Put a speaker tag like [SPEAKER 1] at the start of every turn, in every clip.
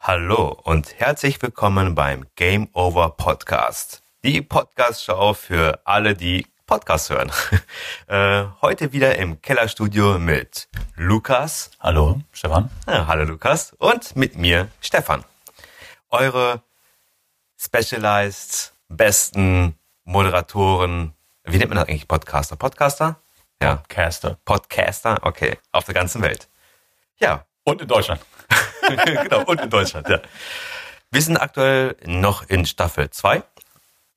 [SPEAKER 1] Hallo und herzlich willkommen beim Game Over Podcast. Die Podcast-Show für alle, die Podcast hören. Äh, heute wieder im Kellerstudio mit Lukas.
[SPEAKER 2] Hallo, Stefan.
[SPEAKER 1] Ja, hallo Lukas. Und mit mir, Stefan. Eure specialized besten Moderatoren, wie nennt man das eigentlich? Podcaster? Podcaster? Ja,
[SPEAKER 2] Caster.
[SPEAKER 1] Podcaster, okay, auf der ganzen Welt. Ja,
[SPEAKER 2] Und in Deutschland.
[SPEAKER 1] genau, und in Deutschland, ja. Wir sind aktuell noch in Staffel 2,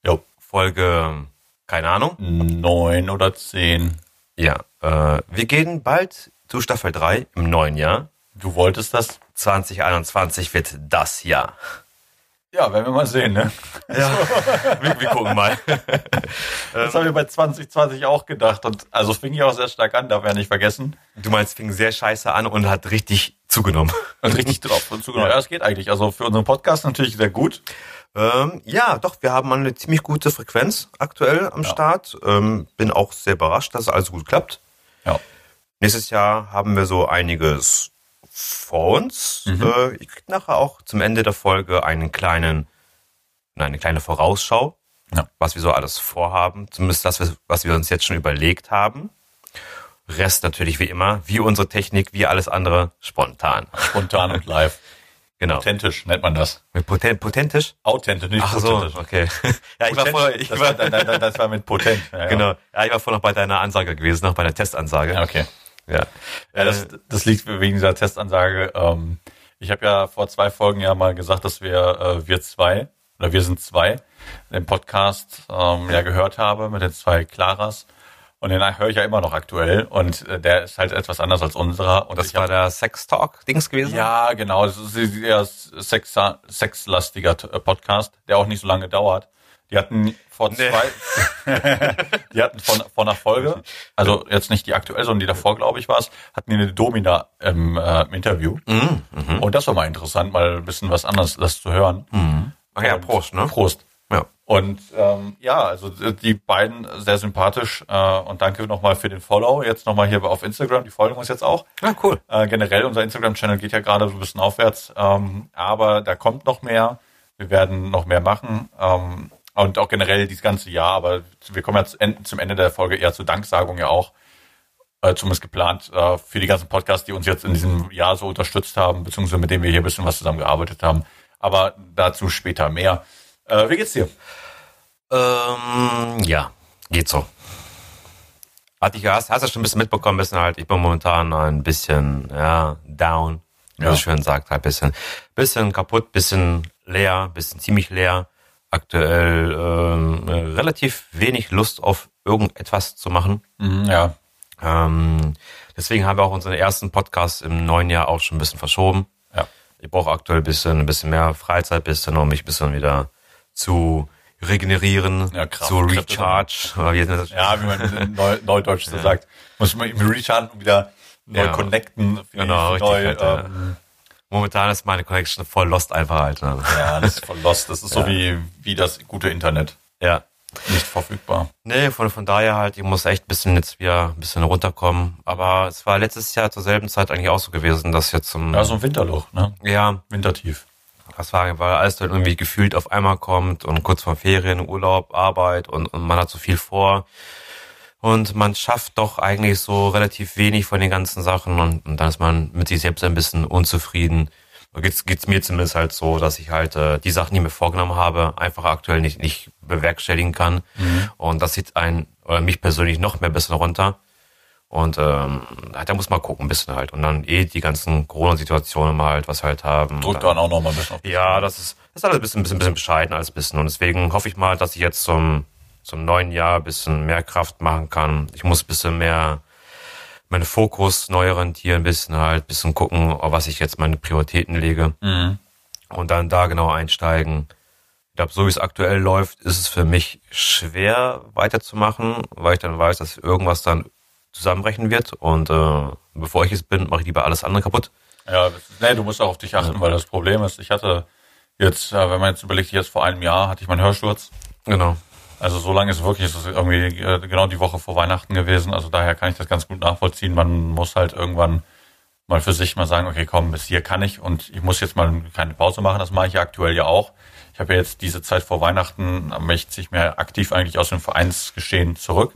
[SPEAKER 2] Jo.
[SPEAKER 1] Folge, keine Ahnung.
[SPEAKER 2] Neun oder zehn.
[SPEAKER 1] Ja, äh, wir gehen bald zu Staffel 3 im neuen Jahr.
[SPEAKER 2] Du wolltest das?
[SPEAKER 1] 2021 wird das Jahr.
[SPEAKER 2] Ja, werden wir mal sehen, ne?
[SPEAKER 1] Wir, wir gucken mal. Ähm.
[SPEAKER 2] Das haben wir bei 2020 auch gedacht. Und also fing ich auch sehr stark an, darf man ja nicht vergessen.
[SPEAKER 1] Du meinst, fing sehr scheiße an und hat richtig zugenommen.
[SPEAKER 2] Und richtig drauf und
[SPEAKER 1] genau.
[SPEAKER 2] zugenommen. Ja, das geht eigentlich. Also für unseren Podcast natürlich sehr gut.
[SPEAKER 1] Ähm, ja, doch, wir haben eine ziemlich gute Frequenz aktuell am Start. Ähm, bin auch sehr überrascht, dass alles gut klappt.
[SPEAKER 2] Ja.
[SPEAKER 1] Nächstes Jahr haben wir so einiges vor uns.
[SPEAKER 2] Mhm.
[SPEAKER 1] Äh, ich krieg nachher auch zum Ende der Folge einen kleinen, nein, eine kleine Vorausschau,
[SPEAKER 2] Ja.
[SPEAKER 1] was wir so alles vorhaben. Zumindest das, was- was wir uns jetzt schon überlegt haben. Rest natürlich wie immer, wie unsere Technik, wie alles andere, spontan.
[SPEAKER 2] Spontan und live.
[SPEAKER 1] Genau.
[SPEAKER 2] Authentisch nennt man das.
[SPEAKER 1] Potent, potentisch?
[SPEAKER 2] Authentisch, nicht
[SPEAKER 1] Ach so,
[SPEAKER 2] authentisch.
[SPEAKER 1] okay. Ja, ich war vorher, ich
[SPEAKER 2] das,
[SPEAKER 1] war,
[SPEAKER 2] war, nein, nein, das war mit potent. Ja, ja.
[SPEAKER 1] Genau. Ja, ich war vorhin noch bei deiner Ansage gewesen, noch bei der Testansage.
[SPEAKER 2] Ja, okay. Also
[SPEAKER 1] Ja.
[SPEAKER 2] Ja, das,
[SPEAKER 1] Äh.
[SPEAKER 2] das liegt wegen dieser Testansage. Ähm, ich habe ja vor zwei Folgen ja mal gesagt, dass wir äh, wir zwei oder wir sind zwei den Podcast ähm, ja gehört habe mit den zwei Claras und den höre ich ja immer noch aktuell und äh, der ist halt etwas anders als unserer und
[SPEAKER 1] Das
[SPEAKER 2] ich
[SPEAKER 1] war
[SPEAKER 2] hab-
[SPEAKER 1] der Sex Talk Dings gewesen?
[SPEAKER 2] ja genau es ist ein eher sex, sexlastiger T- äh, Podcast, der auch nicht so lange dauert. Die hatten vor
[SPEAKER 1] Nee.
[SPEAKER 2] zwei, die hatten vor, vor einer Folge, also jetzt nicht die aktuell, sondern die davor, glaube ich, war es, hatten die eine Domina im, äh, im Interview.
[SPEAKER 1] Mm, mhm.
[SPEAKER 2] Und das war mal interessant, mal ein bisschen was anderes das zu hören.
[SPEAKER 1] Mm. Ach ja,
[SPEAKER 2] Und-
[SPEAKER 1] Prost, ne?
[SPEAKER 2] Prost.
[SPEAKER 1] Ja.
[SPEAKER 2] Und ähm, ja, also die beiden sehr sympathisch äh, und danke nochmal für den Follow. Jetzt nochmal hier auf Instagram, die folgen uns jetzt auch.
[SPEAKER 1] Ah, cool.
[SPEAKER 2] Äh, generell, unser Instagram-Channel geht ja gerade so ein bisschen aufwärts, ähm, aber da kommt noch mehr. Wir werden noch mehr machen ähm, und auch generell dieses ganze Jahr, aber wir kommen ja zu Ende, zum Ende der Folge eher zur Danksagung ja auch, äh, zumindest geplant, äh, für die ganzen Podcasts, die uns jetzt in diesem Jahr so unterstützt haben, beziehungsweise mit denen wir hier ein bisschen was zusammengearbeitet haben. Aber dazu später mehr. Äh, wie geht's dir?
[SPEAKER 1] Ähm, ja, geht so. Hatte ich hast, hast du schon ein bisschen mitbekommen, bisschen halt, ich bin momentan ein bisschen, ja, down, wie
[SPEAKER 2] Ja.
[SPEAKER 1] man schön sagt, halt bisschen, bisschen kaputt, bisschen leer, bisschen ziemlich leer. Aktuell ähm, äh, relativ wenig Lust auf irgendetwas zu machen.
[SPEAKER 2] Mhm, ja.
[SPEAKER 1] Ähm, deswegen haben wir auch unseren ersten Podcast im neuen Jahr auch schon ein bisschen verschoben.
[SPEAKER 2] Ja.
[SPEAKER 1] Ich brauche aktuell ein bisschen, ein bisschen mehr Freizeit, ein bisschen, um mich ein bisschen wieder zu regenerieren,
[SPEAKER 2] Ja, Kraft-
[SPEAKER 1] zu
[SPEAKER 2] Kräfte
[SPEAKER 1] recharge. Äh, wie nennt das?
[SPEAKER 2] Ja, wie man in Neu Neudeutsch so sagt. Muss man im Rechargen wieder neu
[SPEAKER 1] Ja.
[SPEAKER 2] connecten. für die-
[SPEAKER 1] Genau,
[SPEAKER 2] für
[SPEAKER 1] richtig,
[SPEAKER 2] neu,
[SPEAKER 1] halt, ja.
[SPEAKER 2] ähm,
[SPEAKER 1] Momentan ist meine Connection voll lost einfach halt. Ne?
[SPEAKER 2] Ja, das ist voll lost. Das ist so wie, wie das gute Internet.
[SPEAKER 1] Ja.
[SPEAKER 2] Nicht verfügbar.
[SPEAKER 1] Nee, von, von daher halt, ich muss echt ein bisschen jetzt wieder ein bisschen runterkommen. Aber es war letztes Jahr zur selben Zeit eigentlich auch so gewesen, dass jetzt zum,
[SPEAKER 2] Ja, so ein Winterloch, ne?
[SPEAKER 1] ja,
[SPEAKER 2] Wintertief.
[SPEAKER 1] was war, weil alles dann irgendwie gefühlt auf einmal kommt und kurz vor Ferien, Urlaub, Arbeit und, und man hat so viel vor. Und man schafft doch eigentlich so relativ wenig von den ganzen Sachen und, und dann ist man mit sich selbst ein bisschen unzufrieden. Da Geht's, geht's mir zumindest halt so, dass ich halt äh, die Sachen, die ich mir vorgenommen habe, einfach aktuell nicht, nicht bewerkstelligen kann. Und das zieht einen oder mich persönlich noch mehr ein bisschen runter. Und ähm, da muss man gucken ein bisschen halt. Und dann eh die ganzen Corona-Situationen halt, was halt haben.
[SPEAKER 2] Drückt dann auch nochmal ein bisschen auf.
[SPEAKER 1] Ja, das ist, das ist alles ein bisschen, bisschen, bisschen bescheiden als bisschen. Und deswegen hoffe ich mal, dass ich jetzt zum, zum neuen Jahr ein bisschen mehr Kraft machen kann. Ich muss ein bisschen mehr meinen Fokus neu orientieren, ein bisschen halt, ein bisschen gucken, auf was ich jetzt meine Prioritäten lege. Und dann da genau einsteigen. Ich glaube, so wie es aktuell läuft, ist es für mich schwer weiterzumachen, weil ich dann weiß, dass irgendwas dann zusammenbrechen wird. Und äh, bevor ich es bin, mache ich lieber alles andere kaputt.
[SPEAKER 2] Ja, das ist- nee, du musst auch auf dich achten, weil das Problem ist, ich hatte jetzt, äh, wenn man jetzt überlegt, jetzt vor einem Jahr hatte ich meinen Hörsturz.
[SPEAKER 1] Genau.
[SPEAKER 2] Also so lange ist es wirklich, es ist irgendwie äh, genau die Woche vor Weihnachten gewesen. Also daher kann ich das ganz gut nachvollziehen. Man muss halt irgendwann mal für sich mal sagen, okay, komm, bis hier kann ich und ich muss jetzt mal keine Pause machen, das mache ich ja aktuell ja auch. Ich habe ja jetzt diese Zeit vor Weihnachten, aber ich ziehe ich mir aktiv eigentlich aus dem Vereinsgeschehen zurück,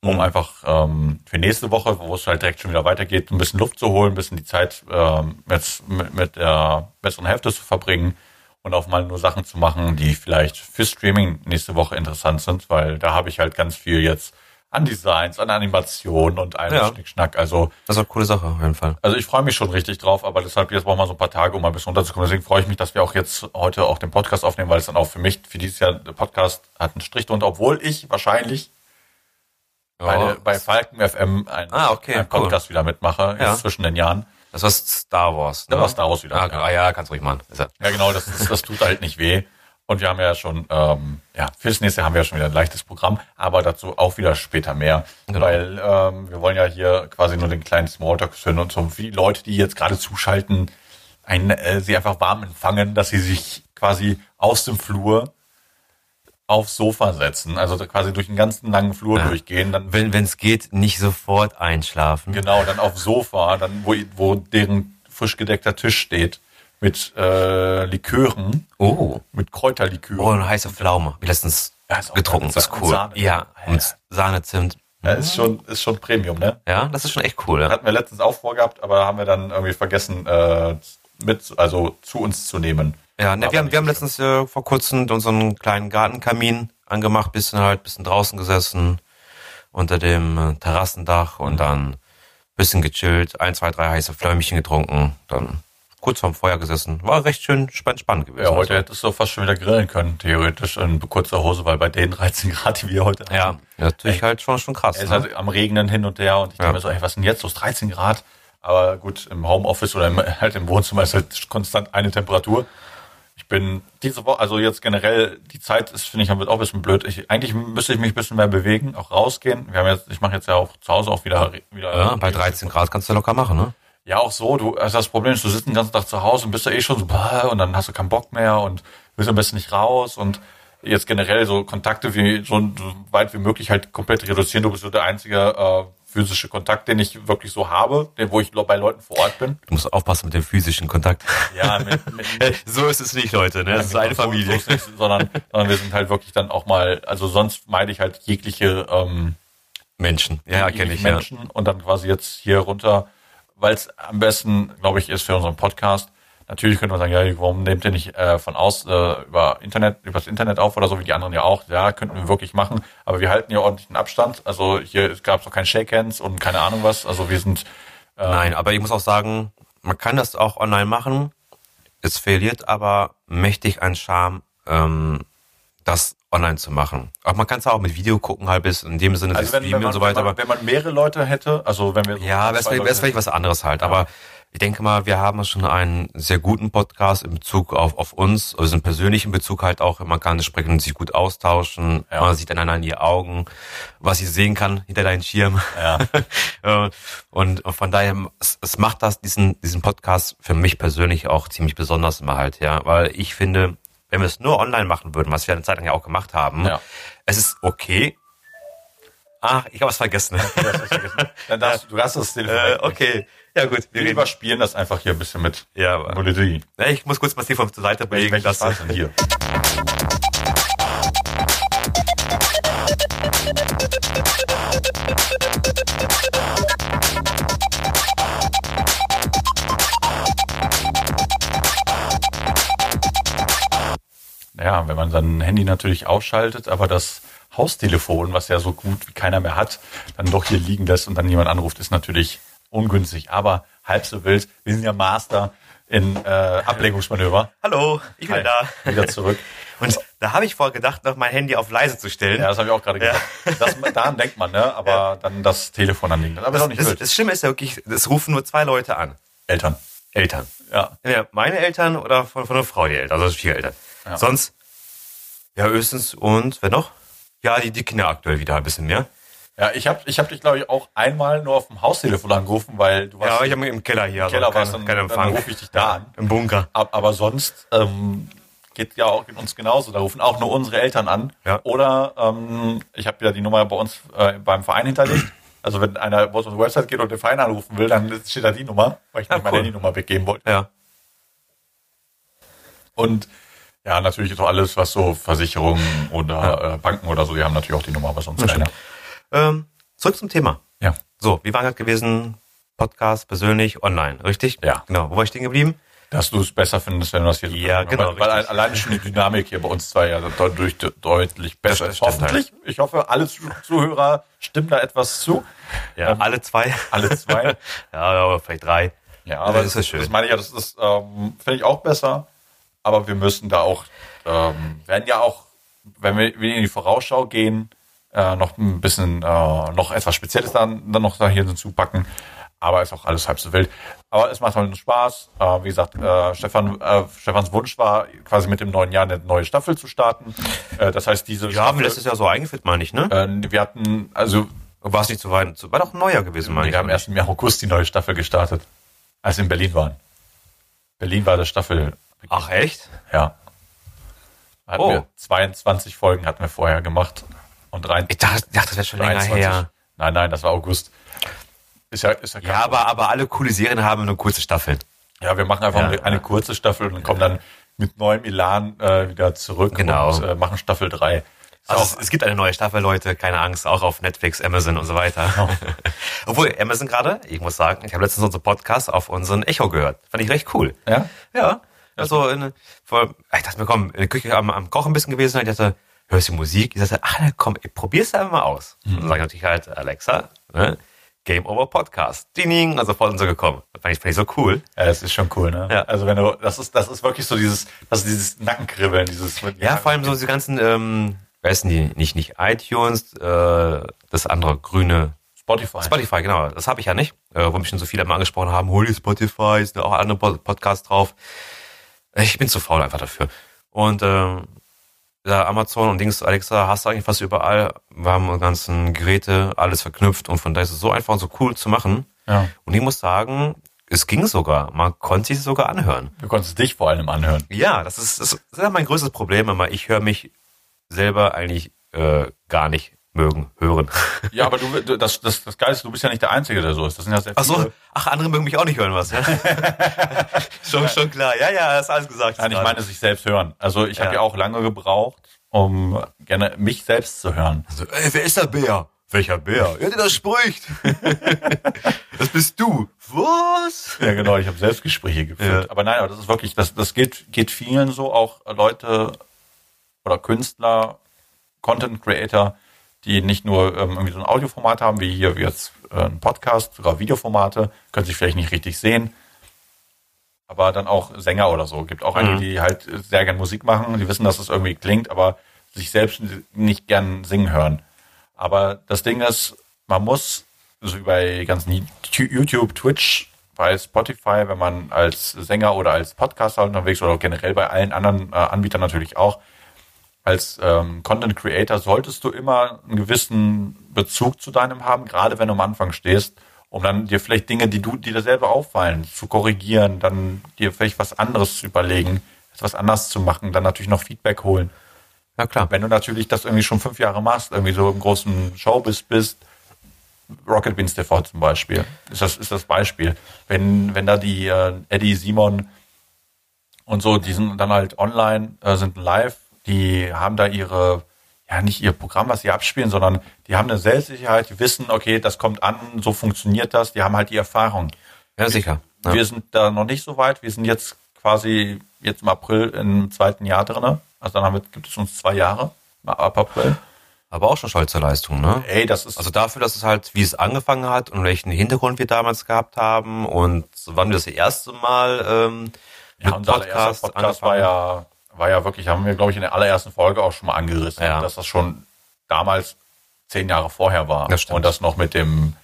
[SPEAKER 2] um einfach ähm, für nächste Woche, wo es halt direkt schon wieder weitergeht, ein bisschen Luft zu holen, ein bisschen die Zeit ähm, jetzt mit, mit der besseren Hälfte zu verbringen und auch mal nur Sachen zu machen, die vielleicht für Streaming nächste Woche interessant sind, weil da habe ich halt ganz viel jetzt an Designs, an Animationen und allem
[SPEAKER 1] Ja.
[SPEAKER 2] Schnickschnack. Also,
[SPEAKER 1] Das ist eine coole Sache auf jeden Fall.
[SPEAKER 2] also ich freue mich schon richtig drauf, aber deshalb jetzt brauchen wir so ein paar Tage, um mal ein bisschen runterzukommen. Deswegen freue ich mich, dass wir auch jetzt heute auch den Podcast aufnehmen, weil es dann auch für mich, für dieses Jahr, der Podcast hat einen Strich drunter, obwohl ich wahrscheinlich
[SPEAKER 1] Ja,
[SPEAKER 2] bei, bei Falken FM einen,
[SPEAKER 1] Oh. Ah, okay,
[SPEAKER 2] einen
[SPEAKER 1] cool.
[SPEAKER 2] Podcast wieder mitmache,
[SPEAKER 1] Ja.
[SPEAKER 2] jetzt zwischen den Jahren.
[SPEAKER 1] das war Star Wars. Ne?
[SPEAKER 2] Da war Star Wars wieder.
[SPEAKER 1] Ah, ah, ja, kannst ruhig machen. Ist ja-
[SPEAKER 2] Ja, genau, das, das, das tut halt nicht weh. Und wir haben ja schon, ähm, ja, fürs nächste Jahr haben wir ja schon wieder ein leichtes Programm, aber dazu auch wieder später mehr.
[SPEAKER 1] Genau.
[SPEAKER 2] Weil ähm, wir wollen ja hier quasi nur den kleinen Smalltalk führen und so wie Leute, die jetzt gerade zuschalten, einen, äh, sie einfach warm empfangen, dass sie sich quasi aus dem Flur aufs Sofa setzen, also quasi durch den ganzen langen Flur durchgehen, dann
[SPEAKER 1] Wenn es geht, nicht sofort einschlafen.
[SPEAKER 2] Genau, dann aufs Sofa, dann wo, wo deren frisch gedeckter Tisch steht mit äh, Likören,
[SPEAKER 1] Oh.
[SPEAKER 2] mit Kräuterlikören.
[SPEAKER 1] Oh, eine heiße Pflaume. Hab ich Letztens
[SPEAKER 2] Ja, ist auch
[SPEAKER 1] getrunken.
[SPEAKER 2] mit
[SPEAKER 1] Das ist
[SPEAKER 2] Sa-
[SPEAKER 1] cool.
[SPEAKER 2] Sahne.
[SPEAKER 1] ja,
[SPEAKER 2] Ja,
[SPEAKER 1] und Sahne, Zimt.
[SPEAKER 2] Ja, ist schon ist schon Premium, ne?
[SPEAKER 1] Ja, das ist schon echt cool. Ja.
[SPEAKER 2] Hatten wir letztens auch vorgehabt, aber haben wir dann irgendwie vergessen äh, mit also zu uns zu nehmen.
[SPEAKER 1] Ja, ne,
[SPEAKER 2] Aber
[SPEAKER 1] wir haben,
[SPEAKER 2] nicht
[SPEAKER 1] wir haben
[SPEAKER 2] so
[SPEAKER 1] letztens äh, vor kurzem unseren kleinen Gartenkamin angemacht, bisschen halt, bisschen draußen gesessen, unter dem äh, Terrassendach und dann bisschen gechillt, ein, zwei, drei heiße Fläumchen getrunken, dann kurz vorm Feuer gesessen. War recht schön spann- spannend gewesen.
[SPEAKER 2] Ja, heute hättest du fast schon wieder grillen können, theoretisch in kurzer Hose, weil bei den 13 Grad, die wir heute
[SPEAKER 1] Also, ja, natürlich halt schon, schon krass.
[SPEAKER 2] Es ist
[SPEAKER 1] Ne?
[SPEAKER 2] halt am Regnen hin und her und ich denke mir so, ey, was ist denn jetzt los? 13 Grad. Aber gut, im Homeoffice oder im, halt im Wohnzimmer ist halt konstant eine Temperatur. Ich bin diese Woche, also jetzt generell, die Zeit ist, finde ich, wird auch ein bisschen blöd. Ich, eigentlich müsste ich mich ein bisschen mehr bewegen, auch rausgehen. Wir haben jetzt, ich mache jetzt ja auch zu Hause auch wieder, wieder
[SPEAKER 1] Ja, bei 13 Grad kannst du locker machen, ne?
[SPEAKER 2] ja, auch so. Du, also das Problem ist, du sitzt den ganzen Tag zu Hause und bist ja eh schon so, bah, und dann hast du keinen Bock mehr und willst am besten nicht raus und jetzt generell so Kontakte wie so weit wie möglich halt komplett reduzieren. Du bist so der einzige äh, physische Kontakt, den ich wirklich so habe, den, wo ich lo- bei Leuten vor Ort bin.
[SPEAKER 1] Du musst aufpassen mit dem physischen Kontakt.
[SPEAKER 2] Ja, mit, mit,
[SPEAKER 1] so ist es nicht, Leute, ne? Das ist eine
[SPEAKER 2] so- so
[SPEAKER 1] Familie.
[SPEAKER 2] ist nicht, sondern, sondern wir sind halt wirklich dann auch mal, also sonst meide ich halt jegliche ähm,
[SPEAKER 1] Menschen. Ja,
[SPEAKER 2] irgendwie
[SPEAKER 1] kenne ich, ja.
[SPEAKER 2] Menschen und dann quasi jetzt hier runter, weil es am besten, glaube ich, ist für unseren Podcast. Natürlich könnte man sagen, ja, warum nehmt ihr nicht äh, von aus äh, über Internet, über das Internet auf oder so, wie die anderen ja auch. Ja, könnten wir wirklich machen, aber wir halten hier ordentlichen Abstand. Also hier gab es auch kein Shakehands und keine Ahnung was. Also wir sind
[SPEAKER 1] Nein, aber ich muss auch sagen, man kann das auch online machen. Es verliert aber mächtig an Charme, ähm, das online zu machen. Aber man kann es auch mit Video gucken, halt bis in dem Sinne,
[SPEAKER 2] also
[SPEAKER 1] sich
[SPEAKER 2] wenn, wenn,
[SPEAKER 1] streamen
[SPEAKER 2] man,
[SPEAKER 1] und so weiter.
[SPEAKER 2] wenn,
[SPEAKER 1] Aber
[SPEAKER 2] man, wenn man mehrere Leute hätte, also wenn wir so
[SPEAKER 1] ja,
[SPEAKER 2] zwei
[SPEAKER 1] wäre
[SPEAKER 2] Leute
[SPEAKER 1] vielleicht, vielleicht was anderes halt. Aber ich denke mal, wir haben schon einen sehr guten Podcast in Bezug auf, auf uns, also einen persönlichen Bezug halt auch. Man kann entsprechend sich gut austauschen.
[SPEAKER 2] Ja.
[SPEAKER 1] Man sieht einander in die Augen, was ich sehen kann hinter deinen Schirm. Ja. und von daher, es, es macht das, diesen, diesen Podcast für mich persönlich auch ziemlich besonders immer halt, ja. Weil ich finde, wenn wir es nur online machen würden, was wir eine Zeit lang ja auch gemacht haben,
[SPEAKER 2] Ja.
[SPEAKER 1] es ist okay. Ach, ich habe was vergessen.
[SPEAKER 2] Dann darfst, du- du darfst das Telefon
[SPEAKER 1] Äh,
[SPEAKER 2] wegnehmen.
[SPEAKER 1] okay. Ja, gut. Wir
[SPEAKER 2] Wir
[SPEAKER 1] reden.
[SPEAKER 2] überspielen das einfach hier ein bisschen mit
[SPEAKER 1] Ja, aber-
[SPEAKER 2] Melodie.
[SPEAKER 1] Ja, ich muss kurz mal Telefon zur Seite bewegen.
[SPEAKER 2] Welches
[SPEAKER 1] Das,
[SPEAKER 2] war's denn hier? Ja, wenn man sein Handy natürlich ausschaltet, aber das Haustelefon, was ja so gut wie keiner mehr hat, dann doch hier liegen lässt und dann jemand anruft, ist natürlich ungünstig. Aber halb so wild, wir sind ja Master in äh, Ablenkungsmanöver.
[SPEAKER 1] Hallo, ich bin
[SPEAKER 2] Hi,
[SPEAKER 1] da.
[SPEAKER 2] Wieder zurück.
[SPEAKER 1] Und da habe ich vorher gedacht, noch mein Handy auf leise zu stellen.
[SPEAKER 2] Ja, das habe ich auch gerade
[SPEAKER 1] Ja.
[SPEAKER 2] gesagt. Das, daran denkt man, ne? aber dann das Telefon anliegen. Aber ist auch nicht
[SPEAKER 1] das,
[SPEAKER 2] wild.
[SPEAKER 1] das Schlimme ist ja wirklich, es rufen nur zwei Leute an.
[SPEAKER 2] Eltern.
[SPEAKER 1] Eltern.
[SPEAKER 2] Ja.
[SPEAKER 1] Entweder meine Eltern oder von, von einer Frau die Eltern, also Schwiegereltern.
[SPEAKER 2] Ja.
[SPEAKER 1] Sonst, ja, höchstens und, wer noch? Ja, die, die Kinder aktuell wieder ein bisschen mehr.
[SPEAKER 2] Ja, ich habe ich hab dich, glaube ich, auch einmal nur auf dem Haustelefon angerufen, weil du warst
[SPEAKER 1] Ja, aber ich habe im Keller hier, also
[SPEAKER 2] Keller
[SPEAKER 1] kein,
[SPEAKER 2] warst, dann-
[SPEAKER 1] kein
[SPEAKER 2] dann
[SPEAKER 1] Empfang.
[SPEAKER 2] rufe ich dich da an.
[SPEAKER 1] Im Bunker.
[SPEAKER 2] Ab- Aber sonst ähm, geht ja auch geht uns genauso. Da rufen auch nur unsere Eltern an.
[SPEAKER 1] Ja.
[SPEAKER 2] Oder ähm, ich habe ja die Nummer bei uns äh, beim Verein hinterlegt. Also wenn einer auf unsere Website geht und den Verein anrufen will, dann steht da die Nummer, weil ich
[SPEAKER 1] Ah,
[SPEAKER 2] nicht meine
[SPEAKER 1] cool.
[SPEAKER 2] Handynummer weggeben wollte.
[SPEAKER 1] Ja.
[SPEAKER 2] Und ja, natürlich ist auch alles, was so Versicherungen oder äh, Banken oder so, die haben natürlich auch die Nummer, aber sonst keiner.
[SPEAKER 1] Ähm, zurück zum Thema.
[SPEAKER 2] Ja.
[SPEAKER 1] So, wir waren gerade gewesen, Podcast, persönlich, online, richtig?
[SPEAKER 2] Ja.
[SPEAKER 1] Genau. Wo war ich stehen geblieben?
[SPEAKER 2] Dass du es besser findest, wenn du das hier
[SPEAKER 1] Ja, genau,
[SPEAKER 2] Weil, weil
[SPEAKER 1] richtig.
[SPEAKER 2] alleine schon die Dynamik hier bei uns zwei ja deutlich, deutlich besser
[SPEAKER 1] Das
[SPEAKER 2] ist.
[SPEAKER 1] stimmt halt.
[SPEAKER 2] Hoffentlich. Ich hoffe, alle Zu- Zuhörer stimmen da etwas zu.
[SPEAKER 1] Ja,
[SPEAKER 2] Ähm,
[SPEAKER 1] alle zwei.
[SPEAKER 2] alle zwei.
[SPEAKER 1] ja, aber vielleicht drei.
[SPEAKER 2] Ja, aber
[SPEAKER 1] das ist schön.
[SPEAKER 2] Das meine ich ja, das ist, ähm, finde ich auch besser. Aber wir müssen da auch, ähm, werden ja auch, wenn wir, wenn wir in die Vorausschau gehen, äh, noch ein bisschen, äh, noch etwas Spezielles dann, dann noch da hier hinzupacken. Aber ist auch alles halb so wild. Aber es macht halt Spaß. Äh, wie gesagt, äh, Stefan, äh, Stefans Wunsch war, quasi mit dem neuen Jahr eine neue Staffel zu starten. Äh, das heißt, diese
[SPEAKER 1] Ja, haben wir
[SPEAKER 2] Staffel,
[SPEAKER 1] letztes Jahr so eingeführt, meine ich, ne?
[SPEAKER 2] äh, wir hatten, also,
[SPEAKER 1] War es nicht zu weit? Zu, war doch ein neuer gewesen, meine
[SPEAKER 2] wir
[SPEAKER 1] ich.
[SPEAKER 2] haben erst im Jahr August die neue Staffel gestartet, als wir in Berlin waren. Berlin war das Staffel.
[SPEAKER 1] Ach, echt?
[SPEAKER 2] Ja. Hatten
[SPEAKER 1] Oh.
[SPEAKER 2] wir 22 Folgen hatten wir vorher gemacht und rein.
[SPEAKER 1] Ich dachte, ich dachte das wäre schon länger her.
[SPEAKER 2] Nein, nein, das war August. Ist ja, ist ja, kein
[SPEAKER 1] Ja, aber, aber alle coole Serien haben eine kurze Staffel.
[SPEAKER 2] ja, wir machen einfach
[SPEAKER 1] Ja.
[SPEAKER 2] eine, eine kurze Staffel und kommen dann mit neuem Elan äh, wieder zurück
[SPEAKER 1] Genau.
[SPEAKER 2] und äh, machen Staffel 3.
[SPEAKER 1] Also es, es gibt eine neue Staffel, Leute, keine Angst, auch auf Netflix, Amazon und so weiter. Obwohl, Amazon gerade, ich muss sagen, ich habe letztens unseren Podcast auf unseren Echo gehört. Fand ich recht cool.
[SPEAKER 2] Ja?
[SPEAKER 1] Ja. Also, in, vor, ich dachte mir, komm, in der Küche am, am Kochen ein bisschen gewesen, und ich dachte, hörst du Musik? Ich dachte, ach, na komm, ey, probier's einfach mal aus. Und dann sage ich natürlich halt, Alexa, ne? Game Over Podcast. Ding, also voll und so gekommen. Fand ich, fand ich so cool.
[SPEAKER 2] ja, das ist schon cool, ne?
[SPEAKER 1] Ja.
[SPEAKER 2] Also wenn du, das ist, das ist wirklich so dieses, das ist dieses Nackenkribbeln, dieses.
[SPEAKER 1] Ja, vor allem so diese ganzen, ähm, wer ist denn die? Nicht, nicht iTunes, äh, das andere grüne.
[SPEAKER 2] Spotify.
[SPEAKER 1] Spotify, genau. Das habe ich ja nicht, äh, wo mich schon so viele mal angesprochen haben. Hol dir Spotify, ist da auch andere Pod- Podcasts drauf. Ich bin zu faul einfach dafür. Und ähm, ja, Amazon und Dings, Alexa, hast du eigentlich fast überall. Wir haben unsere ganzen Geräte, alles verknüpft und von daher ist es so einfach und so cool zu machen.
[SPEAKER 2] Ja.
[SPEAKER 1] Und ich muss sagen, es ging sogar. Man konnte sich sogar anhören.
[SPEAKER 2] Du konntest dich vor allem anhören.
[SPEAKER 1] Ja, das ist, das ist ja mein größtes Problem immer. Ich höre mich selber eigentlich äh, gar nicht mögen, hören.
[SPEAKER 2] Ja, aber du, du- das, das, das Geile ist, du bist ja nicht der Einzige, der so ist. Das sind ja sehr
[SPEAKER 1] Ach so,
[SPEAKER 2] viele.
[SPEAKER 1] ach, andere mögen mich auch nicht hören, was? Ja? schon, schon klar. Ja, ja, hast alles gesagt.
[SPEAKER 2] Nein, ich meine sich selbst hören. Also ich
[SPEAKER 1] Ja.
[SPEAKER 2] habe ja auch lange gebraucht, um gerne mich selbst zu hören.
[SPEAKER 1] Also, ey, wer ist der Bär? Welcher Bär? Ja, der das spricht. das bist du. Was?
[SPEAKER 2] Ja, genau, ich habe Selbstgespräche geführt.
[SPEAKER 1] Ja.
[SPEAKER 2] Aber nein, aber das ist wirklich, das, das geht, geht vielen so, auch Leute oder Künstler, Content Creator, die nicht nur ähm, irgendwie so ein Audioformat haben, wie hier jetzt äh, ein Podcast, sogar Videoformate, können sich vielleicht nicht richtig sehen. Aber dann auch Sänger oder so. Gibt auch einige, die halt sehr gern Musik machen, die wissen, dass es irgendwie klingt, aber sich selbst nicht gern singen hören. Aber das Ding ist, man muss, so wie bei ganzen YouTube, Twitch, bei Spotify, wenn man als Sänger oder als Podcaster unterwegs oder generell bei allen anderen äh, Anbietern natürlich auch, als ähm, Content Creator solltest du immer einen gewissen Bezug zu deinem haben, gerade wenn du am Anfang stehst, um dann dir vielleicht Dinge, die du die dir selber auffallen, zu korrigieren, dann dir vielleicht was anderes zu überlegen, etwas anders zu machen, dann natürlich noch Feedback holen.
[SPEAKER 1] Ja, klar.
[SPEAKER 2] Wenn du natürlich das irgendwie schon fünf Jahre machst, irgendwie so im großen Showbiz bist, Rocket Beans TV zum Beispiel, ist das, ist das Beispiel. Wenn, wenn da die äh, Eddie, Simon und so, die sind dann halt online, äh, sind live, die haben da ihre, ja nicht ihr Programm, was sie abspielen, sondern die haben eine Selbstsicherheit, die wissen, okay, das kommt an, so funktioniert das, die haben halt die Erfahrung.
[SPEAKER 1] Ja, sicher. Ja.
[SPEAKER 2] Wir sind da noch nicht so weit. Wir sind jetzt quasi jetzt im April im zweiten Jahr drin. Also dann haben wir, gibt es uns zwei Jahre mal ab April.
[SPEAKER 1] Aber auch schon stolze Leistung, ne?
[SPEAKER 2] Ey, das ist
[SPEAKER 1] Also dafür, dass es halt, wie es angefangen hat und welchen Hintergrund wir damals gehabt haben und wann wir das erste Mal ähm,
[SPEAKER 2] ja,
[SPEAKER 1] mit
[SPEAKER 2] unser allererster Podcast war ja, war ja wirklich, haben wir glaube ich in der allerersten Folge auch schon mal angerissen,
[SPEAKER 1] Ja.
[SPEAKER 2] dass das schon damals zehn Jahre vorher war.
[SPEAKER 1] Das stimmt.
[SPEAKER 2] Und das noch mit dem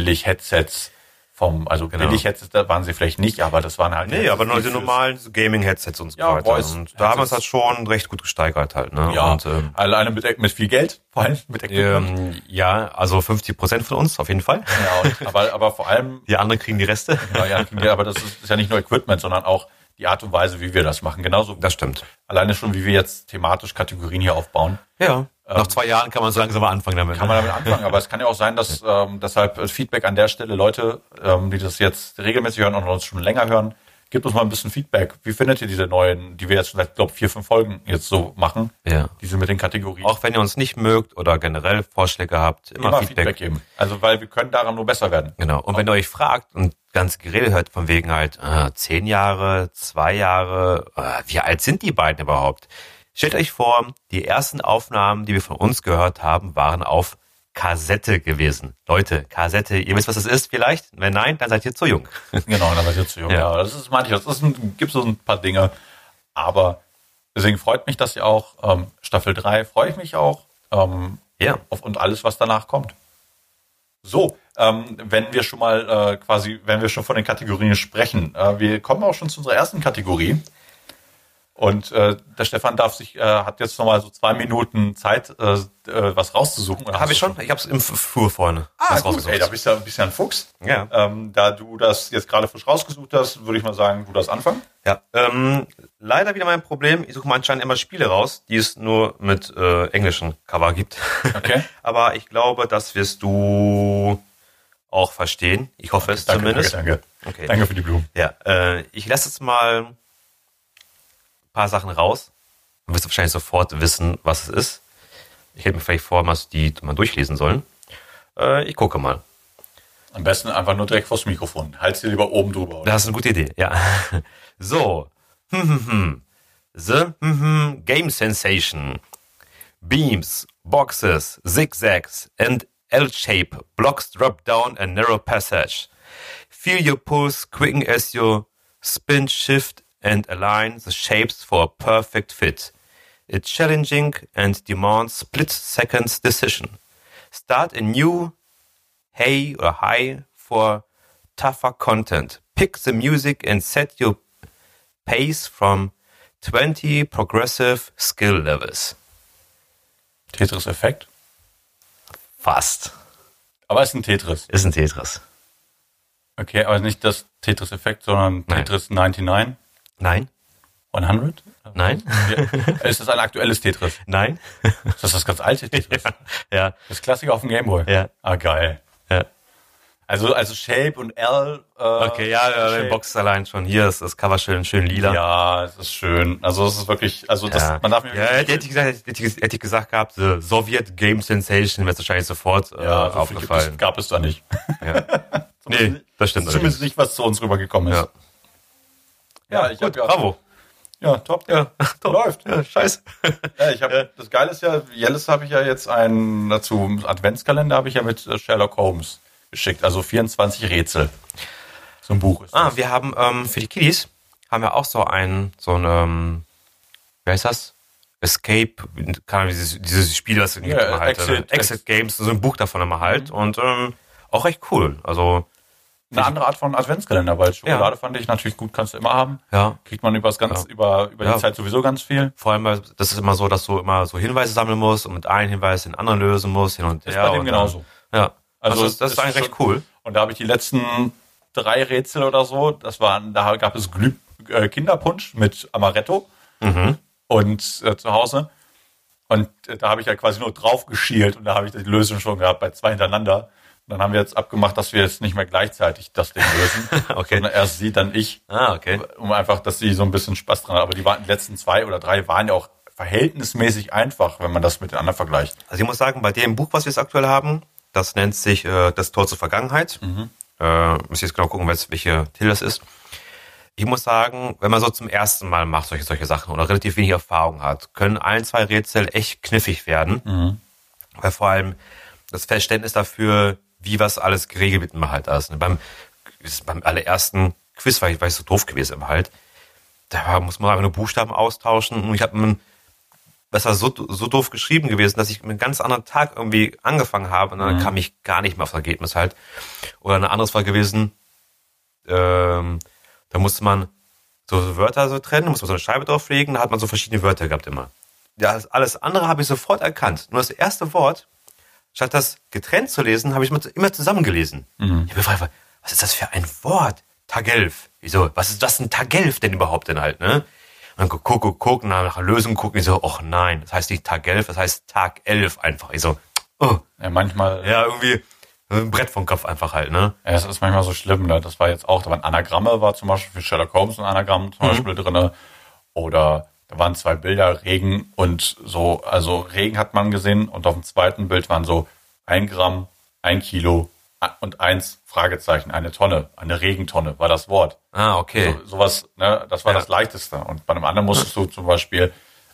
[SPEAKER 2] Billig-Headsets vom, also
[SPEAKER 1] Genau.
[SPEAKER 2] Billig-Headsets, da waren sie vielleicht nicht, aber das waren halt.
[SPEAKER 1] Nee, aber nur die
[SPEAKER 2] fürs-
[SPEAKER 1] normalen so Gaming-Headsets und so
[SPEAKER 2] Ja,
[SPEAKER 1] weiter.
[SPEAKER 2] Voice-
[SPEAKER 1] und da haben wir es
[SPEAKER 2] Headsets.
[SPEAKER 1] halt schon recht gut gesteigert halt, ne?
[SPEAKER 2] Ja,
[SPEAKER 1] Und, ähm,
[SPEAKER 2] alleine mit, mit viel Geld, vor allem mit Equipment.
[SPEAKER 1] ähm, ja, also 50 Prozent von uns auf jeden Fall.
[SPEAKER 2] Ja, und, aber, aber vor allem
[SPEAKER 1] Die anderen kriegen die Reste.
[SPEAKER 2] Ja, ja, ja, aber das ist, ist ja nicht nur Equipment, sondern auch die Art und Weise, wie wir das machen. Genauso
[SPEAKER 1] Das stimmt.
[SPEAKER 2] alleine schon, wie wir jetzt thematisch Kategorien hier aufbauen.
[SPEAKER 1] Ja. Nach zwei Jahren kann man so langsam mal anfangen damit. ne?
[SPEAKER 2] kann man damit anfangen. Aber es kann ja auch sein, dass ähm, deshalb äh, Feedback an der Stelle, Leute, ähm, die das jetzt regelmäßig hören und uns schon länger hören, gebt uns mal ein bisschen Feedback. Wie findet ihr diese neuen, die wir jetzt schon seit, glaube vier, fünf Folgen jetzt so machen?
[SPEAKER 1] Ja.
[SPEAKER 2] Diese mit den Kategorien.
[SPEAKER 1] Auch wenn ihr uns nicht mögt oder generell Vorschläge habt, immer,
[SPEAKER 2] immer
[SPEAKER 1] Feedback.
[SPEAKER 2] Feedback. geben. Also, weil wir können daran nur besser werden.
[SPEAKER 1] Genau. Und wenn ihr euch fragt und ganz Gerede hört von wegen halt äh, zehn Jahre, zwei Jahre, äh, wie alt sind die beiden überhaupt? Stellt euch vor, die ersten Aufnahmen, die wir von uns gehört haben, waren auf Kassette gewesen. Leute, Kassette, ihr wisst, was das ist vielleicht? Wenn nein, dann seid ihr zu jung.
[SPEAKER 2] Genau, dann seid ihr zu jung.
[SPEAKER 1] Ja.
[SPEAKER 2] Ja. das ist manchmal, das ist ein, gibt so ein paar Dinge. Aber deswegen freut mich das ja auch. Ähm, Staffel 3 freue ich mich auch. Ähm,
[SPEAKER 1] Ja.
[SPEAKER 2] auf und alles, was danach kommt. So, ähm, wenn wir schon mal äh, quasi, wenn wir schon von den Kategorien sprechen, äh, wir kommen auch schon zu unserer ersten Kategorie. Und äh, der Stefan darf sich, äh, hat jetzt nochmal so zwei Minuten Zeit, äh, äh, was rauszusuchen. Oder hast
[SPEAKER 1] Habe ich
[SPEAKER 2] du
[SPEAKER 1] schon? Ich habe es im F- Flur vorne.
[SPEAKER 2] Ah,
[SPEAKER 1] was
[SPEAKER 2] gut.
[SPEAKER 1] rausgesucht.
[SPEAKER 2] Ey, da bist du ja ein bisschen ein Fuchs.
[SPEAKER 1] Ja.
[SPEAKER 2] Ähm, da du das jetzt gerade frisch rausgesucht hast, würde ich mal sagen, du darfst anfangen.
[SPEAKER 1] Ja, ähm, leider wieder mein Problem. Ich suche mir anscheinend immer Spiele raus, die es nur mit äh, englischen Cover gibt.
[SPEAKER 2] Okay.
[SPEAKER 1] Aber ich glaube, das wirst du auch verstehen. Ich hoffe es zumindest.
[SPEAKER 2] danke, danke.
[SPEAKER 1] Okay.
[SPEAKER 2] Danke für die Blumen.
[SPEAKER 1] Ja, äh, ich lasse jetzt mal ein paar Sachen raus. Dann wirst du wahrscheinlich sofort wissen, was es ist. Ich hätte mir vielleicht vorher mal die mal durchlesen sollen. Äh, ich gucke mal.
[SPEAKER 2] Am besten einfach nur direkt vors Mikrofon. Halt's dir lieber oben drüber. oder?
[SPEAKER 1] Das ist eine gute Idee, ja. So. Hm, hm, hm. The hm, hm, Game Sensation. Beams, boxes, zigzags and L-shape blocks drop down a narrow passage. Feel your pulse quicken as you spin, shift and align the shapes for a perfect fit. It's challenging and demands split seconds decision. Start a new Hey or Hi for tougher content. Pick the music and set your pace from 20 progressive skill levels.
[SPEAKER 2] Tetris-Effekt.
[SPEAKER 1] Fast.
[SPEAKER 2] Aber es ist ein Tetris.
[SPEAKER 1] Ist ein Tetris.
[SPEAKER 2] Okay, aber nicht das Tetris-Effekt, sondern
[SPEAKER 1] Nein.
[SPEAKER 2] Tetris 99.
[SPEAKER 1] Nein?
[SPEAKER 2] 100?
[SPEAKER 1] Nein?
[SPEAKER 2] Ja. Ist das ein aktuelles Tetris?
[SPEAKER 1] Nein?
[SPEAKER 2] Ist das das ganz alte Tetris?
[SPEAKER 1] ja.
[SPEAKER 2] Das Klassiker auf dem Gameboy?
[SPEAKER 1] Ja.
[SPEAKER 2] Ah, geil.
[SPEAKER 1] Ja.
[SPEAKER 2] Also, also Shape und L. Äh,
[SPEAKER 1] Okay, ja, ja, die
[SPEAKER 2] Shape.
[SPEAKER 1] Box allein schon. Hier ist das Cover schön, schön lila.
[SPEAKER 2] Ja, es ist schön. Also es ist wirklich, also das,
[SPEAKER 1] Ja,
[SPEAKER 2] man darf mir
[SPEAKER 1] ja hätte ich gesagt, hätte ich, hätte ich gesagt gehabt, the Soviet Game Sensation wäre wahrscheinlich sofort äh,
[SPEAKER 2] ja, so viel gibt es,
[SPEAKER 1] aufgefallen.
[SPEAKER 2] gab es da nicht.
[SPEAKER 1] Nee, das stimmt
[SPEAKER 2] Zumindest nicht, was zu uns rübergekommen ist.
[SPEAKER 1] Ja.
[SPEAKER 2] Ja, ich
[SPEAKER 1] Gut,
[SPEAKER 2] hab ja-
[SPEAKER 1] bravo.
[SPEAKER 2] Ja, top. Ja, top. Läuft.
[SPEAKER 1] Ja, scheiße.
[SPEAKER 2] Ja, ich hab, Das Geile ist ja, Jelles habe ich ja jetzt einen, dazu Adventskalender habe ich ja mit äh, Sherlock Holmes geschickt. Also 24 Rätsel. So ein Buch ist
[SPEAKER 1] Ah, wir haben ähm, für die Kiddies haben wir auch so einen, so ein, ähm, wie heißt das? Escape, keine Ahnung, dieses, dieses Spiel, was es gibt,
[SPEAKER 2] Ja,
[SPEAKER 1] immer halt,
[SPEAKER 2] Exit, Mhm.
[SPEAKER 1] Exit, Exit Games, so ein Buch davon immer halt und ähm, auch recht cool. Also,
[SPEAKER 2] Eine andere Art von Adventskalender, weil
[SPEAKER 1] Ja.
[SPEAKER 2] Schokolade fand ich natürlich gut, kannst du immer haben.
[SPEAKER 1] Ja.
[SPEAKER 2] Kriegt man übers ganz, über, über
[SPEAKER 1] Ja.
[SPEAKER 2] die Zeit sowieso ganz viel.
[SPEAKER 1] vor allem, weil das ist immer so, dass du immer so Hinweise sammeln musst und mit einem Hinweis den anderen lösen musst, hin und her.
[SPEAKER 2] bei dem
[SPEAKER 1] und
[SPEAKER 2] genauso.
[SPEAKER 1] Dann, ja. Also, das,
[SPEAKER 2] es-
[SPEAKER 1] das
[SPEAKER 2] es
[SPEAKER 1] ist eigentlich recht
[SPEAKER 2] schon-
[SPEAKER 1] cool.
[SPEAKER 2] Und da habe ich die letzten drei Rätsel oder so, das waren, da gab es Glüh äh, Kinderpunsch mit Amaretto
[SPEAKER 1] Mhm.
[SPEAKER 2] und äh, zu Hause. Und äh, da habe ich ja quasi nur drauf geschielt und da habe ich die Lösung schon gehabt bei zwei hintereinander. Und dann haben wir jetzt abgemacht, dass wir jetzt nicht mehr gleichzeitig das Ding lösen.
[SPEAKER 1] Okay.
[SPEAKER 2] Sondern erst sie, dann ich.
[SPEAKER 1] Ah, okay.
[SPEAKER 2] Um einfach, dass sie so ein bisschen Spaß dran hat. Aber die, waren, die letzten zwei oder drei waren ja auch verhältnismäßig einfach, wenn man das mit den anderen vergleicht.
[SPEAKER 1] Also ich muss sagen, bei dem Buch, was wir jetzt aktuell haben, das nennt sich äh, Das Tor zur Vergangenheit. Äh, muss ich jetzt genau gucken, welches- welche Titel das ist. Ich muss sagen, wenn man so zum ersten Mal macht solche, solche Sachen oder relativ wenig Erfahrung hat, können ein, zwei Rätsel echt kniffig werden. Weil vor allem das Verständnis dafür, wie was alles geregelt wird immer halt ist. ne? Beim, ist beim allerersten Quiz war ich, war ich so doof gewesen immer halt. Da muss man einfach nur Buchstaben austauschen und ich habe einen das war so, so doof geschrieben gewesen, dass ich einen ganz anderen Tag irgendwie angefangen habe und dann kam ich gar nicht mehr aufs Ergebnis halt. Oder ein anderes war gewesen, ähm, da musste man so Wörter so trennen, musste man so eine Scheibe drauflegen, da hat man so verschiedene Wörter gehabt immer. Ja, das, alles andere habe ich sofort erkannt. Nur das erste Wort, statt das getrennt
[SPEAKER 2] Mhm.
[SPEAKER 1] zu lesen, habe ich immer zusammen gelesen. Ich habe mir gefragt, was ist das für ein Wort? Tagelf. wieso, was ist das ein Tagelf denn überhaupt denn halt, ne? Und dann guck, guck, guck, und dann nach Lösung gucken, ich so, och nein, das heißt nicht Tag 11, das heißt Tag 11 einfach. Ich so, oh,
[SPEAKER 2] Ja, manchmal,
[SPEAKER 1] ja, irgendwie ein Brett vom Kopf einfach halt, ne?
[SPEAKER 2] Ja, es ist manchmal so schlimm, ne? Das war jetzt auch, da waren Anagramme, war zum Beispiel für Sherlock Holmes ein Anagramm zum Beispiel drinne. Oder da waren zwei Bilder, Regen und so, also Regen hat man gesehen und auf dem zweiten Bild waren so ein Gramm, ein Kilo a- und eins, Fragezeichen, eine Tonne, eine Regentonne war das Wort.
[SPEAKER 1] Ah, okay.
[SPEAKER 2] So, Also sowas, ne? Das war
[SPEAKER 1] Ja.
[SPEAKER 2] das Leichteste. Und bei einem anderen musstest du zum Beispiel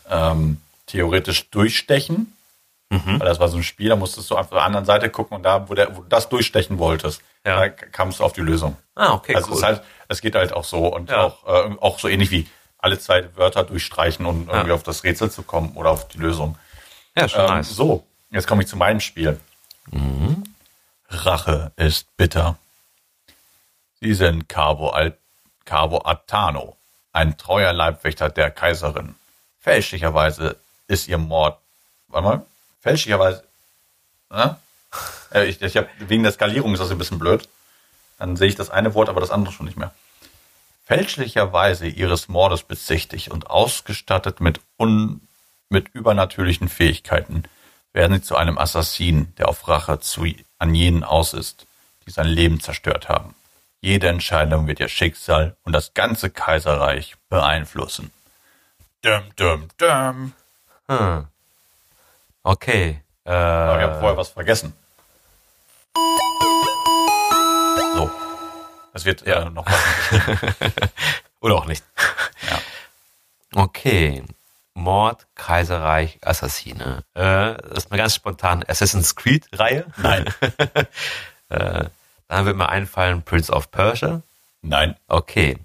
[SPEAKER 2] ähm, theoretisch durchstechen.
[SPEAKER 1] Mhm.
[SPEAKER 2] Weil das war so ein Spiel, da musstest du auf der anderen Seite gucken und da, wo, der, wo du das durchstechen wolltest,
[SPEAKER 1] Ja.
[SPEAKER 2] da k- kamst du auf die Lösung.
[SPEAKER 1] Ah, okay,
[SPEAKER 2] also
[SPEAKER 1] cool.
[SPEAKER 2] es, ist halt, es geht halt auch so und
[SPEAKER 1] Ja.
[SPEAKER 2] auch, äh, auch so ähnlich wie alle zwei Wörter durchstreichen und irgendwie auf das Rätsel zu kommen oder auf die Lösung.
[SPEAKER 1] ja, schon
[SPEAKER 2] Ähm,
[SPEAKER 1] nice. Mhm.
[SPEAKER 2] So, jetzt komme ich zu meinem Spiel. Rache ist bitter. Sie sind Carbo, Al Carbo Attano, ein treuer Leibwächter der Kaiserin. Fälschlicherweise ist ihr Mord. Warte mal. Fälschlicherweise. Ne? Äh, Ich, ich hab, wegen der Skalierung ist das ein bisschen blöd. Dann sehe ich das eine Wort, aber das andere schon nicht mehr. Fälschlicherweise ihres Mordes bezichtigt und ausgestattet mit, un, mit übernatürlichen Fähigkeiten werden sie zu einem Assassinen, der auf Rache zu, an jenen aus ist, die sein Leben zerstört haben. Jede Entscheidung wird ihr Schicksal und das ganze Kaiserreich beeinflussen. Dum, dum, dum.
[SPEAKER 1] Hm. Okay. Äh,
[SPEAKER 2] Aber wir haben vorher was vergessen. So. Es wird äh, noch was.
[SPEAKER 1] oder auch nicht.
[SPEAKER 2] Ja.
[SPEAKER 1] Okay. Mord, Kaiserreich, Assassine. Äh, das ist mir ganz spontan. Assassin's Creed-Reihe.
[SPEAKER 2] Nein.
[SPEAKER 1] Dann wird mir einfallen Prince of Persia.
[SPEAKER 2] Nein.
[SPEAKER 1] Okay.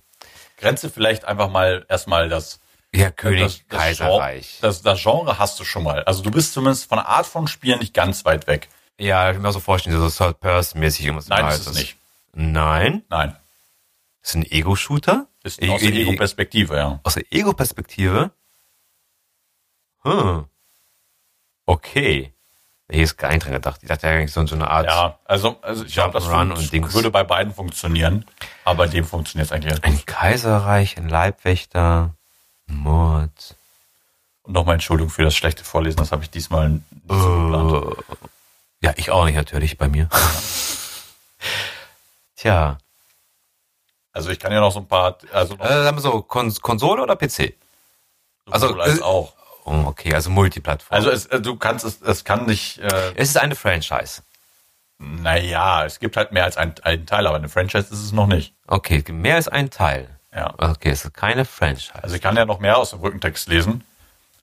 [SPEAKER 2] Grenze vielleicht einfach mal erstmal das
[SPEAKER 1] Ja, König,
[SPEAKER 2] das, das
[SPEAKER 1] Kaiserreich.
[SPEAKER 2] Genre, das, das Genre hast du schon mal. Also du bist zumindest von einer Art von Spielen nicht ganz weit weg.
[SPEAKER 1] ja, ich kann mir so vorstellen, so Third-Person-mäßig irgendwas.
[SPEAKER 2] Nein, ist
[SPEAKER 1] Neues
[SPEAKER 2] es nicht.
[SPEAKER 1] Nein.
[SPEAKER 2] Nein.
[SPEAKER 1] Ist ein Ego-Shooter? E-
[SPEAKER 2] Ist aus der Ego-Perspektive, ja.
[SPEAKER 1] aus der Ego-Perspektive. Hm. Okay. Hier ist gar nicht dran gedacht. Ich dachte eigentlich so so eine Art.
[SPEAKER 2] Ja, also, also ich glaube, das
[SPEAKER 1] Jump'n'Run
[SPEAKER 2] fun-
[SPEAKER 1] und Dings.
[SPEAKER 2] würde bei beiden funktionieren, aber dem funktioniert es eigentlich.
[SPEAKER 1] Ein Kaiserreich, ein Leibwächter, Mord.
[SPEAKER 2] Und nochmal Entschuldigung für das schlechte Vorlesen, das habe ich diesmal nicht so geplant.
[SPEAKER 1] Äh, ja, ich auch nicht natürlich bei mir. Tja.
[SPEAKER 2] Also ich kann ja noch so ein paar, also noch
[SPEAKER 1] Äh, sagen wir so, Kon Konsole oder PC? also,
[SPEAKER 2] sowohl als
[SPEAKER 1] äh,
[SPEAKER 2] auch.
[SPEAKER 1] Oh, okay, also Multiplattform.
[SPEAKER 2] Also es, äh, du kannst es, es kann nicht, äh,
[SPEAKER 1] es ist eine Franchise.
[SPEAKER 2] naja, es gibt halt mehr als einen, einen Teil, aber eine Franchise ist es noch nicht.
[SPEAKER 1] Okay, mehr als ein Teil.
[SPEAKER 2] Ja.
[SPEAKER 1] Okay, es ist keine Franchise.
[SPEAKER 2] Also ich kann ja noch mehr aus dem Rückentext lesen.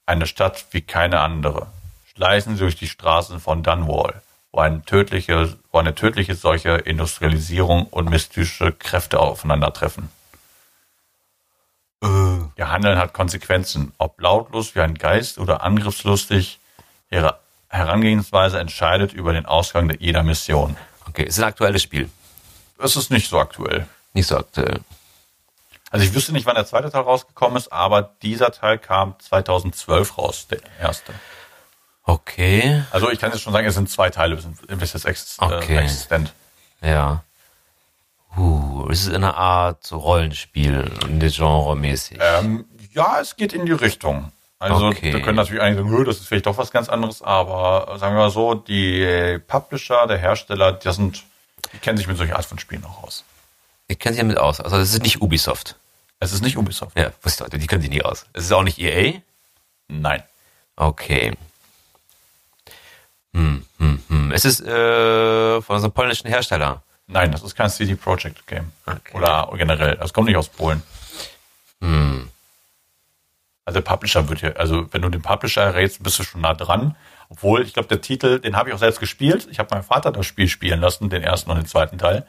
[SPEAKER 2] Eine Stadt wie keine andere. Schleichen Sie durch die Straßen von Dunwall, wo eine tödliche, wo eine tödliche solche Industrialisierung und mystische Kräfte aufeinandertreffen. Ihr Handeln hat Konsequenzen, ob lautlos wie ein Geist oder angriffslustig. Ihre Herangehensweise entscheidet über den Ausgang der- jeder Mission.
[SPEAKER 1] okay, es ist ein aktuelles Spiel.
[SPEAKER 2] Es ist nicht so aktuell.
[SPEAKER 1] Nicht so aktuell.
[SPEAKER 2] Also ich wüsste nicht, wann der zweite Teil rausgekommen ist, aber dieser Teil kam 2012 raus, der erste.
[SPEAKER 1] Okay,
[SPEAKER 2] Also ich kann jetzt schon sagen, es sind zwei Teile bis, bis jetzt ex
[SPEAKER 1] Okay.
[SPEAKER 2] äh, existent.
[SPEAKER 1] ja. Uh, es ist eine Art Rollenspiel, ne, genremäßig.
[SPEAKER 2] Ähm, ja, es geht in die Richtung. Also
[SPEAKER 1] Okay.
[SPEAKER 2] wir können natürlich einige sagen, "Hö, das ist vielleicht doch was ganz anderes, aber äh, sagen wir mal so, die Publisher, der Hersteller, die sind, die kennen sich mit solcher Art von Spielen auch aus.
[SPEAKER 1] Ich kenne sie damit aus. Also es ist nicht Ubisoft.
[SPEAKER 2] Es ist nicht Ubisoft.
[SPEAKER 1] Ja, wusste ich, die können sie nie aus. Es ist auch nicht EA.
[SPEAKER 2] Nein.
[SPEAKER 1] Okay. Hm, hm, hm. Es ist äh, von so einem polnischen Hersteller.
[SPEAKER 2] Nein, das ist kein CD Projekt Game.
[SPEAKER 1] Okay.
[SPEAKER 2] Oder generell. Das kommt nicht aus Polen.
[SPEAKER 1] Hm.
[SPEAKER 2] Also der Publisher wird hier, also wenn du den Publisher errätst, bist du schon nah dran. Obwohl, ich glaube, der Titel, den habe ich auch selbst gespielt. Ich habe meinen Vater das Spiel spielen lassen, den ersten und den zweiten Teil.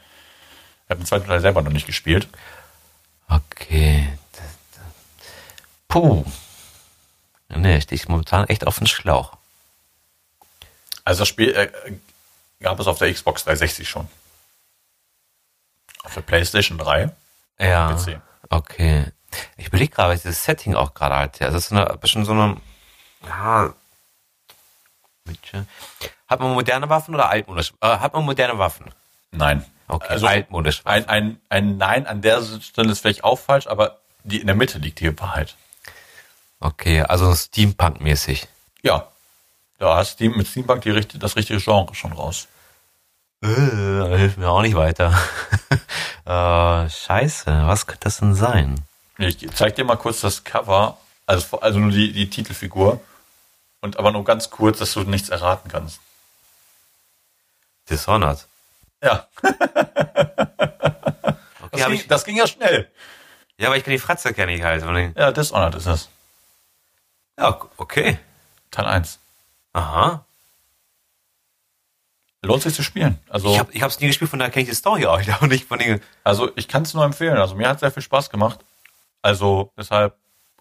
[SPEAKER 2] Ich habe den zweiten Teil selber noch nicht gespielt.
[SPEAKER 1] Okay. Puh. Nee, stehe ich momentan echt auf den Schlauch.
[SPEAKER 2] Also das Spiel äh, gab es auf der Xbox 360 schon. Auf der PlayStation 3.
[SPEAKER 1] Ja.
[SPEAKER 2] PC.
[SPEAKER 1] Okay. Ich überlege gerade, was dieses Setting auch gerade halt. ja, Also es ist eine, bestimmt so eine. Ja. Witcher. Hat man moderne Waffen oder altmodisch? Äh, hat man moderne Waffen?
[SPEAKER 2] Nein.
[SPEAKER 1] Okay,
[SPEAKER 2] Also-
[SPEAKER 1] altmodisch.
[SPEAKER 2] Ein, ein, ein Nein an der Stelle ist vielleicht auch falsch, aber die, in der Mitte liegt die Wahrheit.
[SPEAKER 1] Okay, also Steampunk-mäßig.
[SPEAKER 2] Ja. Da hast du mit Steampunk die, richt- das richtige Genre schon raus.
[SPEAKER 1] Äh, hilft mir auch nicht weiter. äh, scheiße, was könnte das denn sein?
[SPEAKER 2] Ich zeig dir mal kurz das Cover, also, vor- also nur die, die Titelfigur. Und aber nur ganz kurz, dass du nichts erraten kannst.
[SPEAKER 1] Dishonored.
[SPEAKER 2] Ja,
[SPEAKER 1] Okay,
[SPEAKER 2] das,
[SPEAKER 1] hab
[SPEAKER 2] ging,
[SPEAKER 1] ich,
[SPEAKER 2] das ging ja schnell.
[SPEAKER 1] ja, aber ich kann die Fratze kenne ich halt. Und ich-
[SPEAKER 2] Ja, Dishonored ist es.
[SPEAKER 1] Ja, okay.
[SPEAKER 2] Teil 1.
[SPEAKER 1] Aha.
[SPEAKER 2] Lohnt sich zu spielen. Also
[SPEAKER 1] Ich, hab, ich hab's nie gespielt, von daher kenne ich die Story auch nicht. Und ich von den,
[SPEAKER 2] Also ich kann es nur empfehlen. Also mir hat sehr viel Spaß gemacht. Also deshalb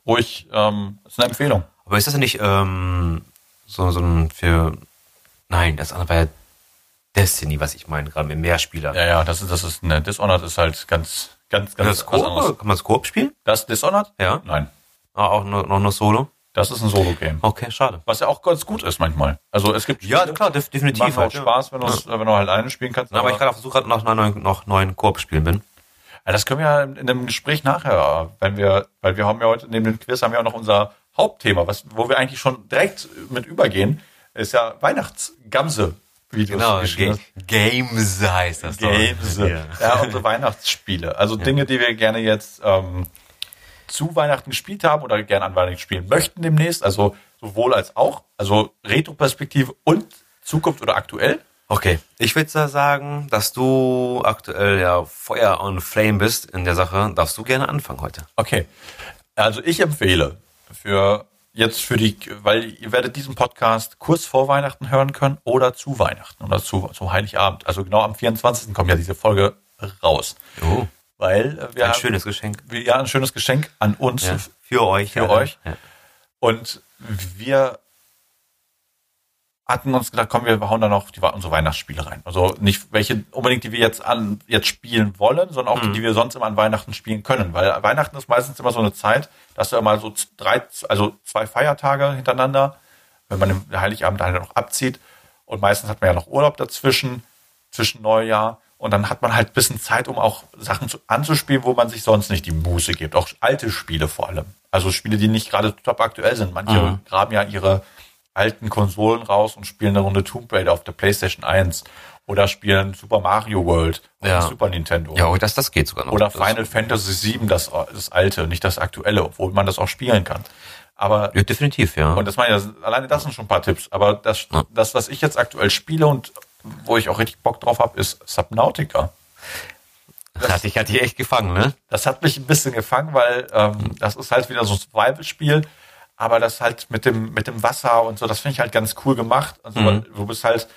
[SPEAKER 2] ruhig, ähm, ist eine Empfehlung.
[SPEAKER 1] aber ist das denn nicht ähm, so, so ein für... Nein, das andere war ja Destiny, was ich meine, gerade mit Mehrspieler.
[SPEAKER 2] Ja, ja, das ist, das ist eine Dishonored ist halt ganz, ganz,
[SPEAKER 1] Kann man
[SPEAKER 2] ganz
[SPEAKER 1] das Koop, kann man das Koop spielen?
[SPEAKER 2] Das Dishonored?
[SPEAKER 1] Ja.
[SPEAKER 2] Nein,
[SPEAKER 1] Ah, auch nur, noch nur Solo?
[SPEAKER 2] das ist ein Solo-Game.
[SPEAKER 1] Okay, schade.
[SPEAKER 2] Was ja auch ganz gut ist manchmal. Also es gibt
[SPEAKER 1] Ja,
[SPEAKER 2] Spiele,
[SPEAKER 1] klar, def-
[SPEAKER 2] die
[SPEAKER 1] definitiv.
[SPEAKER 2] machen auch
[SPEAKER 1] Halt, ja.
[SPEAKER 2] Spaß, wenn, du's- wenn du halt alleine spielen kannst.
[SPEAKER 1] Na, aber ich gerade auf der Suche nach einer neuen, nach neuen Koop-Spielen bin.
[SPEAKER 2] Ja, das können wir ja in einem Gespräch nachher, wenn wir, weil wir haben ja heute neben dem Quiz haben wir auch noch unser Hauptthema, was, wo wir eigentlich schon direkt mit übergehen, ist ja Weihnachtsgamse-Videos.
[SPEAKER 1] Ga- Games heißt das doch.
[SPEAKER 2] Games.
[SPEAKER 1] Ja.
[SPEAKER 2] Ja. unsere Weihnachtsspiele. Also Dinge, die wir gerne jetzt ähm, zu Weihnachten gespielt haben oder gerne an Weihnachten spielen möchten demnächst. Also sowohl als auch. Also Retroperspektive und Zukunft oder aktuell.
[SPEAKER 1] Okay, ich würde sagen, dass du aktuell ja Feuer und Flame bist in der Sache. Darfst du gerne anfangen heute?
[SPEAKER 2] Okay. Also ich empfehle für jetzt für die, weil ihr werdet diesen Podcast kurz vor Weihnachten hören können oder zu Weihnachten oder zu, zu Heiligabend. Also genau am 24. kommt ja diese Folge raus.
[SPEAKER 1] Oh,
[SPEAKER 2] Weil äh, wir
[SPEAKER 1] ein
[SPEAKER 2] haben-
[SPEAKER 1] schönes Geschenk.
[SPEAKER 2] wir- ja, ein schönes Geschenk an uns
[SPEAKER 1] Ja. Für euch.
[SPEAKER 2] Für
[SPEAKER 1] ja.
[SPEAKER 2] euch.
[SPEAKER 1] Ja.
[SPEAKER 2] Und wir hatten uns gedacht, komm, wir hauen da noch die, unsere Weihnachtsspiele rein. Also nicht welche unbedingt, die wir jetzt an jetzt spielen wollen, sondern auch die, die wir sonst immer an Weihnachten spielen können. Weil Weihnachten ist meistens immer so eine Zeit, dass du immer so z- drei, also zwei Feiertage hintereinander, wenn man den Heiligabend halt noch abzieht. Und meistens hat man ja noch Urlaub dazwischen, zwischen Neujahr. Und dann hat man halt ein bisschen Zeit, um auch Sachen zu, anzuspielen, wo man sich sonst nicht die Muße gibt. Auch alte Spiele vor allem. Also Spiele, die nicht gerade top aktuell sind. Manche
[SPEAKER 1] Mhm.
[SPEAKER 2] graben ja ihre alten Konsolen raus und spielen eine Runde Tomb Raider auf der PlayStation 1. Oder spielen Super Mario World auf
[SPEAKER 1] Ja.
[SPEAKER 2] dem Super Nintendo.
[SPEAKER 1] Ja, oh, das, das geht sogar noch.
[SPEAKER 2] Oder
[SPEAKER 1] das,
[SPEAKER 2] Final Fantasy VII, das, das alte, nicht das aktuelle, obwohl man das auch spielen kann. Aber
[SPEAKER 1] Ja, definitiv, ja.
[SPEAKER 2] und das meine ich, das- alleine das sind schon ein paar Tipps. Aber das,
[SPEAKER 1] Ja.
[SPEAKER 2] das, was ich jetzt aktuell spiele und wo ich auch richtig Bock drauf habe, ist Subnautica.
[SPEAKER 1] hat dich, hat dich echt gefangen, ne?
[SPEAKER 2] Das hat mich ein bisschen gefangen, weil ähm, das ist halt wieder so ein Survival-Spiel, aber das halt mit dem, mit dem Wasser und so, das finde ich halt ganz cool gemacht. Also, Du bist halt,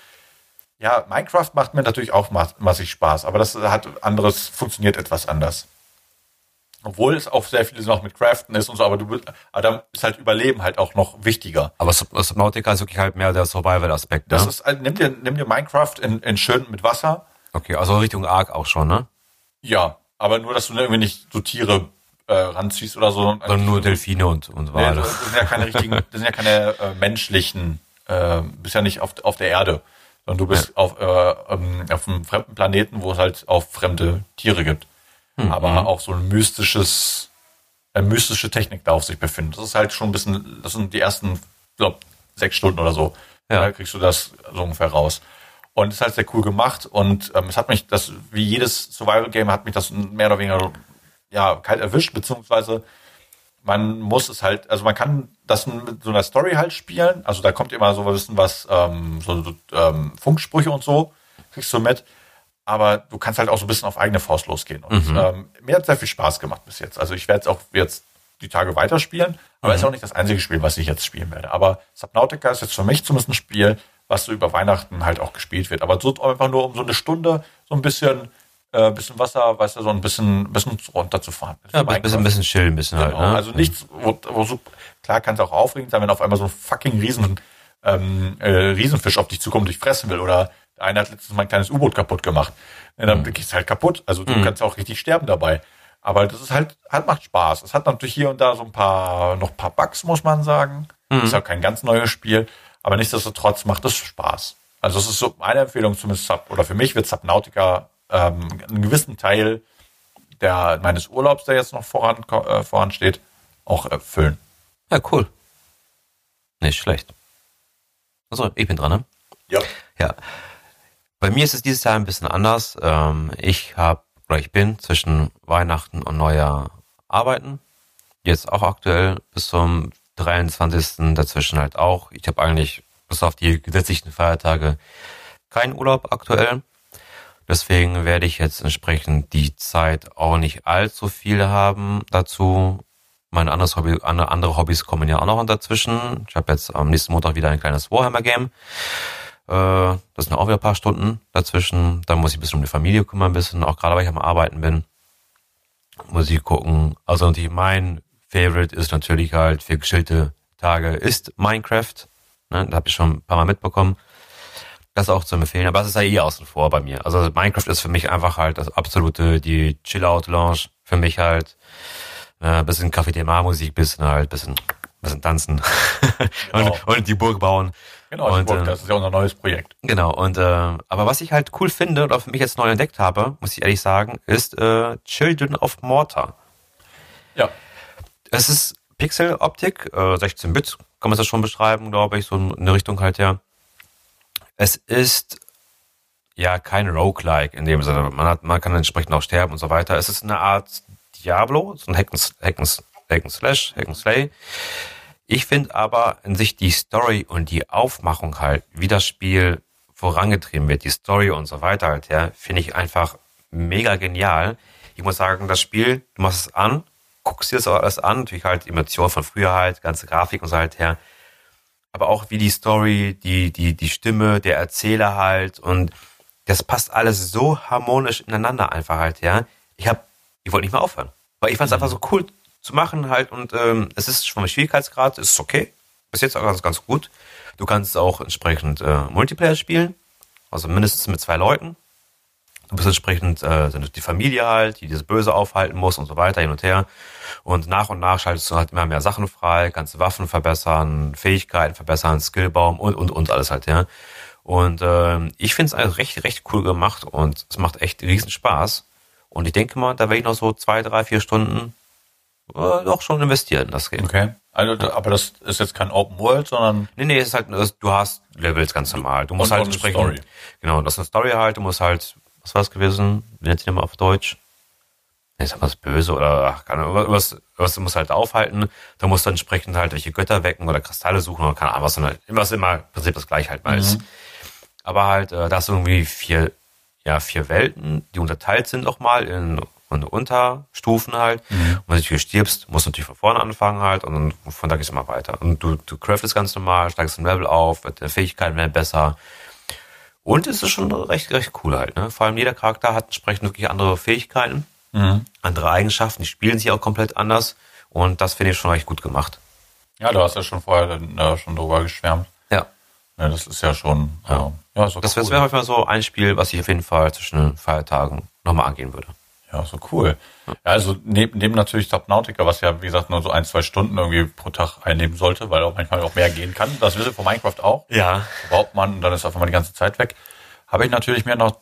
[SPEAKER 2] ja, Minecraft macht mir natürlich auch ma- massig Spaß, aber das hat anderes, funktioniert etwas anders. Obwohl es auch sehr vieles noch mit Craften ist und so, aber du bist, aber dann ist halt Überleben halt auch noch wichtiger.
[SPEAKER 1] Aber Sub- Subnautica ist wirklich halt mehr der Survival-Aspekt,
[SPEAKER 2] Das
[SPEAKER 1] ne?
[SPEAKER 2] ist, halt- nimm dir, nimm dir Minecraft in, in schön mit Wasser.
[SPEAKER 1] Okay, also Richtung Ark auch schon, ne?
[SPEAKER 2] Ja, aber nur, dass du irgendwie nicht so Tiere äh, ranziehst oder so.
[SPEAKER 1] Sondern Also nur Delfine und, und
[SPEAKER 2] Nee,
[SPEAKER 1] Wale.
[SPEAKER 2] das sind ja keine richtigen, das sind ja keine äh, menschlichen, äh, bist ja nicht auf, auf der Erde, sondern du bist auf, äh, ähm, auf einem fremden Planeten, wo es halt auch fremde Tiere gibt.
[SPEAKER 1] Hm.
[SPEAKER 2] Aber auch so ein mystisches, eine mystische Technik da auf sich befindet. Das ist halt schon ein bisschen, das sind die ersten, glaub, sechs Stunden oder so.
[SPEAKER 1] Ja.
[SPEAKER 2] Da kriegst du das so ungefähr raus. Und es ist halt sehr cool gemacht und ähm, es hat mich, das, wie jedes Survival-Game, hat mich das mehr oder weniger ja, kalt erwischt, beziehungsweise man muss es halt, also man kann das mit so einer Story halt spielen. Also da kommt immer so ein bisschen was, ähm, so, so ähm, Funksprüche und so, kriegst du mit. Aber du kannst halt auch so ein bisschen auf eigene Faust losgehen. Und ähm, mir hat sehr viel Spaß gemacht bis jetzt. Also ich werde es auch jetzt die Tage weiterspielen, aber ist auch nicht das einzige Spiel, was ich jetzt spielen werde. Aber Subnautica ist jetzt für mich zumindest ein Spiel, was so über Weihnachten halt auch gespielt wird. Aber so einfach nur um so eine Stunde so ein bisschen, äh, bisschen Wasser, weißt du, so ein bisschen, bisschen runterzufahren.
[SPEAKER 1] Ja, ein bisschen, ein bisschen chillen, ein bisschen
[SPEAKER 2] Genau.
[SPEAKER 1] halt, ne?
[SPEAKER 2] Also nichts, wo, wo so, klar kann es auch aufregend sein, wenn auf einmal so ein fucking Riesen, ähm, äh, Riesenfisch auf dich zukommt und dich fressen will. Oder einer hat letztens mal ein kleines U-Boot kaputt gemacht. Ja,
[SPEAKER 1] Mhm.
[SPEAKER 2] dann geht's halt kaputt. Also du kannst auch richtig sterben dabei. Aber das ist halt, halt macht Spaß. Es hat natürlich hier und da so ein paar, noch ein paar Bugs, muss man sagen.
[SPEAKER 1] Mhm.
[SPEAKER 2] Ist ja kein ganz neues Spiel. Aber nichtsdestotrotz macht es Spaß. Also es ist so meine Empfehlung zumindest Sub, oder für mich wird Subnautica ähm, einen gewissen Teil der, meines Urlaubs, der jetzt noch voran, äh, voransteht, auch erfüllen.
[SPEAKER 1] Ja, cool. Nicht schlecht. Achso, ich bin dran, ne?
[SPEAKER 2] Ja.
[SPEAKER 1] Ja. Bei mir ist es dieses Jahr ein bisschen anders. Ähm, ich habe oder ich bin zwischen Weihnachten und Neujahr arbeiten. Jetzt auch aktuell bis zum 23. dazwischen halt auch. Ich habe eigentlich bis auf die gesetzlichen Feiertage keinen Urlaub aktuell. Deswegen werde ich jetzt entsprechend die Zeit auch nicht allzu viel haben dazu. Meine anderes Hobby, andere, andere Hobbys kommen ja auch noch dazwischen. Ich habe jetzt am nächsten Montag wieder ein kleines Warhammer-Game. Äh, Das sind auch wieder ein paar Stunden dazwischen. Dann muss ich ein bisschen um die Familie kümmern, ein bisschen, auch gerade weil ich am Arbeiten bin. Muss ich gucken. Also natürlich mein Favorite ist natürlich halt für geschillte Tage ist Minecraft. Ne, da habe ich schon ein paar Mal mitbekommen. Das auch zu empfehlen, aber das ist ja eh außen vor bei mir. Also Minecraft ist für mich einfach halt das absolute, die Chill-Out-Lounge. Für mich halt äh, bisschen Café Thema Musik, bisschen halt, bisschen, bisschen tanzen
[SPEAKER 2] Genau.
[SPEAKER 1] und, und die Burg bauen.
[SPEAKER 2] Genau, das
[SPEAKER 1] Und,
[SPEAKER 2] Burg,
[SPEAKER 1] äh,
[SPEAKER 2] das ist ja unser neues Projekt.
[SPEAKER 1] Genau, und äh, aber was ich halt cool finde oder für mich jetzt neu entdeckt habe, muss ich ehrlich sagen, ist äh, Children of Mortar.
[SPEAKER 2] Ja.
[SPEAKER 1] Es ist Pixel-Optik, äh, 16-Bit, kann man das schon beschreiben, glaube ich, so in der Richtung halt, ja. Es ist ja kein Roguelike in dem Sinne. Man, hat, man kann entsprechend auch sterben und so weiter. Es ist eine Art Diablo, so ein Hack and, Hack and, Hack and Slash, Hack and Slay. Ich finde aber in sich die Story und die Aufmachung halt, wie das Spiel vorangetrieben wird, die Story und so weiter halt, ja, finde ich einfach mega genial. Ich muss sagen, das Spiel, du machst es an, guckst dir das auch alles an, natürlich halt die Emotionen von früher halt, ganze Grafik und so halt her, aber auch wie die Story, die, die, die Stimme, der Erzähler halt und das passt alles so harmonisch ineinander einfach halt, ja. Ich hab, ich wollte nicht mehr aufhören. Weil ich fand es einfach so cool zu machen halt und ähm, es ist schon mal Schwierigkeitsgrad, ist okay. Bis jetzt auch ganz, ganz gut. Du kannst auch entsprechend äh, Multiplayer spielen, also mindestens mit zwei Leuten. Du bist entsprechend äh, sind die Familie halt, die das Böse aufhalten muss und so weiter, hin und her. Und nach und nach schaltest du halt immer mehr Sachen frei, kannst Waffen verbessern, Fähigkeiten verbessern, Skillbaum und, und, und alles halt, ja. Und ähm, ich finde es also recht, recht cool gemacht und es macht echt riesen Spaß. Und ich denke mal, da werde ich noch so zwei, drei, vier Stunden äh, doch schon investieren in das Game.
[SPEAKER 2] Okay. Also, da- aber das ist jetzt kein Open World, sondern
[SPEAKER 1] Nee, nee, es ist halt, es- du hast Levels ganz normal. Du musst
[SPEAKER 2] Und-
[SPEAKER 1] halt
[SPEAKER 2] und eine
[SPEAKER 1] entsprechend.
[SPEAKER 2] Story.
[SPEAKER 1] Genau, das ist eine Story halt, du musst halt, was war es gewesen? Wie nennt sich mal auf Deutsch? Nee, Ist was böse oder ach, keine Ahnung, irgendwas, was du musst halt aufhalten. Da musst du entsprechend halt welche Götter wecken oder Kristalle suchen oder keine Ahnung, was, sondern was immer im Prinzip das gleiche halt mal ist. Aber halt, äh, das irgendwie vier, ja, vier Welten, die unterteilt sind nochmal in, in Unterstufen halt. Und wenn du hier stirbst, musst du natürlich von vorne anfangen halt und dann von da geht's immer weiter. Und du, du craftest ganz normal, steigst im Level auf, deine Fähigkeiten werden besser. Und es ist schon recht, recht cool halt, ne? Vor allem jeder Charakter hat entsprechend wirklich andere Fähigkeiten, andere Eigenschaften, die spielen sich auch komplett anders. Und das finde ich schon recht gut gemacht.
[SPEAKER 2] ja, du hast ja schon vorher dann, äh, schon drüber geschwärmt.
[SPEAKER 1] Ja.
[SPEAKER 2] Ja, das ist ja schon. Ja, ja ist doch
[SPEAKER 1] Das
[SPEAKER 2] cool.
[SPEAKER 1] wäre auf jeden Fall so ein Spiel, was ich auf jeden Fall zwischen den Feiertagen nochmal angehen würde.
[SPEAKER 2] Ja, so cool. Ja, also neben, neben natürlich Subnautica, was ja, wie gesagt, nur so ein, zwei Stunden irgendwie pro Tag einnehmen sollte, weil auch manchmal auch mehr gehen kann. Das wissen wir von Minecraft auch.
[SPEAKER 1] Ja.
[SPEAKER 2] Überhaupt man, und dann ist einfach mal die ganze Zeit weg. Habe ich natürlich mir noch,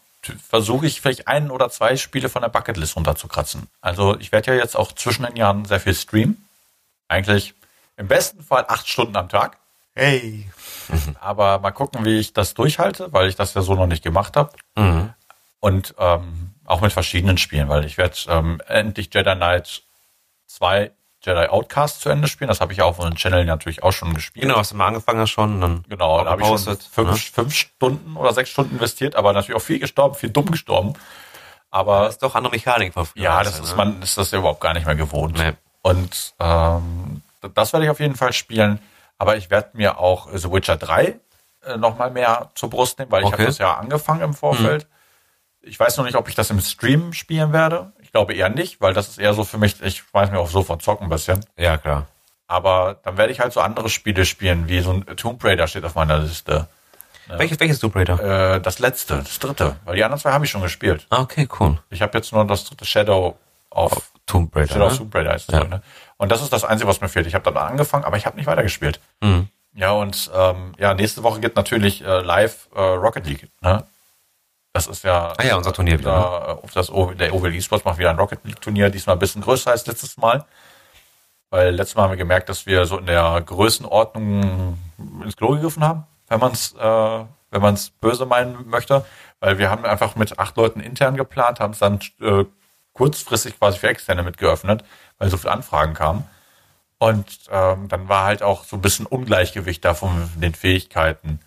[SPEAKER 2] versuche ich vielleicht ein oder zwei Spiele von der Bucketlist runterzukratzen. Also ich werde ja jetzt auch zwischen den Jahren sehr viel streamen. Eigentlich im besten Fall acht Stunden am Tag.
[SPEAKER 1] Hey.
[SPEAKER 2] Aber mal gucken, wie ich das durchhalte, weil ich das ja so noch nicht gemacht habe.
[SPEAKER 1] Mhm.
[SPEAKER 2] Und ähm, auch mit verschiedenen Spielen, weil ich werde ähm, endlich Jedi Knight 2 Jedi Outcast zu Ende spielen. Das habe ich ja auf unserem Channel natürlich auch schon gespielt.
[SPEAKER 1] Genau, hast du mal angefangen hast schon. und Dann
[SPEAKER 2] Genau, da habe ich schon
[SPEAKER 1] gepostet.
[SPEAKER 2] fünf,
[SPEAKER 1] ne?
[SPEAKER 2] fünf Stunden oder sechs Stunden investiert, aber natürlich auch viel gestorben, viel dumm gestorben. Aber
[SPEAKER 1] Das ist doch andere Mechanik von früher.
[SPEAKER 2] ja,
[SPEAKER 1] als
[SPEAKER 2] das
[SPEAKER 1] halt,
[SPEAKER 2] ist
[SPEAKER 1] ne?
[SPEAKER 2] man ist das ja überhaupt gar nicht mehr gewohnt.
[SPEAKER 1] Nee.
[SPEAKER 2] Und ähm, d- das werde ich auf jeden Fall spielen. Aber ich werde mir auch The Witcher 3 äh, nochmal mehr zur Brust nehmen, weil ich habe
[SPEAKER 1] Okay. Mhm.
[SPEAKER 2] das ja angefangen im Vorfeld. Ich weiß noch nicht, ob ich das im Stream spielen werde. Ich glaube eher nicht, weil das ist eher so für mich, ich weiß mir auch so von Zocken ein bisschen.
[SPEAKER 1] Ja, klar.
[SPEAKER 2] Aber dann werde ich halt so andere Spiele spielen, wie so ein Tomb Raider steht auf meiner Liste.
[SPEAKER 1] Welches, welches Tomb Raider?
[SPEAKER 2] Äh, das letzte, das dritte, weil die anderen zwei habe ich schon gespielt.
[SPEAKER 1] Ah, okay, cool.
[SPEAKER 2] Ich habe jetzt nur das dritte Shadow auf
[SPEAKER 1] Tomb Raider.
[SPEAKER 2] Shadow
[SPEAKER 1] Ne?
[SPEAKER 2] of Tomb Raider heißt es, ne? Und das ist das Einzige, was mir fehlt. Ich habe dann angefangen, aber ich habe nicht weitergespielt. Ja, und ähm, ja, nächste Woche geht natürlich äh, live äh, Rocket League. Ne? Das ist ja.
[SPEAKER 1] Ah ja, unser Turnier wieder,
[SPEAKER 2] Da, äh, auf das o der OWL Esports macht wieder ein Rocket League Turnier, diesmal ein bisschen größer als letztes Mal. Weil letztes Mal haben wir gemerkt, dass wir so in der Größenordnung ins Klo gegriffen haben, wenn man es äh, wenn man es böse meinen möchte. Weil wir haben einfach mit acht Leuten intern geplant, haben es dann äh, kurzfristig quasi für Externe mitgeöffnet, weil so viele Anfragen kamen. Und ähm, dann war halt auch so ein bisschen Ungleichgewicht da von den Fähigkeiten.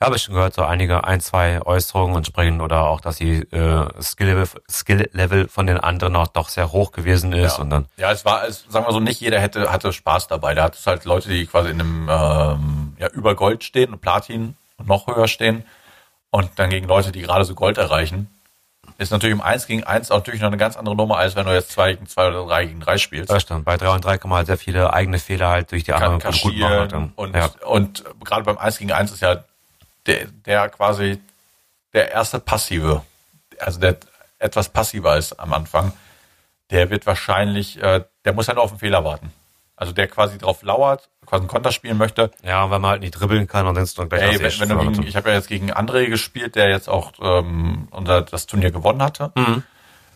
[SPEAKER 1] Ja, habe ich schon gehört, so einige, ein, zwei Äußerungen entsprechend oder auch, dass die äh, Skill-Level Skill von den anderen auch doch sehr hoch gewesen ist
[SPEAKER 2] Ja.
[SPEAKER 1] und dann
[SPEAKER 2] Ja, es war, es, sagen wir so, nicht jeder hätte, hatte Spaß dabei. Da hat es halt Leute, die quasi in einem, ähm, ja, über Gold stehen und Platin und noch höher stehen und dann gegen Leute, die gerade so Gold erreichen. Ist natürlich im 1 gegen 1 auch natürlich noch eine ganz andere Nummer, als wenn du jetzt 2 gegen 2 oder 3 gegen 3 spielst.
[SPEAKER 1] Ja, stimmt. Bei 3 und 3 kann man halt sehr viele eigene Fehler halt durch die anderen
[SPEAKER 2] kann
[SPEAKER 1] gut machen. Halt.
[SPEAKER 2] kaschieren. Und,
[SPEAKER 1] ja.
[SPEAKER 2] und äh, gerade beim 1 gegen 1 ist ja der, der quasi der erste Passive, also der etwas passiver ist am Anfang, der wird wahrscheinlich, äh, der muss halt nur auf den Fehler warten. Also der quasi drauf lauert, quasi einen Konter spielen möchte.
[SPEAKER 1] ja, und wenn man halt nicht dribbeln kann und dann ist dann gleich
[SPEAKER 2] Ey,
[SPEAKER 1] als
[SPEAKER 2] wenn,
[SPEAKER 1] erstes
[SPEAKER 2] wenn du
[SPEAKER 1] verloren.
[SPEAKER 2] gegen, ich habe ja jetzt gegen André gespielt, der jetzt auch ähm, unser, das Turnier gewonnen hatte.
[SPEAKER 1] Mhm.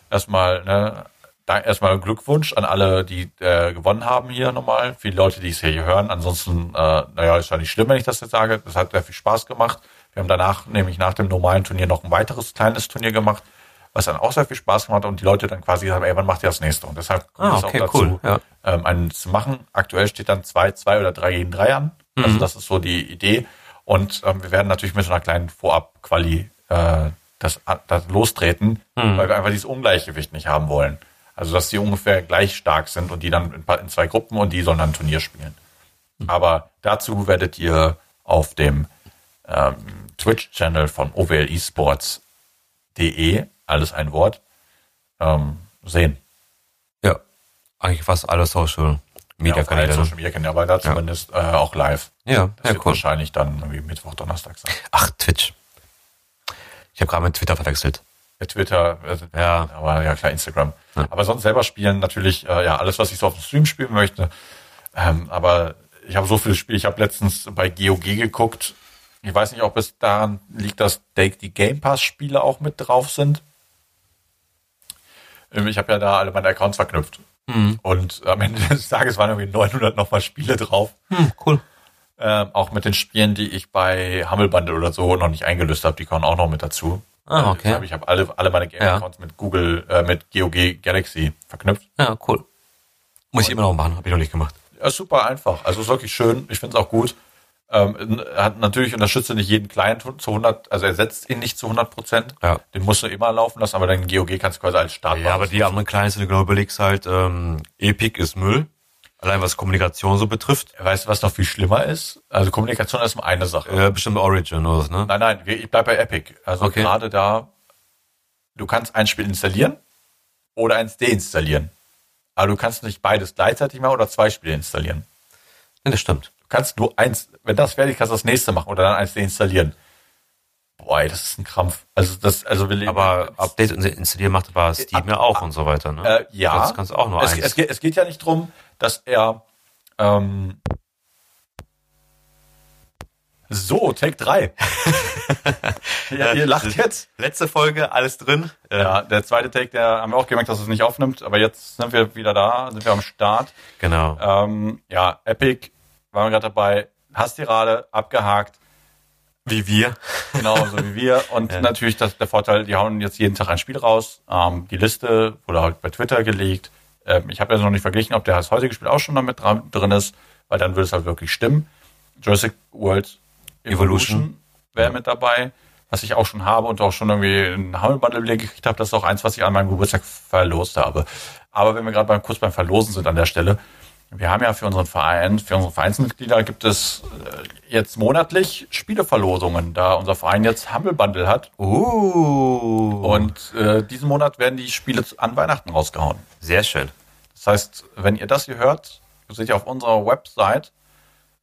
[SPEAKER 2] Erstmal, ne, da, erstmal Glückwunsch an alle, die äh, gewonnen haben hier nochmal. Viele Leute, die es hier hören. Ansonsten, äh, naja, ist ja nicht schlimm, wenn ich das jetzt sage. Das hat sehr viel Spaß gemacht. Wir haben danach, nämlich nach dem normalen Turnier, noch ein weiteres kleines Turnier gemacht, was dann auch sehr viel Spaß gemacht hat und die Leute dann quasi gesagt haben, ey, wann macht ihr das nächste? Und deshalb kommt
[SPEAKER 1] Ah,
[SPEAKER 2] es
[SPEAKER 1] okay,
[SPEAKER 2] auch dazu,
[SPEAKER 1] cool, ja.
[SPEAKER 2] ähm, einen zu machen. Aktuell steht dann 2, 2 oder 3 gegen 3 an. Also das ist so die Idee. Und ähm, wir werden natürlich mit so einer kleinen Vorab-Quali äh, das, das lostreten, weil wir einfach dieses Ungleichgewicht nicht haben wollen. Also dass die ungefähr gleich stark sind und die dann in, pa- in zwei Gruppen und die sollen dann ein Turnier spielen. Aber dazu werdet ihr auf dem ähm, Twitch-Channel von OWL Esports.de, E, alles ein Wort, ähm, sehen.
[SPEAKER 1] Ja, eigentlich fast alle Social Media
[SPEAKER 2] auf allen
[SPEAKER 1] Kanäle. ne?
[SPEAKER 2] Social Media Kanäle, aber da zumindest äh, auch live.
[SPEAKER 1] Ja,
[SPEAKER 2] Das
[SPEAKER 1] ja,
[SPEAKER 2] wird
[SPEAKER 1] cool.
[SPEAKER 2] wahrscheinlich dann irgendwie Mittwoch, Donnerstag sein.
[SPEAKER 1] Ach, Twitch. Ich habe gerade mit Twitter verwechselt.
[SPEAKER 2] Ja, Twitter, also,
[SPEAKER 1] Ja.
[SPEAKER 2] aber ja klar, Instagram. Aber sonst selber spielen natürlich, äh, ja, alles, was ich so auf dem Stream spielen möchte. Ähm, aber ich habe so viele Spiele, ich habe letztens bei GOG geguckt. Ich weiß nicht, ob es daran liegt, dass die die Game Pass-Spiele auch mit drauf sind. Ähm, Ich habe ja da alle meine Accounts verknüpft.
[SPEAKER 1] Mhm.
[SPEAKER 2] Und am Ende des Tages waren irgendwie 900 nochmal Spiele drauf.
[SPEAKER 1] Hm, cool.
[SPEAKER 2] Ähm, auch mit den Spielen, die ich bei Humble Bundle oder so noch nicht eingelöst habe, die kommen auch noch mit dazu.
[SPEAKER 1] Ah, okay.
[SPEAKER 2] Also Ich habe alle, alle meine Game-Accounts mit Google, äh, mit GOG Galaxy verknüpft.
[SPEAKER 1] Ja, cool. Muss ich immer noch machen, habe ich noch nicht gemacht.
[SPEAKER 2] Ja, ist super einfach. Also ist wirklich schön. Ich finde es auch gut. Ähm, n- hat natürlich unterstützt er nicht jeden Client zu 100, also ersetzt ihn nicht zu 100 Prozent.
[SPEAKER 1] Ja.
[SPEAKER 2] Den musst du immer laufen lassen, aber dein GOG kannst du quasi als Start
[SPEAKER 1] Ja, aber die anderen Clients, wenn du genau überlegst, halt, ähm, Epic ist Müll. Allein was Kommunikation so betrifft.
[SPEAKER 2] Weißt du, was noch viel schlimmer ist? Also Kommunikation ist mal eine Sache.
[SPEAKER 1] Äh, bestimmt Origin oder so, ne?
[SPEAKER 2] Nein, nein, wir- ich bleib bei Epic. Also
[SPEAKER 1] Okay.
[SPEAKER 2] gerade da, du kannst ein Spiel installieren oder eins deinstallieren. Aber du kannst nicht beides gleichzeitig machen oder zwei Spiele installieren.
[SPEAKER 1] Ja, das stimmt.
[SPEAKER 2] Du kannst nur eins, wenn das fertig ist, kannst du das nächste machen oder dann eins deinstallieren. Boah, ey, das ist ein Krampf. Also das, also wir leben-
[SPEAKER 1] Aber Updates und installieren macht aber Steam ja auch und so weiter, ne?
[SPEAKER 2] Äh, ja.
[SPEAKER 1] Das kannst du auch nur
[SPEAKER 2] es,
[SPEAKER 1] eins.
[SPEAKER 2] Es, geht- es geht ja nicht drum, dass er ähm, so, Take 3.
[SPEAKER 1] äh,
[SPEAKER 2] ja, ihr lacht jetzt.
[SPEAKER 1] Letzte Folge, alles drin.
[SPEAKER 2] Ja, der zweite Take, der haben wir auch gemerkt, dass es nicht aufnimmt, aber jetzt sind wir wieder da, sind wir am Start.
[SPEAKER 1] Genau.
[SPEAKER 2] Ähm, ja, Epic, waren wir gerade dabei, hast die gerade abgehakt,
[SPEAKER 1] Wie wir.
[SPEAKER 2] genau so wie wir. Und natürlich das, der Vorteil, die hauen jetzt jeden Tag ein Spiel raus. Ähm, die Liste wurde halt bei Twitter gelegt. Ähm, ich habe jetzt noch nicht verglichen, ob der das heutige Spiel auch schon damit dran, drin ist, weil dann würde es halt wirklich stimmen. Jurassic World Evolution,
[SPEAKER 1] Evolution.
[SPEAKER 2] wäre mit dabei, was ich auch schon habe und auch schon irgendwie einen Humble Bundle wieder gekriegt habe. Das ist auch eins, was ich an meinem Geburtstag verlost habe. Aber wenn wir gerade beim, kurz beim Verlosen sind an der Stelle, wir haben ja für unseren Verein, für unsere Vereinsmitglieder gibt es äh, jetzt monatlich Spieleverlosungen, da unser Verein jetzt Humble Bundle hat.
[SPEAKER 1] Oh. Uh.
[SPEAKER 2] Und äh, diesen Monat werden die Spiele zu- an Weihnachten rausgehauen.
[SPEAKER 1] Sehr schön.
[SPEAKER 2] Das heißt, wenn ihr das hier hört, seht ihr auf unserer Website,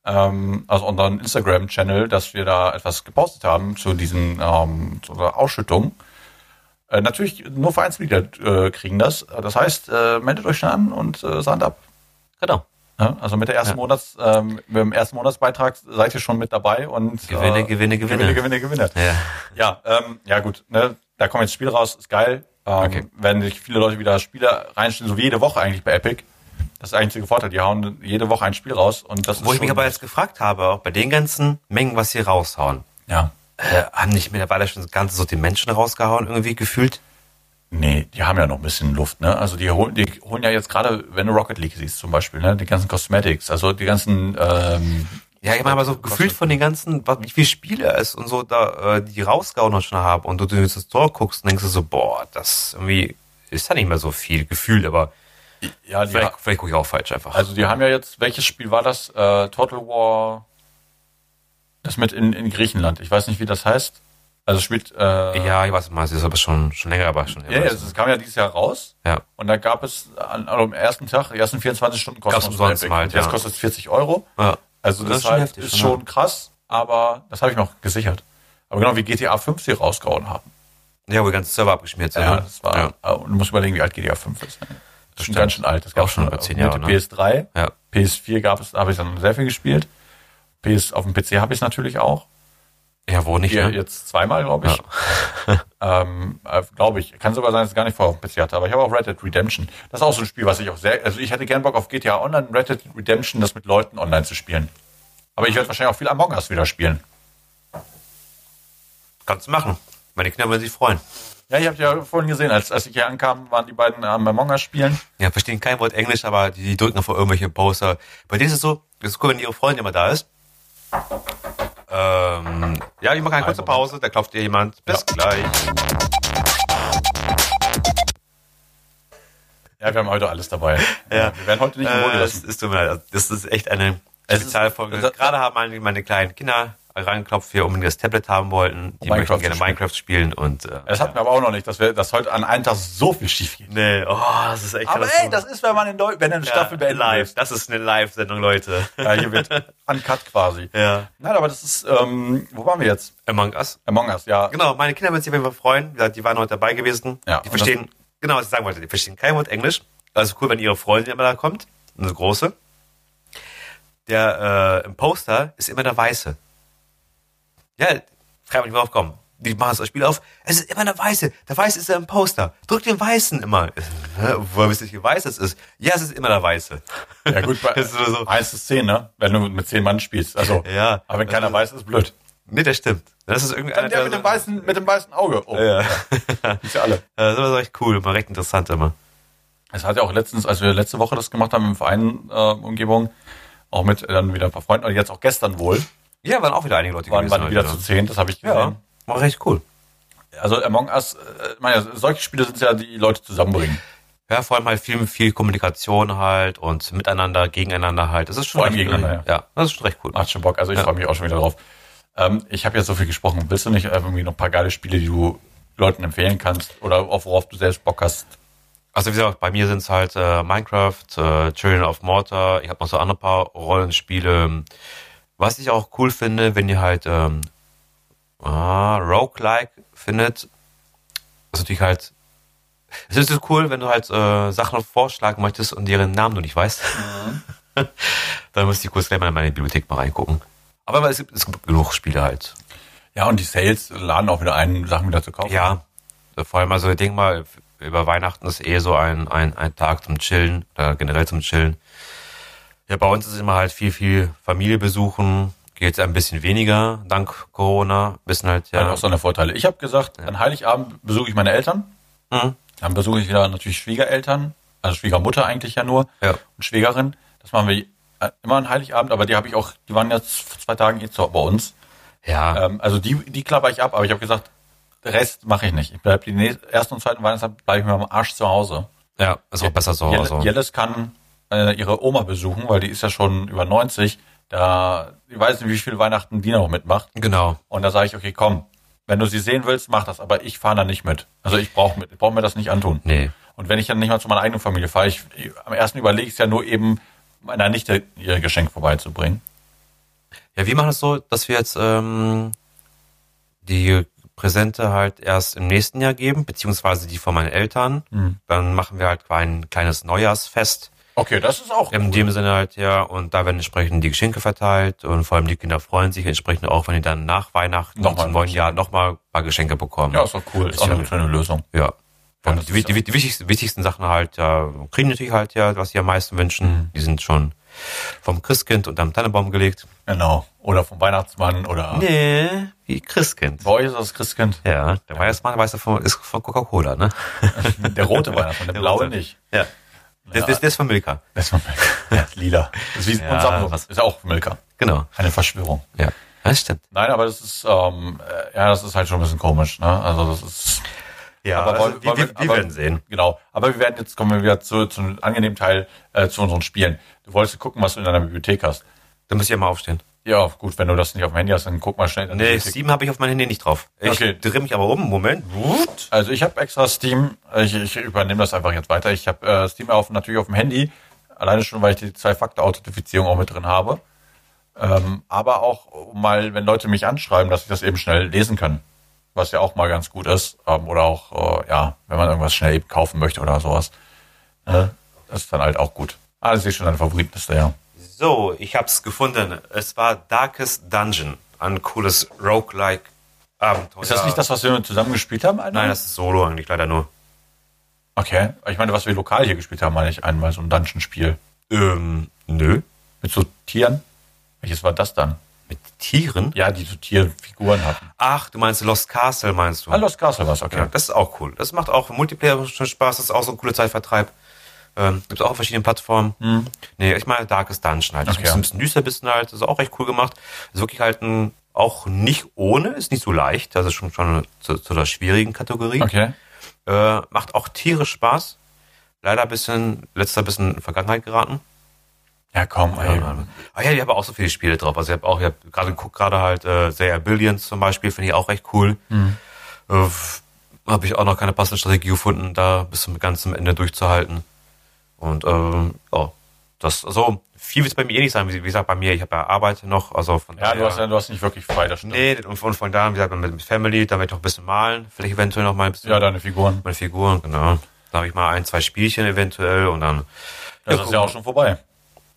[SPEAKER 2] ähm, also unseren Instagram-Channel, dass wir da etwas gepostet haben zu diesen ähm, zu unserer Ausschüttung. Äh, natürlich nur Vereinsmitglieder äh, kriegen das. Das heißt, äh, meldet euch schnell an und äh, sand ab.
[SPEAKER 1] Genau.
[SPEAKER 2] Ja, also mit der ersten Monats, ähm, mit dem ersten Monatsbeitrag seid ihr schon mit dabei und äh,
[SPEAKER 1] Gewinne, Gewinne, Gewinne.
[SPEAKER 2] Gewinne, Gewinne, Gewinne.
[SPEAKER 1] Ja.
[SPEAKER 2] Ja, ähm, ja gut. Ne? da kommt jetzt ein Spiel raus, ist geil. Ähm,
[SPEAKER 1] Okay.
[SPEAKER 2] Werden sich viele Leute wieder Spiele reinstellen, so wie jede Woche eigentlich bei Epic. Das ist der einzige Vorteil. Die hauen jede Woche ein Spiel raus und das
[SPEAKER 1] Wo
[SPEAKER 2] ist
[SPEAKER 1] ich mich
[SPEAKER 2] schon-
[SPEAKER 1] aber jetzt gefragt habe, auch bei den ganzen Mengen, was sie raushauen,
[SPEAKER 2] ja.
[SPEAKER 1] äh, haben nicht mittlerweile schon das ganze Sortiment schon rausgehauen, irgendwie gefühlt?
[SPEAKER 2] Nee, die haben ja noch ein bisschen Luft, ne? Also die holen, die holen ja jetzt gerade, wenn du Rocket League siehst zum Beispiel, ne? Die ganzen Cosmetics, also die ganzen ähm,
[SPEAKER 1] Ja, ich meine aber so gefühlt von den ganzen, was, wie viele Spiele es und so da, äh, die rausgehauen noch schon haben und du durch das Tor guckst und denkst du so, boah, das irgendwie ist ja nicht mehr so viel Gefühl, aber
[SPEAKER 2] ja, die,
[SPEAKER 1] vielleicht, vielleicht gucke ich auch falsch einfach.
[SPEAKER 2] also die haben ja jetzt, welches Spiel war das? Äh, Total War, das mit in, in Griechenland. Ich weiß nicht, wie das heißt. Also spielt äh,
[SPEAKER 1] ja, ich weiß nicht, es ist aber schon, schon länger, aber schon.
[SPEAKER 2] ja, also es, es kam ja dieses Jahr raus.
[SPEAKER 1] ja.
[SPEAKER 2] Und da gab es an, also am ersten Tag, die ersten 24 Stunden kostenlos.
[SPEAKER 1] Gab's umsonst
[SPEAKER 2] bei Epic.
[SPEAKER 1] mal,
[SPEAKER 2] Und Jetzt
[SPEAKER 1] halt, ja.
[SPEAKER 2] kostet es 40 Euro.
[SPEAKER 1] Ja.
[SPEAKER 2] Also
[SPEAKER 1] Das ist
[SPEAKER 2] das, ist,
[SPEAKER 1] schon
[SPEAKER 2] halt,
[SPEAKER 1] heftig, ne?
[SPEAKER 2] ist
[SPEAKER 1] schon,
[SPEAKER 2] schon krass, aber das habe ich noch gesichert. Aber genau wie GTA 5 sie rausgehauen haben.
[SPEAKER 1] ja, wo die ganzen Server abgeschmiert sind.
[SPEAKER 2] Ja,
[SPEAKER 1] ne?
[SPEAKER 2] das war,
[SPEAKER 1] ja.
[SPEAKER 2] äh, und du musst überlegen, wie alt GTA 5 ist. ne? Das ist schon ganz schön alt. Das
[SPEAKER 1] Auch
[SPEAKER 2] gab
[SPEAKER 1] schon
[SPEAKER 2] schon
[SPEAKER 1] über zehn
[SPEAKER 2] mit
[SPEAKER 1] Jahre, ne?
[SPEAKER 2] PS3.
[SPEAKER 1] Ja.
[SPEAKER 2] PS4 gab es, da habe ich dann sehr viel gespielt. PS, auf dem PC habe ich es natürlich auch.
[SPEAKER 1] ja, wo nicht,
[SPEAKER 2] Hier
[SPEAKER 1] ne?
[SPEAKER 2] jetzt zweimal, glaube ich. ähm, äh, glaube ich. Kann sogar sein, dass ich gar nicht vorher auf dem PC hatte. Aber ich habe auch Red Dead Redemption. Das ist auch so ein Spiel, was ich auch sehr. Also ich hätte gern Bock auf GTA Online, Red Dead Redemption, das mit Leuten online zu spielen. Aber ich werde wahrscheinlich auch viel Among Us wieder spielen.
[SPEAKER 1] Kannst du machen. Meine Kinder würden sich freuen.
[SPEAKER 2] Ja, ich habe ja vorhin gesehen, als, als ich hier ankam, waren die beiden am Among Us spielen.
[SPEAKER 1] Ja, verstehen kein Wort Englisch, aber die, die drücken einfach irgendwelche Poster. Bei denen ist es so, es ist cool, wenn ihre Freundin immer da ist. Ähm, ja, ich mache eine kurze
[SPEAKER 2] Moment.
[SPEAKER 1] Pause, da klopft ihr jemand. Bis
[SPEAKER 2] Ja.
[SPEAKER 1] gleich.
[SPEAKER 2] Ja, wir haben heute alles dabei.
[SPEAKER 1] Ja.
[SPEAKER 2] Wir werden heute nicht im Ruhe
[SPEAKER 1] Äh, es
[SPEAKER 2] gelassen.
[SPEAKER 1] ist tut mir leid, das ist echt eine
[SPEAKER 2] Es ist- also-
[SPEAKER 1] Spezialfolge.
[SPEAKER 2] das-
[SPEAKER 1] Gerade haben meine, meine kleinen Kinder reingeklopft, die unbedingt das Tablet haben wollten. Die
[SPEAKER 2] Oh, Minecraft
[SPEAKER 1] möchten gerne
[SPEAKER 2] zu spielen.
[SPEAKER 1] Minecraft spielen und äh,
[SPEAKER 2] Das hatten wir aber auch noch nicht, dass wir dass heute an einem Tag so viel schief geht.
[SPEAKER 1] nee, oh, das ist echt
[SPEAKER 2] Aber ey,
[SPEAKER 1] Katastrophe.
[SPEAKER 2] das ist, wenn man in Neu wenn eine Staffel beendet.
[SPEAKER 1] live. Das ist eine Live-Sendung, Leute.
[SPEAKER 2] Ja, hier wird uncut quasi.
[SPEAKER 1] Ja.
[SPEAKER 2] Nein, aber das ist, ähm, wo waren wir jetzt?
[SPEAKER 1] Among Us.
[SPEAKER 2] Among Us, ja.
[SPEAKER 1] Genau, meine Kinder würden sich auf jeden Fall freuen. Wie gesagt, die waren heute dabei gewesen.
[SPEAKER 2] Ja,
[SPEAKER 1] die
[SPEAKER 2] und das-
[SPEAKER 1] verstehen, genau, was ich sagen wollte, die verstehen kein Wort Englisch. Also cool, wenn ihre Freundin immer da kommt, eine große. Der äh, im Poster ist immer der Weiße. Ja, kann man nicht mehr aufkommen. Die machen das Spiel auf. Es ist immer der Weiße. Der Weiße ist ja im Poster. Drück den Weißen immer. Hä, Woher wisst ihr, wie weiß es ist? Ja, es ist immer der Weiße.
[SPEAKER 2] Ja, gut, bei
[SPEAKER 1] Das ist immer so.
[SPEAKER 2] 1 bis 10, ne? Wenn du mit 10 Mann spielst. Also,
[SPEAKER 1] Ja.
[SPEAKER 2] aber wenn keiner weiß, ist blöd.
[SPEAKER 1] Nee, das stimmt. Das ist irgendeiner,
[SPEAKER 2] Dann der mit dem weißen, mit dem weißen Auge. Oh,
[SPEAKER 1] Ja.
[SPEAKER 2] ist ja alle.
[SPEAKER 1] Das ist echt cool, immer recht interessant immer.
[SPEAKER 2] Es hat ja auch letztens, als wir letzte Woche das gemacht haben im Verein äh, Umgebung, auch mit äh, dann wieder ein paar Freunden, und jetzt auch gestern wohl,
[SPEAKER 1] Ja, waren auch wieder einige Leute
[SPEAKER 2] waren, waren
[SPEAKER 1] heute,
[SPEAKER 2] wieder
[SPEAKER 1] ne?
[SPEAKER 2] zu 10, das habe ich gesehen.
[SPEAKER 1] Ja, war recht cool.
[SPEAKER 2] Also Among Us, äh, meine, solche Spiele sind ja, die Leute zusammenbringen.
[SPEAKER 1] Ja, vor allem halt viel, viel Kommunikation halt und miteinander, gegeneinander halt. Das ist schon
[SPEAKER 2] Vor allem
[SPEAKER 1] recht
[SPEAKER 2] gegeneinander,
[SPEAKER 1] ja. das ist schon recht cool.
[SPEAKER 2] Macht schon Bock. Also ich freue mich auch schon wieder drauf. Ähm, ich habe jetzt so viel gesprochen. Willst du nicht äh, irgendwie noch ein paar geile Spiele, die du Leuten empfehlen kannst oder auf worauf du selbst Bock hast?
[SPEAKER 1] Also wie gesagt, bei mir sind es halt äh, Minecraft, äh, Children of Mortar, ich habe noch so andere paar Rollenspiele. Was ich auch cool finde, wenn ihr halt ähm, ah, Roguelike findet, ist natürlich halt es ist so cool, wenn du halt äh, Sachen vorschlagen möchtest und deren Namen du nicht weißt. Dann müsste ich kurz gleich mal in meine Bibliothek mal reingucken. Aber es gibt, es gibt genug Spiele halt.
[SPEAKER 2] Ja, und die Sales laden auch wieder ein, Sachen wieder zu kaufen.
[SPEAKER 1] Ja, vor allem, also ich denke mal, über Weihnachten ist eh so ein, ein, ein Tag zum Chillen oder generell zum Chillen. Ja, bei uns ist immer halt viel, viel Familie besuchen. Geht ein bisschen weniger, dank Corona. Bisschen halt,
[SPEAKER 2] Hat
[SPEAKER 1] ja.
[SPEAKER 2] auch seine Vorteile. Ich habe gesagt, an Heiligabend besuche ich meine Eltern.
[SPEAKER 1] Mhm.
[SPEAKER 2] Dann besuche ich wieder natürlich Schwiegereltern, also Schwiegermutter eigentlich ja nur
[SPEAKER 1] Ja.
[SPEAKER 2] und Schwägerin. Das machen wir äh, immer an Heiligabend, aber die habe ich auch, die waren jetzt vor zwei Tagen eh zu, bei uns.
[SPEAKER 1] ja.
[SPEAKER 2] Ähm, also die, die klapper ich ab, aber ich habe gesagt, Rest mache ich nicht. Ich bleib die nächsten, ersten und zweiten Weihnachtsabend bleibe ich mir am Arsch zu Hause.
[SPEAKER 1] ja, ist auch besser so.
[SPEAKER 2] Jelle-
[SPEAKER 1] Also.
[SPEAKER 2] Jelles kann äh, ihre Oma besuchen, weil die ist ja schon über 90. Da, ich weiß nicht, wie viel Weihnachten die noch mitmacht.
[SPEAKER 1] Genau.
[SPEAKER 2] Und da sage ich, okay, komm, wenn du sie sehen willst, mach das, aber ich fahre da nicht mit. Also ich brauche mit, ich brauch mir das nicht antun.
[SPEAKER 1] Nee.
[SPEAKER 2] Und wenn ich dann nicht mal zu meiner eigenen Familie fahre, ich, ich, am ersten überlege ich es ja nur eben, meiner Nichte ihr Geschenk vorbeizubringen.
[SPEAKER 1] Ja, wir machen es so, dass wir jetzt ähm, die Präsente halt erst im nächsten Mhm. Jahr geben, beziehungsweise die von meinen Eltern. Dann machen wir halt ein kleines Neujahrsfest.
[SPEAKER 2] Okay, das ist auch
[SPEAKER 1] In dem Sinne halt, ja, und da werden entsprechend die Geschenke verteilt und vor allem die Kinder freuen sich entsprechend auch, wenn die dann nach Weihnachten
[SPEAKER 2] Nochmal
[SPEAKER 1] zum neuen
[SPEAKER 2] Geschenke.
[SPEAKER 1] Jahr nochmal ein paar Geschenke bekommen.
[SPEAKER 2] Ja, ist doch cool. Ist auch eine
[SPEAKER 1] Ja.
[SPEAKER 2] schöne Lösung.
[SPEAKER 1] Ja.
[SPEAKER 2] Ja,
[SPEAKER 1] Und
[SPEAKER 2] das
[SPEAKER 1] die,
[SPEAKER 2] ist
[SPEAKER 1] wi- die, wi- die wichtigsten, wichtigsten Sachen halt, ja, kriegen natürlich halt ja, was sie am meisten wünschen.
[SPEAKER 2] Mhm.
[SPEAKER 1] Die sind schon vom Christkind unterm Tannenbaum gelegt.
[SPEAKER 2] Genau. Oder vom Weihnachtsmann oder.
[SPEAKER 1] Nee, wie Christkind.
[SPEAKER 2] Bei euch ist das Christkind.
[SPEAKER 1] Ja, der Weihnachtsmann weiß davon, ist von Coca-Cola, ne?
[SPEAKER 2] Der rote Weihnachtsmann, der, blaue
[SPEAKER 1] rote.
[SPEAKER 2] nicht.
[SPEAKER 1] Ja. Der, der, der ist von Milka.
[SPEAKER 2] Das war Milka. Ja, lila. Das ist wie
[SPEAKER 1] Ja,
[SPEAKER 2] und Samsung.
[SPEAKER 1] was-
[SPEAKER 2] Ist auch Milka.
[SPEAKER 1] Genau.
[SPEAKER 2] Eine Verschwörung.
[SPEAKER 1] Ja. Das stimmt.
[SPEAKER 2] Nein, aber das ist, ähm, äh, ja, das ist halt schon ein bisschen komisch, ne? Also das ist.
[SPEAKER 1] Ja,
[SPEAKER 2] Aber
[SPEAKER 1] also,
[SPEAKER 2] wollen-
[SPEAKER 1] wir,
[SPEAKER 2] wollen
[SPEAKER 1] wir,
[SPEAKER 2] wir-
[SPEAKER 1] wir
[SPEAKER 2] aber-
[SPEAKER 1] werden sehen.
[SPEAKER 2] Genau. Aber wir werden jetzt kommen wir wieder zu, zu einem angenehmen Teil äh, zu unseren Spielen. Du wolltest gucken, was du in deiner Bibliothek hast.
[SPEAKER 1] Da muss ich ja mal aufstehen.
[SPEAKER 2] Ja, gut, wenn du das nicht auf dem Handy hast, dann guck mal schnell. in deine
[SPEAKER 1] Nee,
[SPEAKER 2] Bibliothek.
[SPEAKER 1] Steam habe ich auf meinem Handy nicht drauf. Ich
[SPEAKER 2] Okay.
[SPEAKER 1] drehe mich aber um. Moment. Gut.
[SPEAKER 2] Also ich habe extra Steam. Ich, ich übernehme das einfach jetzt weiter. Ich habe äh, Steam auf, natürlich auf dem Handy. Alleine schon, weil ich die Zwei-Faktor-Authentifizierung auch mit drin habe. Ähm, aber auch um mal, wenn Leute mich anschreiben, dass ich das eben schnell lesen kann. Was ja auch mal ganz gut ist. Ähm, oder auch, äh, ja, wenn man irgendwas schnell eben kaufen möchte oder sowas. Ne? Das ist dann halt auch gut. Ah, das ist schon deine Favoritenliste, ja.
[SPEAKER 1] So, ich hab's gefunden. Es war Darkest Dungeon. Ein cooles Roguelike-Abenteuer.
[SPEAKER 2] Ist das nicht das, was wir zusammen gespielt haben? einmal?
[SPEAKER 1] Nein, das ist Solo eigentlich leider nur.
[SPEAKER 2] Okay. Ich meine, was wir lokal hier gespielt haben, meine ich einmal so ein Dungeon-Spiel.
[SPEAKER 1] Ähm, nö.
[SPEAKER 2] Mit so Tieren? Welches war das dann?
[SPEAKER 1] Mit Tieren?
[SPEAKER 2] Ja, die so Tierfiguren hatten.
[SPEAKER 1] Ach, du meinst Lost Castle, meinst du?
[SPEAKER 2] Ah, Lost Castle war es, okay.
[SPEAKER 1] Ja, das ist auch cool. Das macht auch im Multiplayer schon Spaß. Das ist auch so ein cooler Zeitvertreib. Ähm, gibt's auch auf verschiedenen Plattformen. Nee, ich meine Darkest Dungeon halt. Das
[SPEAKER 2] Okay.
[SPEAKER 1] ist ein bisschen düster, ein bisschen halt. Das ist auch recht cool gemacht. Ist wirklich halt ein, auch nicht ohne, ist nicht so leicht. Das ist schon, schon zu, zu der schwierigen Kategorie.
[SPEAKER 2] Okay.
[SPEAKER 1] Äh, macht auch tierisch Spaß. Leider ein bisschen, letzter bisschen in Vergangenheit geraten.
[SPEAKER 2] Ja, komm, ey.
[SPEAKER 1] Ah ja, ich habe auch so viele Spiele drauf. Also ich habe auch, ich habe gerade guck gerade halt äh, Say Billions zum Beispiel, finde ich auch recht cool.
[SPEAKER 2] Mhm.
[SPEAKER 1] Äh, habe ich auch noch keine passende Strategie gefunden, da bis zum ganz zum Ende durchzuhalten. Und ähm, ja, das also viel wird bei mir eh nicht sein. Wie wie gesagt, bei mir, ich habe ja Arbeit noch, also von
[SPEAKER 2] Ja, du hast, ja, du hast nicht wirklich frei, das stimmt.
[SPEAKER 1] nee, und, und von da, wie gesagt, mit Family, da werde ich noch ein bisschen malen, vielleicht eventuell noch mal ein bisschen
[SPEAKER 2] Ja, deine Figuren.
[SPEAKER 1] meine Figuren, genau. Da habe ich mal ein, zwei Spielchen eventuell und dann
[SPEAKER 2] Das
[SPEAKER 1] Ja,
[SPEAKER 2] ist ja auch schon vorbei.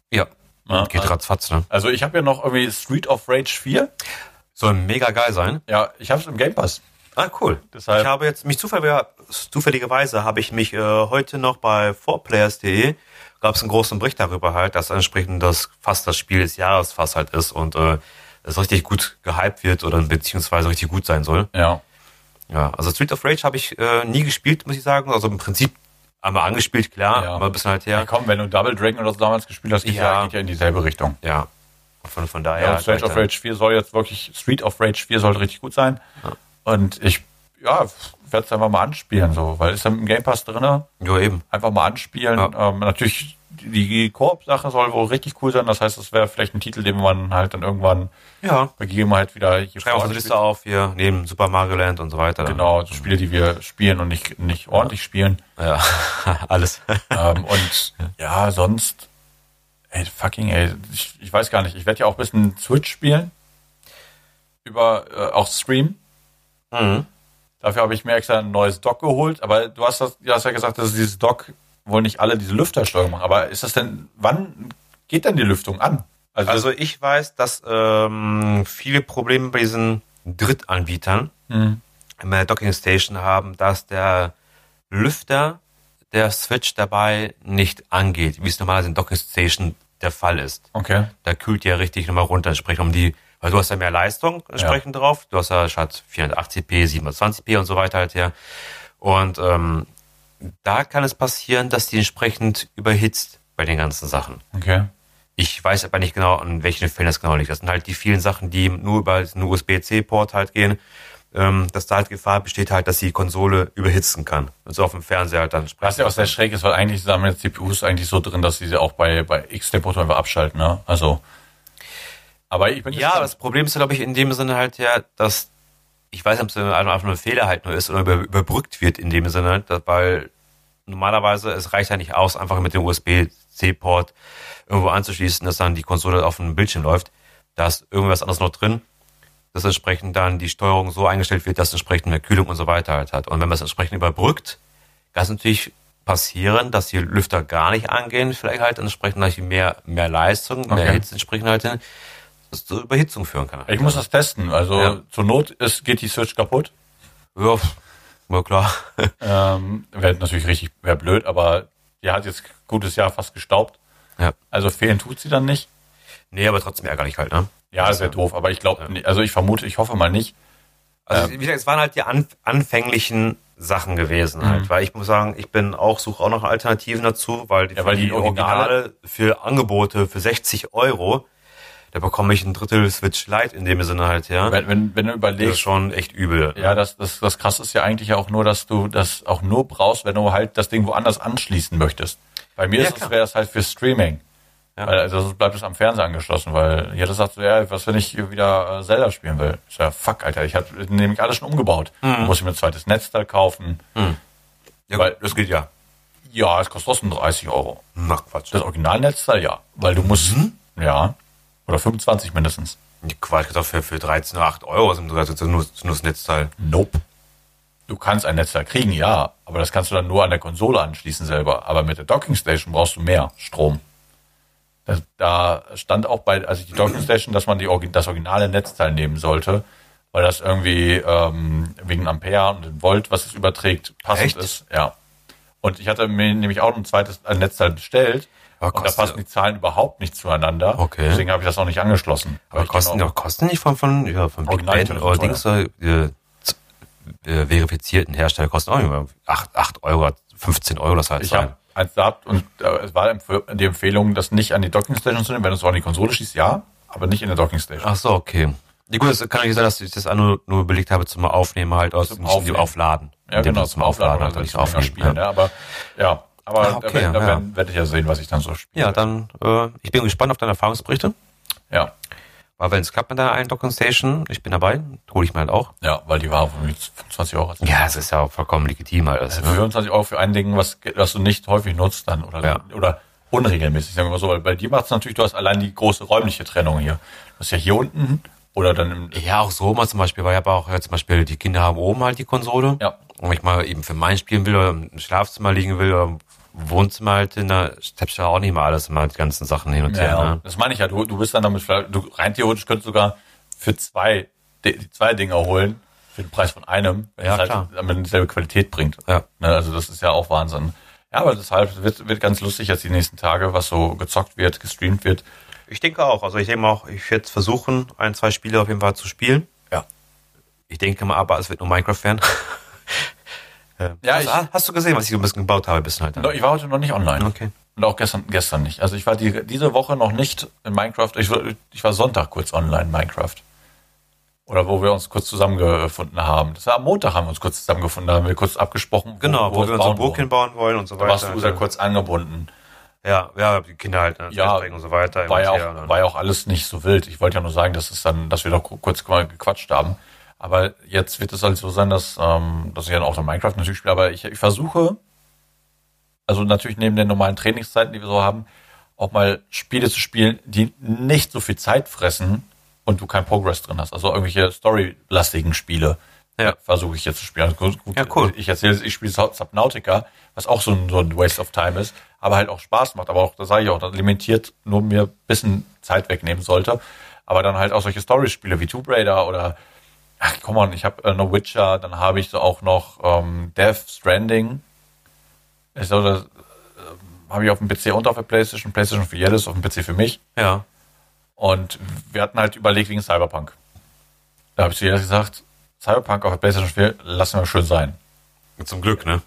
[SPEAKER 1] ja,
[SPEAKER 2] Ja,
[SPEAKER 1] geht
[SPEAKER 2] also-
[SPEAKER 1] ratzfatz, ne?
[SPEAKER 2] Also ich habe ja noch irgendwie Street of Rage 4.
[SPEAKER 1] Soll mega geil sein.
[SPEAKER 2] Ja, ich habe es im Game Pass.
[SPEAKER 1] Ah, cool.
[SPEAKER 2] Deshalb-
[SPEAKER 1] ich habe jetzt mich zufälliger, zufälligerweise habe ich mich äh, heute noch bei 4players.de gab es einen großen Bericht darüber halt, dass entsprechend das fast das Spiel des Jahres fast halt ist und äh, es richtig gut gehypt wird oder beziehungsweise richtig gut sein soll.
[SPEAKER 2] Ja.
[SPEAKER 1] Ja, also Street of Rage habe ich äh, nie gespielt, muss ich sagen. Also im Prinzip einmal angespielt, klar,
[SPEAKER 2] Ja.
[SPEAKER 1] aber ein bisschen halt her.
[SPEAKER 2] ja. Komm, wenn du Double Dragon oder so damals gespielt hast, geht ja,
[SPEAKER 1] Ja.
[SPEAKER 2] geht ja in dieselbe Richtung.
[SPEAKER 1] Ja. Von, von daher. halt, äh,
[SPEAKER 2] Ja, und Street of
[SPEAKER 1] vielleicht dann-
[SPEAKER 2] Rage 4 soll jetzt wirklich, Street of Rage 4 soll richtig gut sein. Und ich, ja, werde es einfach mal anspielen, so, weil ist ja im Game Pass drinne.
[SPEAKER 1] Ja, eben.
[SPEAKER 2] einfach mal anspielen.
[SPEAKER 1] Ja.
[SPEAKER 2] Ähm, natürlich, die die Koop-Sache soll wohl richtig cool sein. Das heißt, das wäre vielleicht ein Titel, den man halt dann irgendwann
[SPEAKER 1] Ja.
[SPEAKER 2] bei Gegebenheit wieder hier
[SPEAKER 1] Schreiben wir unsere Liste auf hier, neben Super Mario Land und so weiter. dann.
[SPEAKER 2] Genau, so Spiele, die wir spielen und nicht, nicht ordentlich spielen.
[SPEAKER 1] Ja, alles.
[SPEAKER 2] ähm, und ja, sonst, ey, fucking, ey, ich, ich weiß gar nicht. Ich werde ja auch ein bisschen Switch spielen. Über äh, auch Stream.
[SPEAKER 1] Mhm.
[SPEAKER 2] Dafür habe ich mir extra ein neues Dock geholt. Aber du hast, das, du hast ja gesagt, dass dieses Dock wohl nicht alle diese Lüftersteuerung machen. Aber ist das denn, wann geht denn die Lüftung an? Also,
[SPEAKER 1] Also ich weiß, dass ähm, viele Probleme bei diesen Drittanbietern
[SPEAKER 2] Mhm.
[SPEAKER 1] in der Docking Station haben, dass der Lüfter der Switch dabei nicht angeht, wie es normalerweise in Docking Station der Fall ist.
[SPEAKER 2] okay.
[SPEAKER 1] Da kühlt die ja richtig nochmal runter, entsprechend um die, weil du hast ja mehr Leistung entsprechend drauf. Du hast ja statt 480p, 720p und so weiter halt her. Und ähm, da kann es passieren, dass die entsprechend überhitzt bei den ganzen Sachen.
[SPEAKER 2] Okay.
[SPEAKER 1] Ich weiß aber nicht genau, an welchen Fällen das genau liegt. Das sind halt die vielen Sachen, die nur über diesen USB-C-Port halt gehen, ähm, dass da halt Gefahr besteht halt, dass die Konsole überhitzen kann. Und so auf dem Fernseher halt dann
[SPEAKER 2] Was ja auch sehr schräg ist, weil eigentlich haben jetzt CPUs eigentlich so drin, dass diese auch bei, bei X-Temperaturen einfach abschalten, ne? Also. Aber ich bin
[SPEAKER 1] Ja, das
[SPEAKER 2] gespannt.
[SPEAKER 1] Problem ist, glaube ich, in dem Sinne halt ja, dass ich weiß nicht, ob es einfach nur ein Fehler halt nur ist oder über, überbrückt wird in dem Sinne, halt, dass, weil normalerweise es reicht ja nicht aus, einfach mit dem USB-C-Port irgendwo anzuschließen, dass dann die Konsole auf dem Bildschirm läuft. Da ist irgendwas anderes noch drin, dass entsprechend dann die Steuerung so eingestellt wird, dass entsprechend mehr Kühlung und so weiter halt hat. Und wenn man es entsprechend überbrückt, kann es natürlich passieren, dass die Lüfter gar nicht angehen, vielleicht halt entsprechend durch mehr, mehr Leistung, mehr
[SPEAKER 2] Okay.
[SPEAKER 1] Hitze entsprechend halt, hin, dass es zu Überhitzung führen kann.
[SPEAKER 2] Ich muss das testen. Also
[SPEAKER 1] Ja.
[SPEAKER 2] zur Not ist, geht die Switch kaputt.
[SPEAKER 1] Ja, pf, ja klar.
[SPEAKER 2] Ähm, wäre natürlich richtig, wäre blöd, aber die hat jetzt gutes Jahr fast gestaubt.
[SPEAKER 1] ja.
[SPEAKER 2] Also fehlen tut sie dann nicht.
[SPEAKER 1] Nee, aber trotzdem ärgerlich halt, ne?
[SPEAKER 2] Ja, das wäre doof, aber ich glaube, also ich vermute, ich hoffe mal nicht.
[SPEAKER 1] Also wie gesagt, es waren halt die anf- anfänglichen Sachen
[SPEAKER 2] Mhm.
[SPEAKER 1] gewesen halt, weil ich muss sagen, ich bin auch suche auch noch Alternativen dazu, weil die,
[SPEAKER 2] Ja, weil
[SPEAKER 1] für
[SPEAKER 2] die Originale-
[SPEAKER 1] für Angebote für 60 Euro, da bekomme ich ein Drittel Switch Lite in dem Sinne halt, ja.
[SPEAKER 2] Wenn, wenn, wenn du
[SPEAKER 1] Das ist
[SPEAKER 2] überlegst,
[SPEAKER 1] schon echt übel.
[SPEAKER 2] ja, das, das, das krasse ist ja eigentlich auch nur, dass du das auch nur brauchst, wenn du halt das Ding woanders anschließen möchtest. Bei mir
[SPEAKER 1] Ja,
[SPEAKER 2] ist das,
[SPEAKER 1] klar.
[SPEAKER 2] wäre das halt für Streaming.
[SPEAKER 1] Ja.
[SPEAKER 2] Weil, also sonst bleibt es am Fernseher angeschlossen, weil jeder sagt so, ja, was wenn ich hier wieder äh, Zelda spielen will? Ich sag, fuck, Alter, ich habe nämlich alles schon umgebaut.
[SPEAKER 1] Mhm.
[SPEAKER 2] Dann Muss ich mir ein zweites Netzteil kaufen.
[SPEAKER 1] Ja,
[SPEAKER 2] Weil-
[SPEAKER 1] das geht ja.
[SPEAKER 2] Ja, es kostet trotzdem 30 Euro.
[SPEAKER 1] Na Quatsch.
[SPEAKER 2] Das Originalnetzteil, ja. Weil du musst,
[SPEAKER 1] Mhm.
[SPEAKER 2] ja, oder 25 mindestens.
[SPEAKER 1] Die Quatsch gesagt, für, für 13 oder 8 Euro sind das jetzt nur, nur das Netzteil.
[SPEAKER 2] Nope. Du kannst ein Netzteil kriegen, ja, aber das kannst du dann nur an der Konsole anschließen selber. Aber mit der Docking Station brauchst du mehr Strom. Das, da stand auch bei, also die Docking Station, dass man die, Orgi- das originale Netzteil nehmen sollte, weil das irgendwie ähm, wegen Ampere und den Volt, was es überträgt, passend
[SPEAKER 1] Echt?
[SPEAKER 2] ist. Ja. Und ich hatte mir nämlich auch ein zweites ein Netzteil bestellt.
[SPEAKER 1] Aber
[SPEAKER 2] und da
[SPEAKER 1] kostet-
[SPEAKER 2] passen die Zahlen überhaupt nicht zueinander.
[SPEAKER 1] Okay.
[SPEAKER 2] Deswegen habe ich das auch nicht angeschlossen.
[SPEAKER 1] Aber
[SPEAKER 2] ich kann
[SPEAKER 1] kosten, ja, kosten nicht von, von, ja, von Big
[SPEAKER 2] Original
[SPEAKER 1] Ben oder Dings, äh, äh, z- äh, verifizierten Hersteller kosten auch immer 8, 8 Euro, 15 Euro, das halt heißt.
[SPEAKER 2] Ich habe eins gehabt und äh, es war empf- die Empfehlung, das nicht an die Dockingstation zu nehmen. Wenn du es auch an die Konsole schießt, ja, aber nicht in der Dockingstation.
[SPEAKER 1] Ach so, okay. Ja, gut, es kann nicht sein, dass ich das auch nur, nur belegt habe zum Aufnehmen halt aus
[SPEAKER 2] Zum
[SPEAKER 1] dem Aufladen.
[SPEAKER 2] Aufnehmen.
[SPEAKER 1] Aufladen. In
[SPEAKER 2] genau,
[SPEAKER 1] dem Sinne zum Aufladen, also nicht
[SPEAKER 2] aufnehmen.
[SPEAKER 1] aufnehmen.
[SPEAKER 2] Spielen,
[SPEAKER 1] ja.
[SPEAKER 2] ne? Aber ja, aber
[SPEAKER 1] Ah, okay,
[SPEAKER 2] da,
[SPEAKER 1] ja.
[SPEAKER 2] werde werd ich ja sehen, was ich dann so spiele.
[SPEAKER 1] ja, dann, äh, ich bin gespannt auf deine Erfahrungsberichte.
[SPEAKER 2] ja,
[SPEAKER 1] Weil wenn es klappt mit deiner einen Docking Station, ich bin dabei, hole ich mir halt auch.
[SPEAKER 2] ja, weil die war von mir 25 Euro.
[SPEAKER 1] Ja, es ist ja auch vollkommen legitim halt. Das-
[SPEAKER 2] 25 Euro für ein Ding, was, was du nicht häufig nutzt dann oder,
[SPEAKER 1] Ja.
[SPEAKER 2] oder unregelmäßig, sagen wir mal so. Weil bei dir macht es natürlich, du hast allein die große räumliche Trennung hier. Du hast ja hier unten oder dann im,
[SPEAKER 1] Ja, auch so mal zum Beispiel, weil ich habe auch ja, zum Beispiel, die Kinder haben oben halt die Konsole.
[SPEAKER 2] Ja.
[SPEAKER 1] Und wenn ich mal eben für meinen spielen will oder im Schlafzimmer liegen will oder im Wohnzimmer halt, in der steppst du ja auch nicht mal alles immer die ganzen Sachen hin und her.
[SPEAKER 2] Ja,
[SPEAKER 1] Ne?
[SPEAKER 2] das meine ich ja. Du, du bist dann damit, vielleicht- du rein theoretisch könntest du sogar für zwei, die, zwei Dinger holen, für den Preis von einem, wenn
[SPEAKER 1] Ja,
[SPEAKER 2] es
[SPEAKER 1] klar.
[SPEAKER 2] halt damit dieselbe Qualität bringt.
[SPEAKER 1] Ja.
[SPEAKER 2] Ne, also das ist ja auch Wahnsinn. Ja, aber deshalb wird, wird ganz lustig jetzt die nächsten Tage, was so gezockt wird, gestreamt wird.
[SPEAKER 1] Ich denke auch. Also ich denke auch, ich werde versuchen, ein, zwei Spiele auf jeden Fall zu spielen.
[SPEAKER 2] Ja.
[SPEAKER 1] Ich denke mal, aber es wird nur Minecraft-Fan. Äh,
[SPEAKER 2] Ja,
[SPEAKER 1] hast,
[SPEAKER 2] ich-
[SPEAKER 1] hast du gesehen, was ich so ein bisschen gebaut habe, bisschen halt.
[SPEAKER 2] No, Ich war heute noch nicht online.
[SPEAKER 1] Okay.
[SPEAKER 2] Und auch gestern, gestern nicht. Also ich war die, diese Woche noch nicht in Minecraft. Ich, war- ich war Sonntag kurz online in Minecraft. Oder wo wir uns kurz zusammengefunden haben. Das war am Montag haben wir uns kurz zusammengefunden, da haben wir kurz abgesprochen. wo-
[SPEAKER 1] Genau, wo
[SPEAKER 2] es
[SPEAKER 1] wir unsere
[SPEAKER 2] bauen
[SPEAKER 1] Burg
[SPEAKER 2] wollen.
[SPEAKER 1] hinbauen wollen und so
[SPEAKER 2] Da
[SPEAKER 1] weiter.
[SPEAKER 2] warst du sehr kurz angebunden.
[SPEAKER 1] Ja, ja, die Kinder halt, ne?
[SPEAKER 2] Ja,
[SPEAKER 1] und so weiter. hin
[SPEAKER 2] War
[SPEAKER 1] und
[SPEAKER 2] ja,
[SPEAKER 1] her, ne?
[SPEAKER 2] auch, war ja auch alles nicht so wild. Ich wollte ja nur sagen, dass es dann, dass wir doch ku- kurz mal gequatscht haben. Aber jetzt wird es halt so sein, dass, ähm, dass ich dann auch noch Minecraft natürlich spiele. Aber ich, ich versuche, also natürlich neben den normalen Trainingszeiten, die wir so haben, auch mal Spiele zu spielen, die nicht so viel Zeit fressen und du kein Progress drin hast. Also irgendwelche storylastigen Spiele
[SPEAKER 1] Ja.
[SPEAKER 2] versuche ich jetzt zu spielen. Also gut, gut,
[SPEAKER 1] Ja, cool.
[SPEAKER 2] Ich erzähle, ich spiele Sub- Subnautica, was auch so ein, so ein Waste of Time ist, aber halt auch Spaß macht. Aber auch, das sage ich auch, das limitiert nur mir ein bisschen Zeit wegnehmen sollte. Aber dann halt auch solche Story-Spiele wie Tomb Raider oder Ach, komm on, ich habe äh, noch Witcher, dann habe ich so auch noch ähm, Death Stranding. Ich glaube, das äh, habe ich auf dem PC und auf der Playstation, Playstation für jedes, auf dem PC für mich.
[SPEAKER 1] ja.
[SPEAKER 2] Und wir hatten halt überlegt wegen Cyberpunk. Da habe ich zu Jedes gesagt, Cyberpunk auf der Playstation 4 lassen wir schön sein.
[SPEAKER 1] Zum Glück, ne?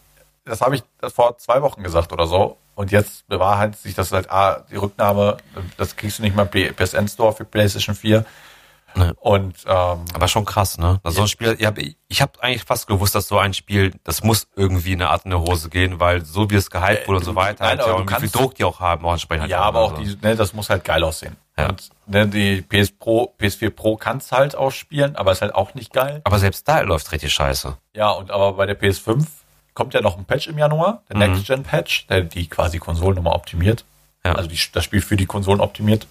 [SPEAKER 2] Das habe ich vor zwei Wochen gesagt oder so. Und jetzt bewahrheitet sich das halt, ah, die Rücknahme, das kriegst du nicht mal im PSN Store für PlayStation 4.
[SPEAKER 1] Nee.
[SPEAKER 2] Und ähm,
[SPEAKER 1] Aber schon krass, ne? Also so ein Spiel, ich habe ich hab eigentlich fast gewusst, dass so ein Spiel, das muss irgendwie in eine Art in die Hose gehen, weil so wie es gehypt wurde und so weiter,
[SPEAKER 2] nein,
[SPEAKER 1] hat ja auch
[SPEAKER 2] aber Äh, du
[SPEAKER 1] wie viel
[SPEAKER 2] kannst-
[SPEAKER 1] Druck die auch haben, auch entsprechend.
[SPEAKER 2] Ja,
[SPEAKER 1] halt
[SPEAKER 2] aber auch
[SPEAKER 1] also.
[SPEAKER 2] die, ne, das muss halt geil aussehen.
[SPEAKER 1] Ja.
[SPEAKER 2] Und ne, die PS Pro, PS4 Pro kann's halt auch spielen, aber ist halt auch nicht geil.
[SPEAKER 1] Aber selbst da läuft richtig scheiße.
[SPEAKER 2] Ja, und aber bei der PS5 kommt ja noch ein Patch im Januar, der Next Gen Patch, der die quasi Konsolen nochmal optimiert.
[SPEAKER 1] Mhm. Ja.
[SPEAKER 2] Also die, das Spiel für die Konsolen optimiert.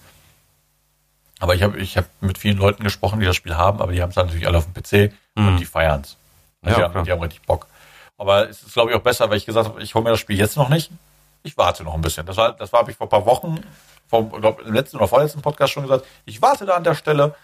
[SPEAKER 2] Aber ich habe ich hab mit vielen Leuten gesprochen, die das Spiel haben, aber die haben es natürlich alle auf dem PC und die feiern's.
[SPEAKER 1] Mhm. Ja,
[SPEAKER 2] Also die,
[SPEAKER 1] klar.
[SPEAKER 2] haben, die haben richtig Bock. Aber es ist, glaube ich, auch besser, weil ich gesagt habe, ich hole mir das Spiel jetzt noch nicht. Ich warte noch ein bisschen. Das war, das war habe ich vor ein paar Wochen, vor, glaub, im letzten oder vorletzten Podcast schon gesagt, ich warte da an der Stelle.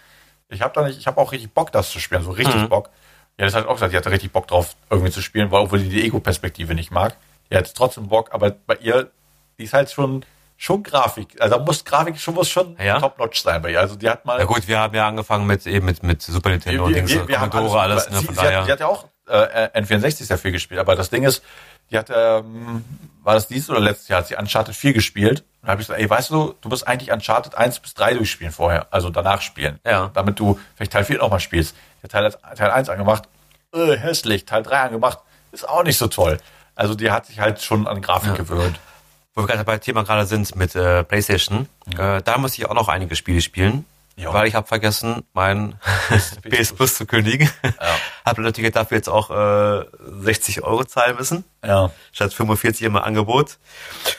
[SPEAKER 2] Ich habe da nicht, ich habe auch richtig Bock, das zu spielen, so richtig
[SPEAKER 1] Mhm.
[SPEAKER 2] Bock. Ja, das hat auch gesagt, die hatte richtig Bock drauf, irgendwie zu spielen, weil obwohl die die Ego-Perspektive nicht mag. Die hat trotzdem Bock, aber bei ihr, die ist halt schon, schon Grafik. Also da muss Grafik schon, muss schon
[SPEAKER 1] Ja.
[SPEAKER 2] top-notch sein bei ihr. Also die hat mal.
[SPEAKER 1] Ja gut, wir haben ja angefangen mit eben mit, mit Super Nintendo und Dings, Commodore, alles, ne,
[SPEAKER 2] äh, sie,
[SPEAKER 1] von
[SPEAKER 2] sie, hat, sie
[SPEAKER 1] daher.
[SPEAKER 2] hat ja auch äh, N64 sehr viel gespielt, aber das Ding ist, die hat, ähm, war das dieses oder letztes Jahr, hat sie Uncharted 4 gespielt. Und da habe ich gesagt, ey, weißt du, du musst eigentlich Uncharted 1 bis 3 durchspielen vorher, also danach spielen.
[SPEAKER 1] Ja.
[SPEAKER 2] Damit du vielleicht Teil 4 nochmal spielst. Der Teil, hat Teil 1 angemacht, äh, hässlich, Teil 3 angemacht, ist auch nicht so toll. Also die hat sich halt schon an Grafik gewöhnt.
[SPEAKER 1] Wo wir gerade bei Thema gerade sind mit äh, PlayStation, äh, da muss ich auch noch einige Spiele spielen,
[SPEAKER 2] Mhm. Ja.
[SPEAKER 1] weil ich habe vergessen, mein PS Plus zu kündigen. Habe natürlich dafür jetzt auch äh, 60 Euro zahlen müssen.
[SPEAKER 2] Ja.
[SPEAKER 1] statt 45 immer Angebot.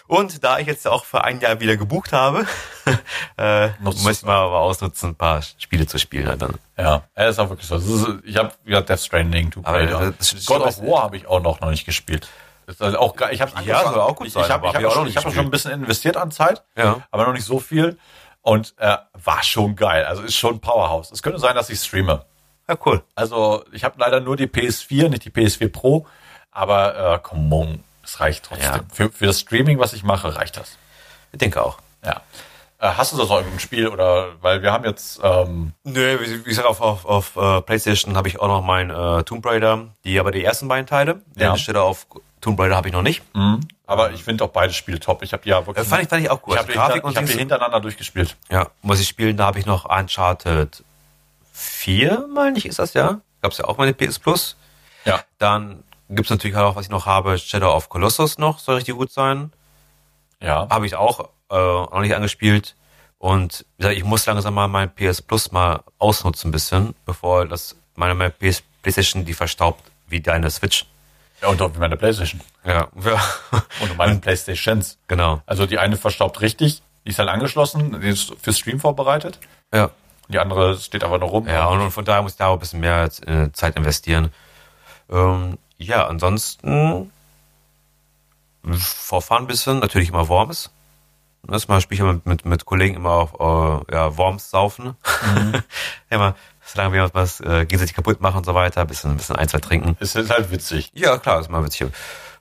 [SPEAKER 1] Und da ich jetzt auch für ein Jahr wieder gebucht habe, äh,
[SPEAKER 2] Nutzt
[SPEAKER 1] möchte ich mal aber ausnutzen, ein paar Spiele zu spielen. halt Dann.
[SPEAKER 2] Ja, er ist auch wirklich so. Das ist, ich habe wieder Death Stranding, Tomb
[SPEAKER 1] Aber
[SPEAKER 2] Raider.
[SPEAKER 1] das ist-
[SPEAKER 2] God of War habe ich auch noch, noch nicht gespielt. Das ist also auch, ge- ich habe
[SPEAKER 1] Ja, soll auch gut
[SPEAKER 2] ich,
[SPEAKER 1] sein,
[SPEAKER 2] Ich
[SPEAKER 1] aber
[SPEAKER 2] habe ich
[SPEAKER 1] hab ich auch
[SPEAKER 2] hab
[SPEAKER 1] noch
[SPEAKER 2] schon,
[SPEAKER 1] nicht
[SPEAKER 2] ich hab schon
[SPEAKER 1] gespielt.
[SPEAKER 2] ein bisschen investiert an Zeit,
[SPEAKER 1] Ja.
[SPEAKER 2] aber noch nicht so viel. Und äh, war schon geil. Also ist schon ein Powerhouse. Es könnte sein, dass ich streame.
[SPEAKER 1] Ja, cool.
[SPEAKER 2] Also ich habe leider nur die PS4, nicht die PS4 Pro. Aber äh, come on, es reicht trotzdem.
[SPEAKER 1] Ja.
[SPEAKER 2] Für, für das Streaming, was ich mache, reicht das.
[SPEAKER 1] Ich denke auch.
[SPEAKER 2] Ja. Äh, hast du sonst noch irgendein Spiel? Oder weil wir haben jetzt ähm,
[SPEAKER 1] Nö, wie, wie gesagt, auf, auf, auf äh, PlayStation habe ich auch noch mein äh, Tomb Raider, die aber die ersten beiden Teile.
[SPEAKER 2] Ja.
[SPEAKER 1] Ja. Mhm. steht da auf Tomb Raider habe ich noch nicht.
[SPEAKER 2] Aber ich finde auch beide Spiele top. Ich habe die ja wirklich.
[SPEAKER 1] Äh, Ähm. fand ich- fand ich auch gut.
[SPEAKER 2] Ich
[SPEAKER 1] Also
[SPEAKER 2] habe
[SPEAKER 1] Grafik
[SPEAKER 2] hab
[SPEAKER 1] und
[SPEAKER 2] die
[SPEAKER 1] Dings-
[SPEAKER 2] hintereinander durchgespielt.
[SPEAKER 1] Ja, muss ich spielen. Da habe ich noch Uncharted 4, meine ich, ist das ja. Gab's ja auch meine PS Plus.
[SPEAKER 2] Ja.
[SPEAKER 1] Dann gibt's natürlich auch, was ich noch habe, Shadow of Colossus noch, soll richtig gut sein.
[SPEAKER 2] Ja.
[SPEAKER 1] habe ich auch äh, noch nicht angespielt. Und wie gesagt, ich muss langsam mal mein PS Plus mal ausnutzen ein bisschen, bevor das meine, meine PS, PlayStation die verstaubt wie deine Switch.
[SPEAKER 2] ja und auch wie meine Playstation.
[SPEAKER 1] Ja, ja.
[SPEAKER 2] Und meine Playstations.
[SPEAKER 1] genau.
[SPEAKER 2] Also die eine verstaubt richtig, die ist halt angeschlossen, die ist für Stream vorbereitet.
[SPEAKER 1] Ja.
[SPEAKER 2] Die andere steht aber noch rum.
[SPEAKER 1] Ja, und, und von daher muss ich da auch ein bisschen mehr äh, Zeit investieren. Ähm, ja, ansonsten vorfahren ein bisschen, natürlich immer Worms. Ne, Das mal spiele ich immer mit, mit, mit Kollegen immer auf äh, ja, Worms saufen. immer, solange wir uns was äh, gegenseitig kaputt machen und so weiter, ein bisschen, ein bisschen ein, zwei trinken.
[SPEAKER 2] Es ist halt witzig.
[SPEAKER 1] Ja, klar, ist mal witzig.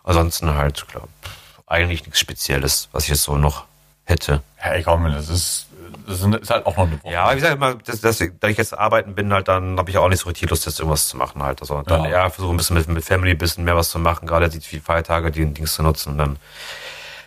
[SPEAKER 1] Ansonsten halt, glaub, pff, eigentlich nichts Spezielles, was ich jetzt so noch hätte.
[SPEAKER 2] Ja, ich komme, das ist, das ist halt auch noch eine Woche.
[SPEAKER 1] Ja, aber wie gesagt, immer, dass, dass, ich- da ich jetzt arbeiten bin, halt, dann habe ich auch nicht so richtig Lust, jetzt irgendwas zu machen halt. Also dann
[SPEAKER 2] Ja.
[SPEAKER 1] ja. eher versuchen, ein bisschen mit, mit Family ein bisschen mehr was zu machen, gerade die vielen Feiertage, die Dings zu nutzen und dann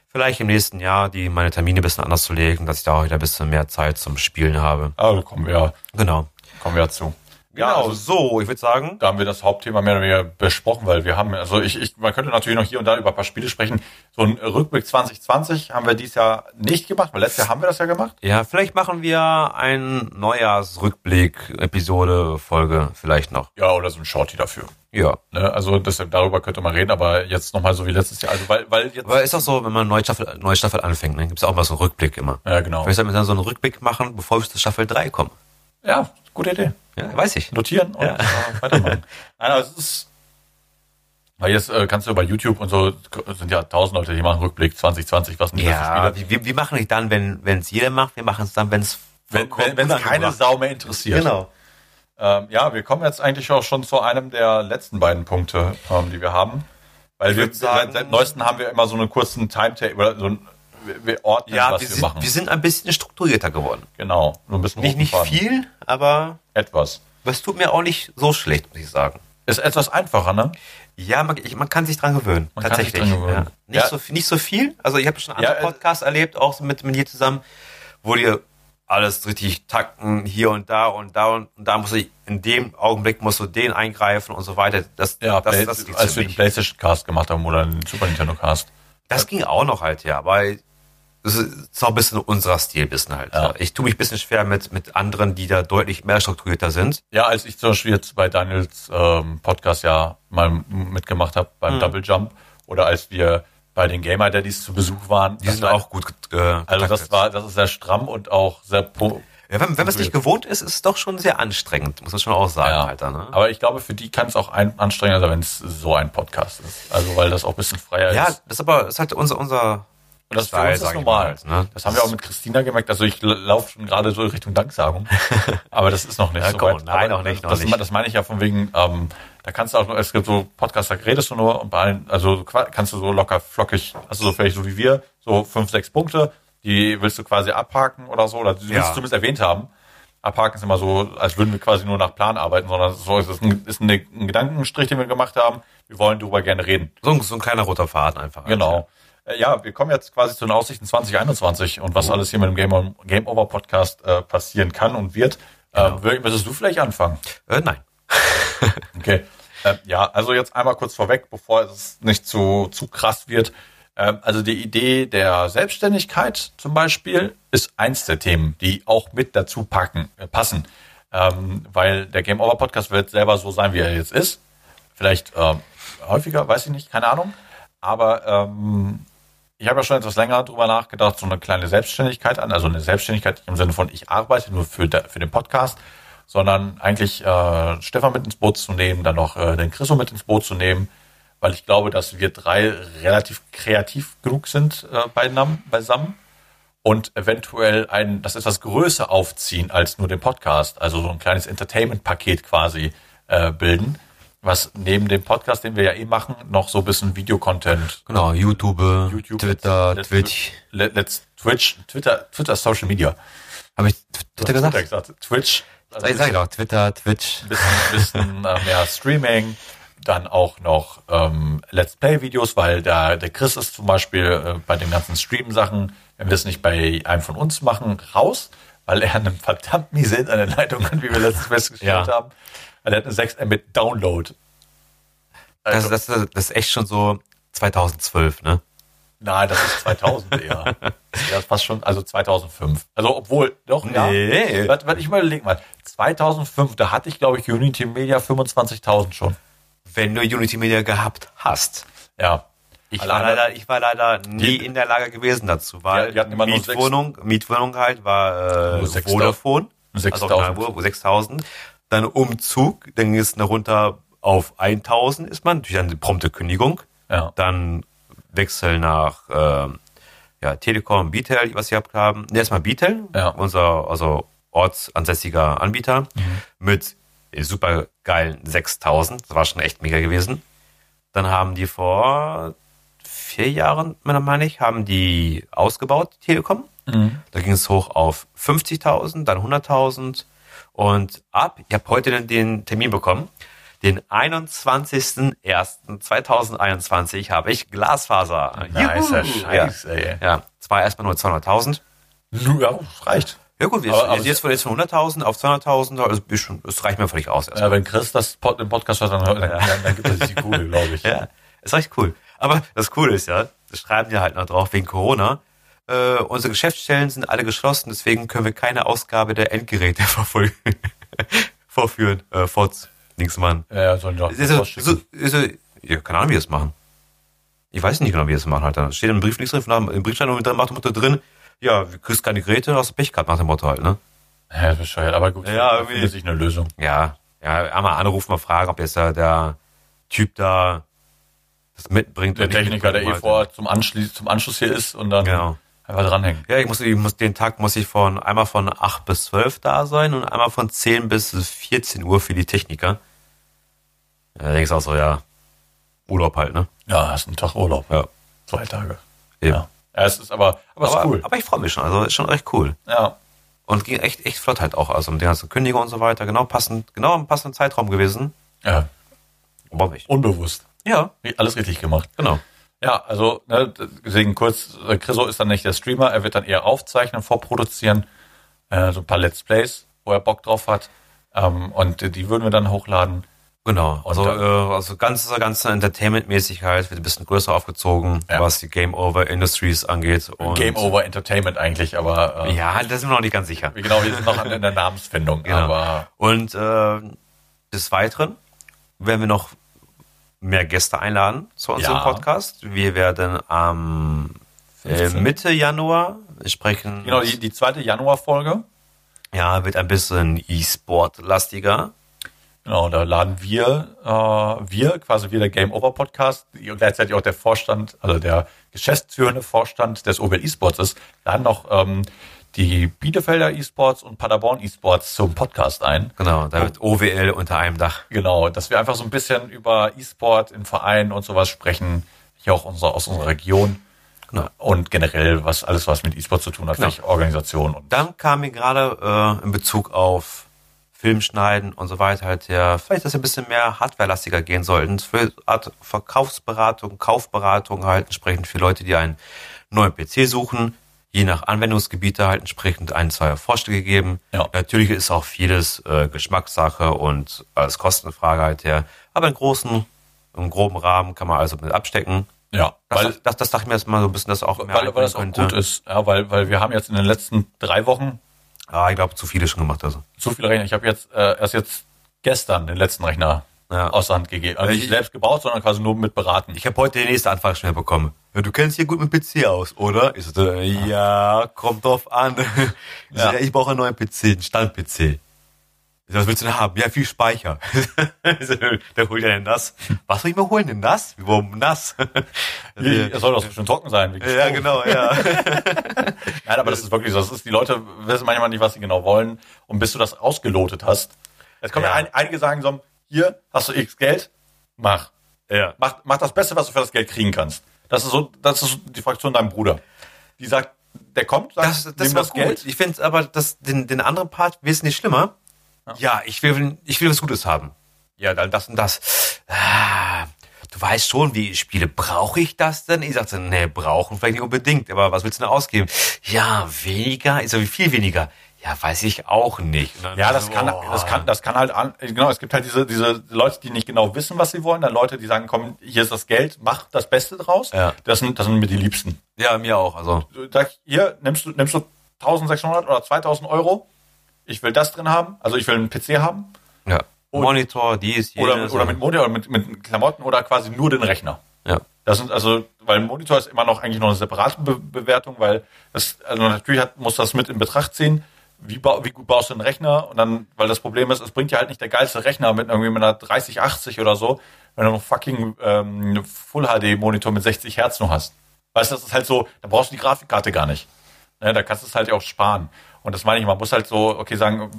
[SPEAKER 1] vielleicht im nächsten Jahr die meine Termine ein bisschen anders zu legen, dass ich da auch wieder ein bisschen mehr Zeit zum Spielen habe.
[SPEAKER 2] Aber da kommen wir,
[SPEAKER 1] Genau.
[SPEAKER 2] kommen wir zu.
[SPEAKER 1] Ja,
[SPEAKER 2] Genau.
[SPEAKER 1] also so, ich würde sagen.
[SPEAKER 2] da haben wir das Hauptthema mehr oder weniger besprochen, weil wir haben, also ich, ich, man könnte natürlich noch hier und da über ein paar Spiele sprechen. So ein Rückblick 2020 haben wir dieses Jahr nicht gemacht, weil letztes Jahr haben wir das ja gemacht.
[SPEAKER 1] Ja, vielleicht machen wir einen Neujahrsrückblick-Episode, Folge vielleicht noch.
[SPEAKER 2] Ja, oder so ein Shorty dafür.
[SPEAKER 1] Ja.
[SPEAKER 2] Ne? Also deshalb, darüber könnte man reden, aber jetzt nochmal so wie letztes Jahr. Also weil, weil jetzt.
[SPEAKER 1] Aber ist auch so, wenn man eine neue Staffel, neue Staffel anfängt, dann gibt's auch mal so einen Rückblick immer.
[SPEAKER 2] ja, genau.
[SPEAKER 1] Vielleicht sollten wir dann so einen Rückblick machen, bevor wir zu Staffel 3 kommen.
[SPEAKER 2] Ja, gute Idee.
[SPEAKER 1] Ja, weiß ich.
[SPEAKER 2] Notieren und
[SPEAKER 1] Ja.
[SPEAKER 2] äh, weitermachen. Nein, aber es ist. Weil jetzt äh, kannst du bei YouTube und so sind ja tausend Leute, die machen Rückblick 2020, was nicht
[SPEAKER 1] Ja, wir, wir machen nicht dann, wenn es jeder macht, wir machen es dann, wenn's
[SPEAKER 2] Wenn
[SPEAKER 1] vollkommen
[SPEAKER 2] es wenn, wenn's keine
[SPEAKER 1] unangebracht
[SPEAKER 2] Sau mehr interessiert.
[SPEAKER 1] ist. Genau.
[SPEAKER 2] Ähm, ja, wir kommen jetzt eigentlich auch schon zu einem der letzten beiden Punkte, ähm, die wir haben. Weil wir
[SPEAKER 1] würd sagen-
[SPEAKER 2] seit, seit neuesten haben wir immer so einen kurzen Timetable, oder so ein, wir, wir ordnen,
[SPEAKER 1] Ja,
[SPEAKER 2] was
[SPEAKER 1] wir
[SPEAKER 2] wir,
[SPEAKER 1] sind,
[SPEAKER 2] machen.
[SPEAKER 1] wir sind ein bisschen strukturierter geworden.
[SPEAKER 2] genau, so ein bisschen
[SPEAKER 1] Nicht, nicht
[SPEAKER 2] hochgefahren.
[SPEAKER 1] viel, aber
[SPEAKER 2] Etwas.
[SPEAKER 1] es tut mir auch nicht so schlecht, muss ich sagen.
[SPEAKER 2] Ist etwas einfacher, ne?
[SPEAKER 1] Ja, man, ich, man kann sich dran gewöhnen.
[SPEAKER 2] Man kann sich
[SPEAKER 1] tatsächlich.
[SPEAKER 2] dran gewöhnen.
[SPEAKER 1] Ja. Nicht,
[SPEAKER 2] Ja.
[SPEAKER 1] So, viel- nicht so viel. Also ich habe schon
[SPEAKER 2] Ja,
[SPEAKER 1] andere
[SPEAKER 2] äh,
[SPEAKER 1] Podcasts erlebt, auch so mit, mit dir zusammen, wo dir alles richtig takten, hier und da und da und, und da musst du in dem Augenblick musst du den eingreifen und so weiter. Das, das,
[SPEAKER 2] Play-
[SPEAKER 1] das, geht
[SPEAKER 2] als
[SPEAKER 1] so
[SPEAKER 2] wir den
[SPEAKER 1] nicht.
[SPEAKER 2] PlayStation Cast gemacht haben oder den Super Nintendo Cast.
[SPEAKER 1] das ging auch noch halt, ja, aber es ist auch ein bisschen unserer Stil, bisschen halt.
[SPEAKER 2] Ja.
[SPEAKER 1] Ja. Ich tue mich ein bisschen schwer mit, mit anderen, die da deutlich mehr strukturierter sind.
[SPEAKER 2] Ja, als ich zum Beispiel jetzt bei Daniels ähm, Podcast ja mal m- mitgemacht habe
[SPEAKER 1] Mhm.
[SPEAKER 2] beim Double Jump oder als wir bei den Gamer Daddies zu Besuch waren.
[SPEAKER 1] Die
[SPEAKER 2] das
[SPEAKER 1] sind
[SPEAKER 2] war-
[SPEAKER 1] auch gut äh,
[SPEAKER 2] Also das
[SPEAKER 1] getaktet.
[SPEAKER 2] war, das ist sehr stramm und auch sehr pro,
[SPEAKER 1] Ja, wenn wenn man es nicht gewohnt ist, ist es doch schon sehr anstrengend, muss man schon auch sagen,
[SPEAKER 2] Ja.
[SPEAKER 1] Alter. Ne?
[SPEAKER 2] Aber ich glaube, für die kann es auch ein, anstrengender sein, wenn es so ein Podcast ist. Also weil das auch ein bisschen freier
[SPEAKER 1] ja,
[SPEAKER 2] ist.
[SPEAKER 1] das ist aber ist halt unser, unser
[SPEAKER 2] Und das ist für
[SPEAKER 1] Style,
[SPEAKER 2] uns
[SPEAKER 1] sag
[SPEAKER 2] das
[SPEAKER 1] ich mal
[SPEAKER 2] normal.
[SPEAKER 1] halt, ne?
[SPEAKER 2] Das haben wir auch mit Christina gemerkt. Also ich la- laufe schon gerade so Richtung Danksagung. Aber das ist noch nicht
[SPEAKER 1] Ja,
[SPEAKER 2] so
[SPEAKER 1] komm,
[SPEAKER 2] weit.
[SPEAKER 1] nein, noch
[SPEAKER 2] Aber
[SPEAKER 1] nicht, noch
[SPEAKER 2] das,
[SPEAKER 1] nicht.
[SPEAKER 2] Das meine ich ja von wegen, ähm, da kannst du auch nur, es gibt so Podcasts, da redest du nur und bei allen, also qua- kannst du so locker flockig, also so vielleicht so wie wir, so fünf, sechs Punkte, die willst du quasi abhaken oder so, oder die willst
[SPEAKER 1] Ja.
[SPEAKER 2] du zumindest erwähnt haben. Abhaken ist immer so, als würden wir quasi nur nach Plan arbeiten, sondern so ist es ein, ist eine, ein Gedankenstrich, den wir gemacht haben. Wir wollen darüber gerne reden.
[SPEAKER 1] so ein, so ein kleiner roter Faden einfach.
[SPEAKER 2] Genau. Äh, Ja, wir kommen jetzt quasi zu den Aussichten 2021 und was alles hier mit dem Game, On- Game Over Podcast äh, passieren kann und wird. Ähm, wür- müsstest du vielleicht anfangen?
[SPEAKER 1] Äh, nein.
[SPEAKER 2] Okay. Äh, ja, also jetzt einmal kurz vorweg, bevor es nicht zu, zu krass wird. Ähm, also die Idee der Selbstständigkeit zum Beispiel ist eins der Themen, die auch mit dazu packen, äh, passen. Ähm, weil der Game Over Podcast wird selber so sein, wie er jetzt ist. Vielleicht ähm, häufiger, weiß ich nicht, keine Ahnung. Aber ähm, ich habe ja schon etwas länger drüber nachgedacht, so eine kleine Selbstständigkeit an, also eine Selbstständigkeit nicht im Sinne von ich arbeite nur für, da- für den Podcast, sondern eigentlich äh, Stefan mit ins Boot zu nehmen, dann noch äh, den Chriso mit ins Boot zu nehmen, weil ich glaube, dass wir drei relativ kreativ genug sind äh, beinam- beisammen und eventuell ein, das etwas größer aufziehen als nur den Podcast, also so ein kleines Entertainment-Paket quasi äh, bilden, was neben dem Podcast, den wir ja eh machen, noch so ein bisschen Videocontent
[SPEAKER 1] Genau, YouTube,
[SPEAKER 2] YouTube,
[SPEAKER 1] Twitter,
[SPEAKER 2] let's-
[SPEAKER 1] Twitch.
[SPEAKER 2] Let, let's Twitch, Twitter, Twitter, Social Media.
[SPEAKER 1] Habe ich Tw- Twitter gesagt?
[SPEAKER 2] Twitter gesagt. Twitch. Also
[SPEAKER 1] Sag ich, sag ich doch, Twitter, Twitch.
[SPEAKER 2] ein bisschen, bisschen äh, mehr Streaming, dann auch noch ähm, Let's Play-Videos, weil da der Chris ist zum Beispiel äh, bei den ganzen Stream-Sachen, wenn wir es nicht bei einem von uns machen, raus, weil er eine verdammt miese Internetleitung hat, wie wir letztens festgestellt
[SPEAKER 1] Ja.
[SPEAKER 2] haben. Er hat eine 6 Mbit Download.
[SPEAKER 1] Das, das, das ist echt schon so 2012, ne?
[SPEAKER 2] Nein, das ist 2000 eher. Das ist fast schon, also 2005. Also obwohl, doch,
[SPEAKER 1] Nee.
[SPEAKER 2] ja. Warte, warte, ich mal überleg mal. 2005, da hatte ich, glaube ich, Unity Media 25.000 schon.
[SPEAKER 1] Wenn du Unity Media gehabt hast.
[SPEAKER 2] Ja.
[SPEAKER 1] Ich
[SPEAKER 2] Alleine-
[SPEAKER 1] war, leider, ich war leider nie in der Lage gewesen dazu, weil
[SPEAKER 2] Die- die hatten immer nur sechs-
[SPEAKER 1] Mietwohnung, Mietwohnung halt war äh,
[SPEAKER 2] Nur sechstausend.
[SPEAKER 1] Vodafone,
[SPEAKER 2] Nur
[SPEAKER 1] also auch
[SPEAKER 2] sechstausend.
[SPEAKER 1] Freiburg, 6000, dann Umzug, dann ist eine runter auf 1000 ist man, natürlich dann die prompte Kündigung,
[SPEAKER 2] Ja.
[SPEAKER 1] dann Wechsel nach ähm, ja, Telekom, Bitel, was sie gehabt haben. Nee, Erstmal Bitel,
[SPEAKER 2] Ja.
[SPEAKER 1] unser also ortsansässiger Anbieter,
[SPEAKER 2] Mhm.
[SPEAKER 1] mit super geilen 6000. Das war schon echt mega gewesen. Dann haben die vor vier Jahren, meiner Meinung nach, haben die ausgebaut, die Telekom.
[SPEAKER 2] Mhm.
[SPEAKER 1] Da ging es hoch auf 50.000, dann 100.000 und ab. Ich habe heute den, den Termin bekommen. Den 21.01.2021 habe ich Glasfaser.
[SPEAKER 2] Nicer
[SPEAKER 1] Juhu!
[SPEAKER 2] Scheiß,
[SPEAKER 1] ja.
[SPEAKER 2] ey.
[SPEAKER 1] Ja, zwar erstmal nur 200.000.
[SPEAKER 2] Ja, reicht.
[SPEAKER 1] Ja gut, jetzt,
[SPEAKER 2] Aber- aber-
[SPEAKER 1] jetzt, von, jetzt von 100.000 auf 200.000, also ist schon- das reicht mir völlig aus. erstmal.
[SPEAKER 2] Ja, wenn Chris das Pod, den Podcast hört, dann, dann, dann, dann gibt es die Kugel, glaube ich.
[SPEAKER 1] Ja, ist echt cool. Aber das Coole ist ja, das schreiben die halt noch drauf wegen Corona. Äh, unsere Geschäftsstellen sind alle geschlossen, deswegen können wir keine Ausgabe der Endgeräte verfolgen, vorführen. Äh, Forts, links Mann.
[SPEAKER 2] Ja, sollen die doch
[SPEAKER 1] Ist ja,
[SPEAKER 2] was schicken.
[SPEAKER 1] so, ist ja, ja, keine Ahnung, wie wir das machen. Ich weiß nicht genau, wie wir das machen. Halt. Da steht im Brief nichts drin, von daher- im Brief stand nur mit dem Motto drin, ja, du kriegst keine Geräte, hast du Pech gehabt nach dem Motto halt, ne?
[SPEAKER 2] Ja, ist bescheuert, aber gut.
[SPEAKER 1] Ja,
[SPEAKER 2] da
[SPEAKER 1] irgendwie-
[SPEAKER 2] findet sich eine Lösung.
[SPEAKER 1] Ja, ja, einmal anrufen, mal fragen, ob jetzt da der Typ da das mitbringt.
[SPEAKER 2] Der
[SPEAKER 1] oder nicht
[SPEAKER 2] Techniker, der eh
[SPEAKER 1] mitbringt,
[SPEAKER 2] vor
[SPEAKER 1] halt.
[SPEAKER 2] Ort zum, Anschließ, zum Anschluss hier ist und dann
[SPEAKER 1] Genau.
[SPEAKER 2] einfach dranhängen.
[SPEAKER 1] Ja, ich muss, ich muss den Tag muss ich von einmal von 8 bis 12 da sein und einmal von 10 bis 14 Uhr für die Techniker. Ja, da denkst du auch so, ja, Urlaub halt, ne?
[SPEAKER 2] Ja, hast einen Tag Urlaub.
[SPEAKER 1] Ja.
[SPEAKER 2] Zwei Tage.
[SPEAKER 1] Eben.
[SPEAKER 2] Ja. ja es ist aber, aber, es
[SPEAKER 1] Aber,
[SPEAKER 2] ist cool.
[SPEAKER 1] aber ich freue mich schon, also ist schon echt cool.
[SPEAKER 2] ja.
[SPEAKER 1] Und ging echt, echt flott halt auch, also mit den ganzen Kündigungen und so weiter, genau passend, genau im passenden Zeitraum gewesen.
[SPEAKER 2] ja,
[SPEAKER 1] Warum nicht?
[SPEAKER 2] unbewusst.
[SPEAKER 1] Ja,
[SPEAKER 2] Alles richtig gemacht.
[SPEAKER 1] genau.
[SPEAKER 2] Ja, also ne, deswegen kurz, äh, Chriso ist dann nicht der Streamer, er wird dann eher aufzeichnen, vorproduzieren, äh, so ein paar Let's Plays, wo er Bock drauf hat. Ähm, und äh, die würden wir dann hochladen.
[SPEAKER 1] Genau, also,
[SPEAKER 2] dann-
[SPEAKER 1] äh, also ganze, ganze Entertainment-Mäßigkeit halt, wird ein bisschen größer aufgezogen,
[SPEAKER 2] Ja.
[SPEAKER 1] was die Game Over Industries angeht. Und
[SPEAKER 2] Game Over Entertainment eigentlich, aber äh,
[SPEAKER 1] Ja, da sind wir noch nicht ganz sicher.
[SPEAKER 2] genau, wir sind noch an, in der Namensfindung.
[SPEAKER 1] Genau.
[SPEAKER 2] Aber
[SPEAKER 1] Und äh, des Weiteren werden wir noch mehr Gäste einladen zu unserem
[SPEAKER 2] Ja.
[SPEAKER 1] Podcast. Wir werden am äh,
[SPEAKER 2] 15.
[SPEAKER 1] Mitte Januar sprechen. Genau,
[SPEAKER 2] genau, die, die zweite Januarfolge
[SPEAKER 1] ja, wird ein bisschen E-Sport-lastiger.
[SPEAKER 2] Genau, da laden wir, äh, wir, quasi wir der Game Over Podcast, und gleichzeitig auch der Vorstand, also der geschäftsführende Vorstand des OBL E-Sports ist, laden noch ähm, die Bielefelder E-Sports und Paderborn E-Sports zum Podcast ein.
[SPEAKER 1] Genau, da wird OWL unter einem Dach.
[SPEAKER 2] Genau, dass wir einfach so ein bisschen über E-Sport in Vereinen und sowas sprechen, hier auch unsere, aus unserer Region.
[SPEAKER 1] Genau.
[SPEAKER 2] Und generell, was alles, was mit E-Sport zu tun hat,
[SPEAKER 1] Genau.
[SPEAKER 2] welche Organisationen und
[SPEAKER 1] Dann kam mir gerade äh, in Bezug auf Filmschneiden und so weiter halt der, vielleicht, dass wir ein bisschen mehr hardwarelastiger gehen sollten. Für Art Verkaufsberatung, Kaufberatung halt entsprechend für Leute, die einen neuen PC suchen. Je nach Anwendungsgebiete halt entsprechend ein, zwei Vorschläge geben.
[SPEAKER 2] Ja.
[SPEAKER 1] Natürlich ist auch vieles äh, Geschmackssache und als Kostenfrage halt her. Aber im großen, im groben Rahmen kann man also mit abstecken.
[SPEAKER 2] ja,
[SPEAKER 1] Das,
[SPEAKER 2] weil,
[SPEAKER 1] das, das, dachte ich mir jetzt mal so ein bisschen, dass auch mehr
[SPEAKER 2] weil, weil das auch
[SPEAKER 1] einkommen
[SPEAKER 2] gut ist. Ja, weil, weil wir haben jetzt in den letzten drei Wochen
[SPEAKER 1] Ah, ich glaube, zu viele schon gemacht. Also.
[SPEAKER 2] so viele Rechner. Ich habe jetzt äh, erst jetzt gestern den letzten Rechner
[SPEAKER 1] Ja.
[SPEAKER 2] aus der Hand gegeben. Also nicht
[SPEAKER 1] Ich-
[SPEAKER 2] selbst gebaut, sondern quasi nur mit beraten.
[SPEAKER 1] Ich habe heute die nächste Anfrage schnell bekommen. Ja, du kennst hier gut mit PC aus, oder? Ich so, äh, ja, kommt drauf an. Ich, so,
[SPEAKER 2] Ja.
[SPEAKER 1] ja. ich brauche einen neuen PC, einen Stand-PC. Ich so, was willst du denn haben? Ja, viel Speicher. Ich so, Der holt ja denn das. Was soll ich mir holen denn das? Wir wollen das.
[SPEAKER 2] Es soll doch schon trocken sein. wegen
[SPEAKER 1] ja,
[SPEAKER 2] Strom.
[SPEAKER 1] genau, ja.
[SPEAKER 2] Nein, aber das ist wirklich so. Das ist, die Leute wissen manchmal nicht, was sie genau wollen. Und bis du das ausgelotet hast, es kommen ja,
[SPEAKER 1] Ja.
[SPEAKER 2] ein, einige sagen so, hier hast du X Geld, mach.
[SPEAKER 1] ja.
[SPEAKER 2] mach. Mach das Beste, was du für das Geld kriegen kannst. Das ist so, das ist die Fraktion deinem Bruder. Die sagt, der kommt, sagt,
[SPEAKER 1] Das, das
[SPEAKER 2] nimm
[SPEAKER 1] war gut. Ich finde aber das, den, den anderen Part wesentlich schlimmer. Ja, ich, will, ich will was Gutes haben. Ja, dann das und das. Ah, du weißt schon, wie ich spiele. Brauche ich das denn? Ich sagte, nee, brauchen vielleicht nicht unbedingt. Aber was willst du denn ausgeben? Ja, weniger. Ich so, wie viel weniger? Ja, weiß ich auch nicht. Und dann
[SPEAKER 2] Ja, das
[SPEAKER 1] so,
[SPEAKER 2] kann,
[SPEAKER 1] oh.
[SPEAKER 2] das kann, das kann halt an, genau, es gibt halt diese, diese Leute, die nicht genau wissen, was sie wollen, dann Leute, die sagen, komm, hier ist das Geld, mach das Beste draus.
[SPEAKER 1] Ja.
[SPEAKER 2] Das sind, das sind mir die Liebsten.
[SPEAKER 1] Ja, mir auch. Also,
[SPEAKER 2] Du sagst, hier, nimmst du, nimmst du 1600 oder 2000 Euro? Ich will das drin haben, also ich will einen PC haben.
[SPEAKER 1] ja. Monitor, dies, jenes.
[SPEAKER 2] Oder, mit- oder mit Monitor, oder mit, mit Klamotten oder quasi nur den Rechner.
[SPEAKER 1] ja.
[SPEAKER 2] Das sind also, weil ein Monitor ist immer noch eigentlich noch eine separate Be Bewertung, weil das, also natürlich hat, muss das mit in Betracht ziehen. Wie, bau- wie gut baust du einen Rechner? Und dann, weil das Problem ist, es bringt ja halt nicht der geilste Rechner mit irgendwie mit einer 3080 oder so, wenn du noch fucking ähm, Full HD Monitor mit 60 Hertz noch hast. Weißt du, das ist halt so, da brauchst du die Grafikkarte gar nicht. Ne, da kannst du es halt ja auch sparen. Und das meine ich, man muss halt so, okay, sagen,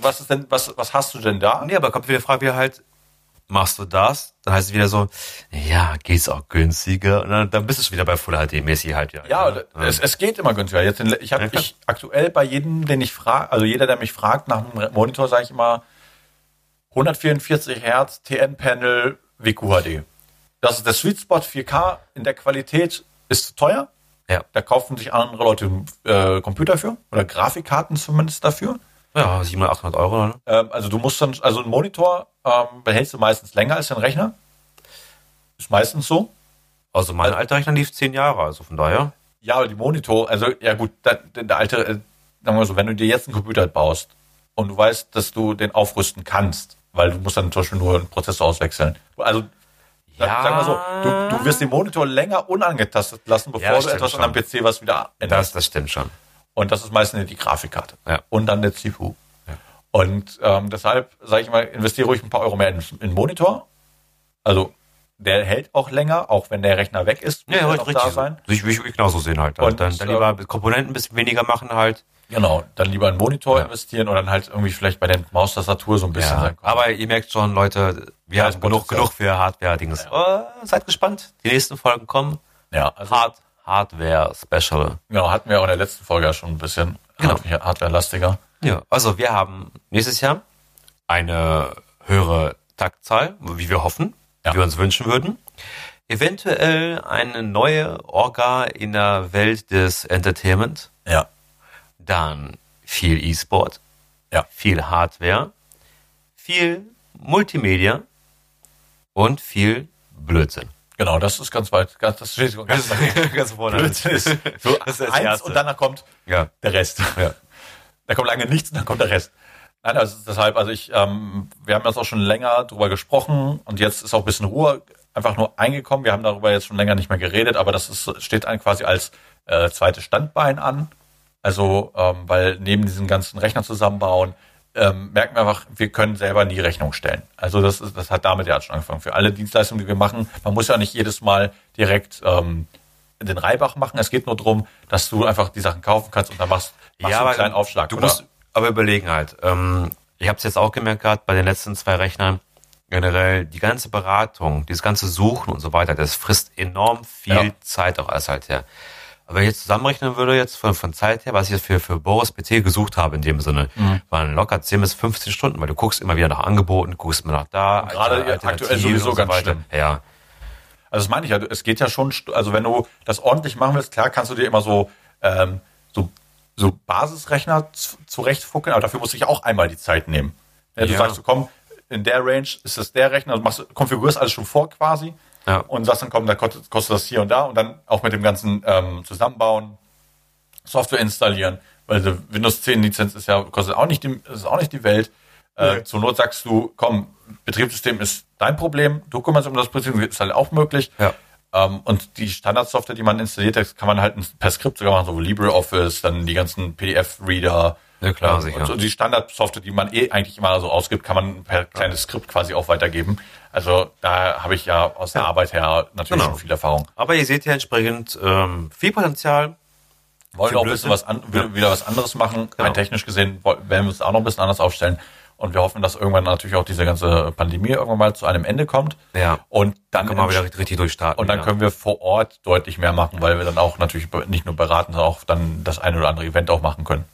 [SPEAKER 2] was ist denn, was, was hast du denn da?
[SPEAKER 1] Nee, aber kommt wieder die Frage wieder halt, machst du das? Dann heißt es wieder so, ja, geht's auch günstiger. Und dann, dann bist du schon wieder bei Full HD mäßig halt wieder.
[SPEAKER 2] Ja,
[SPEAKER 1] ne?
[SPEAKER 2] Es, es geht immer günstiger. Jetzt in, ich habe
[SPEAKER 1] Ja, klar.
[SPEAKER 2] ich aktuell bei jedem, den ich frage, also jeder, der mich fragt nach einem Monitor, sage ich immer 144 Hertz, TN-Panel, WQHD. Das ist der Sweet Spot 4K in der Qualität ist zu teuer.
[SPEAKER 1] ja.
[SPEAKER 2] Da kaufen sich andere Leute äh, Computer für oder Grafikkarten zumindest dafür.
[SPEAKER 1] ja, 700, 800 Euro. Ne?
[SPEAKER 2] Ähm, also du musst dann, also ein Monitor ähm, behältst du meistens länger als den Rechner. Ist meistens so.
[SPEAKER 1] Also
[SPEAKER 2] Äh,
[SPEAKER 1] mein alter Rechner lief 10 Jahre, also von daher.
[SPEAKER 2] Ja, aber die Monitor, also ja gut, da, der, der alte, äh, sagen wir mal so, wenn du dir jetzt einen Computer halt baust und du weißt, dass du den aufrüsten kannst, weil du musst dann zum Beispiel nur einen Prozessor auswechseln. Also sag-
[SPEAKER 1] Ja.
[SPEAKER 2] sagen wir so, du, du wirst den Monitor länger unangetastet lassen, bevor
[SPEAKER 1] Ja,
[SPEAKER 2] du
[SPEAKER 1] stimmt
[SPEAKER 2] etwas
[SPEAKER 1] schon.
[SPEAKER 2] an deinem PC was wieder änderst.
[SPEAKER 1] Das, das stimmt schon.
[SPEAKER 2] Und das ist meistens die Grafikkarte
[SPEAKER 1] Ja.
[SPEAKER 2] und dann der CPU. Und ähm, deshalb sage ich mal, investiere ruhig ein paar Euro mehr in, in den Monitor. Also der hält auch länger, auch wenn der Rechner weg ist, wird
[SPEAKER 1] Ja,
[SPEAKER 2] er
[SPEAKER 1] ja
[SPEAKER 2] noch
[SPEAKER 1] richtig.
[SPEAKER 2] da
[SPEAKER 1] so.
[SPEAKER 2] sein.
[SPEAKER 1] Ich, ich, ich genauso sehen halt. Und,
[SPEAKER 2] Und,
[SPEAKER 1] dann, dann
[SPEAKER 2] äh,
[SPEAKER 1] lieber Komponenten ein bisschen weniger machen halt.
[SPEAKER 2] Genau, dann lieber einen Monitor
[SPEAKER 1] Ja.
[SPEAKER 2] investieren oder dann halt irgendwie vielleicht bei der Maustastatur so ein bisschen.
[SPEAKER 1] Ja.
[SPEAKER 2] sein.
[SPEAKER 1] Aber ihr merkt schon, Leute, wir
[SPEAKER 2] halt Ja,
[SPEAKER 1] haben genug,
[SPEAKER 2] Potenzial.
[SPEAKER 1] genug für Hardware-Dings. Oh, seid gespannt. Die nächsten Folgen kommen.
[SPEAKER 2] ja also,
[SPEAKER 1] Hard, Hardware-Special.
[SPEAKER 2] genau, hatten wir auch in der letzten Folge ja schon ein bisschen
[SPEAKER 1] Genau.
[SPEAKER 2] Hardware- hardware-lastiger.
[SPEAKER 1] Ja, also wir haben nächtes Jahr eine höhere Taktzahl, wie wir hoffen,
[SPEAKER 2] Ja.
[SPEAKER 1] wie wir uns wünschen würden. Eventuell eine neue Orga in der Welt des Entertainment,
[SPEAKER 2] Ja,
[SPEAKER 1] dann viel E-Sport,
[SPEAKER 2] Ja.
[SPEAKER 1] viel Hardware, viel Multimedia und viel Blödsinn.
[SPEAKER 2] genau, das ist ganz weit. Ganz, das steht ganz
[SPEAKER 1] ganz vorne.
[SPEAKER 2] Blödsinn ist so
[SPEAKER 1] Das ist das
[SPEAKER 2] eins
[SPEAKER 1] Erste.
[SPEAKER 2] und danach kommt
[SPEAKER 1] Ja.
[SPEAKER 2] der Rest. Da kommt lange nichts und dann kommt der Rest. Nein, also deshalb, also ich, ähm, wir haben jetzt auch schon länger drüber gesprochen und jetzt ist auch ein bisschen Ruhe einfach nur eingekommen. Wir haben darüber jetzt schon länger nicht mehr geredet, aber das ist, steht einem quasi als äh, zweites Standbein an. Also, ähm, weil neben diesem ganzen Rechner zusammenbauen, ähm, merken wir einfach, wir können selber nie Rechnung stellen. Also das, ist, das hat damit ja schon angefangen. Für alle Dienstleistungen, die wir machen, man muss ja nicht jedes Mal direkt ähm, den Reibach machen. Es geht nur darum, dass du einfach die Sachen kaufen kannst und dann machst, machst du einen kleinen Aufschlag.
[SPEAKER 1] Du
[SPEAKER 2] oder?
[SPEAKER 1] musst aber überlegen halt. Ähm, ich habe es jetzt auch gemerkt gerade bei den letzten zwei Rechnern generell die ganze Beratung, dieses ganze Suchen und so weiter, das frisst enorm viel
[SPEAKER 2] Ja.
[SPEAKER 1] Zeit auch alles halt her. Aber wenn ich jetzt zusammenrechnen würde jetzt von, von Zeit her, was ich jetzt für, für Boris PC gesucht habe in dem Sinne,
[SPEAKER 2] Mhm.
[SPEAKER 1] waren locker 10 bis 15 Stunden, weil du guckst immer wieder nach Angeboten, guckst immer nach da.
[SPEAKER 2] gerade
[SPEAKER 1] Alter-
[SPEAKER 2] aktuell
[SPEAKER 1] Alternativen
[SPEAKER 2] sowieso
[SPEAKER 1] und
[SPEAKER 2] ganz
[SPEAKER 1] weiter.
[SPEAKER 2] schlimm.
[SPEAKER 1] Ja.
[SPEAKER 2] Also das meine ich ja, es geht ja schon, st- also wenn du das ordentlich machen willst, klar kannst du dir immer so, ähm, so, so Basisrechner z- zurechtfuckeln, aber dafür musst du dich auch einmal die Zeit nehmen. Ja, du
[SPEAKER 1] Ja.
[SPEAKER 2] sagst, so, komm, in der Range ist das der Rechner, du machst, konfigurierst alles schon vor quasi
[SPEAKER 1] Ja.
[SPEAKER 2] und sagst dann, komm, da kostet, kostet das hier und da und dann auch mit dem ganzen ähm, Zusammenbauen, Software installieren, weil die Windows 10 Lizenz ist ja, kostet auch nicht die, ist auch nicht die Welt. Äh, Zur Not sagst du, komm, Betriebssystem ist dein Problem, du kümmerst dich um das Betriebssystem, ist halt auch möglich.
[SPEAKER 1] Ja.
[SPEAKER 2] Ähm, und die Standardsoftware, die man installiert hat, kann man halt per Skript sogar machen, so LibreOffice, dann die ganzen PDF-Reader.
[SPEAKER 1] Ja, klar,
[SPEAKER 2] Ähm,
[SPEAKER 1] sicher.
[SPEAKER 2] Und so die Standardsoftware, die man eh eigentlich immer so ausgibt, kann man per kleines Skript quasi auch weitergeben. Also da habe ich ja aus der Arbeit her natürlich
[SPEAKER 1] Genau.
[SPEAKER 2] schon viel Erfahrung.
[SPEAKER 1] Aber ihr seht ja entsprechend ähm, viel Potenzial.
[SPEAKER 2] wollen
[SPEAKER 1] Für
[SPEAKER 2] auch ein
[SPEAKER 1] Blödsinn?
[SPEAKER 2] bisschen was an, will- wieder was anderes machen. Rein technisch gesehen woll- werden wir uns auch noch ein bisschen anders aufstellen. Und wir hoffen, dass irgendwann natürlich auch diese ganze Pandemie irgendwann mal zu einem Ende kommt.
[SPEAKER 1] Ja.
[SPEAKER 2] Und dann,
[SPEAKER 1] Kann man wieder richtig, richtig durchstarten.
[SPEAKER 2] und dann
[SPEAKER 1] ja.
[SPEAKER 2] können wir vor Ort deutlich mehr machen, weil wir dann auch natürlich be- nicht nur beraten, sondern auch dann das eine oder andere Event auch machen können.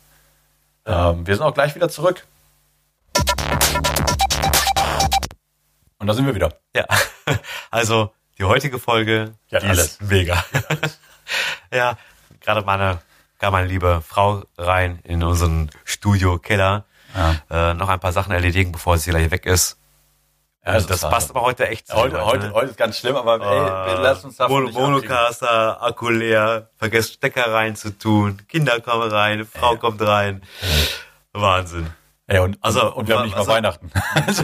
[SPEAKER 2] Ähm, wir sind auch gleich wieder zurück. Und da sind wir wieder.
[SPEAKER 1] Ja, also die heutige Folge,
[SPEAKER 2] Die hat
[SPEAKER 1] die ist
[SPEAKER 2] alles.
[SPEAKER 1] mega. ja, gerade meine, gerade meine liebe Frau rein in unseren Studio-Keller. Äh, noch ein paar Sachen erledigen, bevor sie gleich weg ist. Äh,
[SPEAKER 2] Ja,
[SPEAKER 1] das
[SPEAKER 2] Also das ist
[SPEAKER 1] passt aber heute echt. ne?
[SPEAKER 2] Heute, heute, heute ist ganz schlimm, aber ey, wir lassen uns davon
[SPEAKER 1] Ah. Mono
[SPEAKER 2] nicht abkriegen.
[SPEAKER 1] Monocaster, Akku leer, vergesst Stecker rein zu tun, Kinder kommen rein, Frau kommt rein. Wahnsinn.
[SPEAKER 2] Ey, und,
[SPEAKER 1] Also,
[SPEAKER 2] also, und wir haben nicht mal
[SPEAKER 1] also-
[SPEAKER 2] Weihnachten.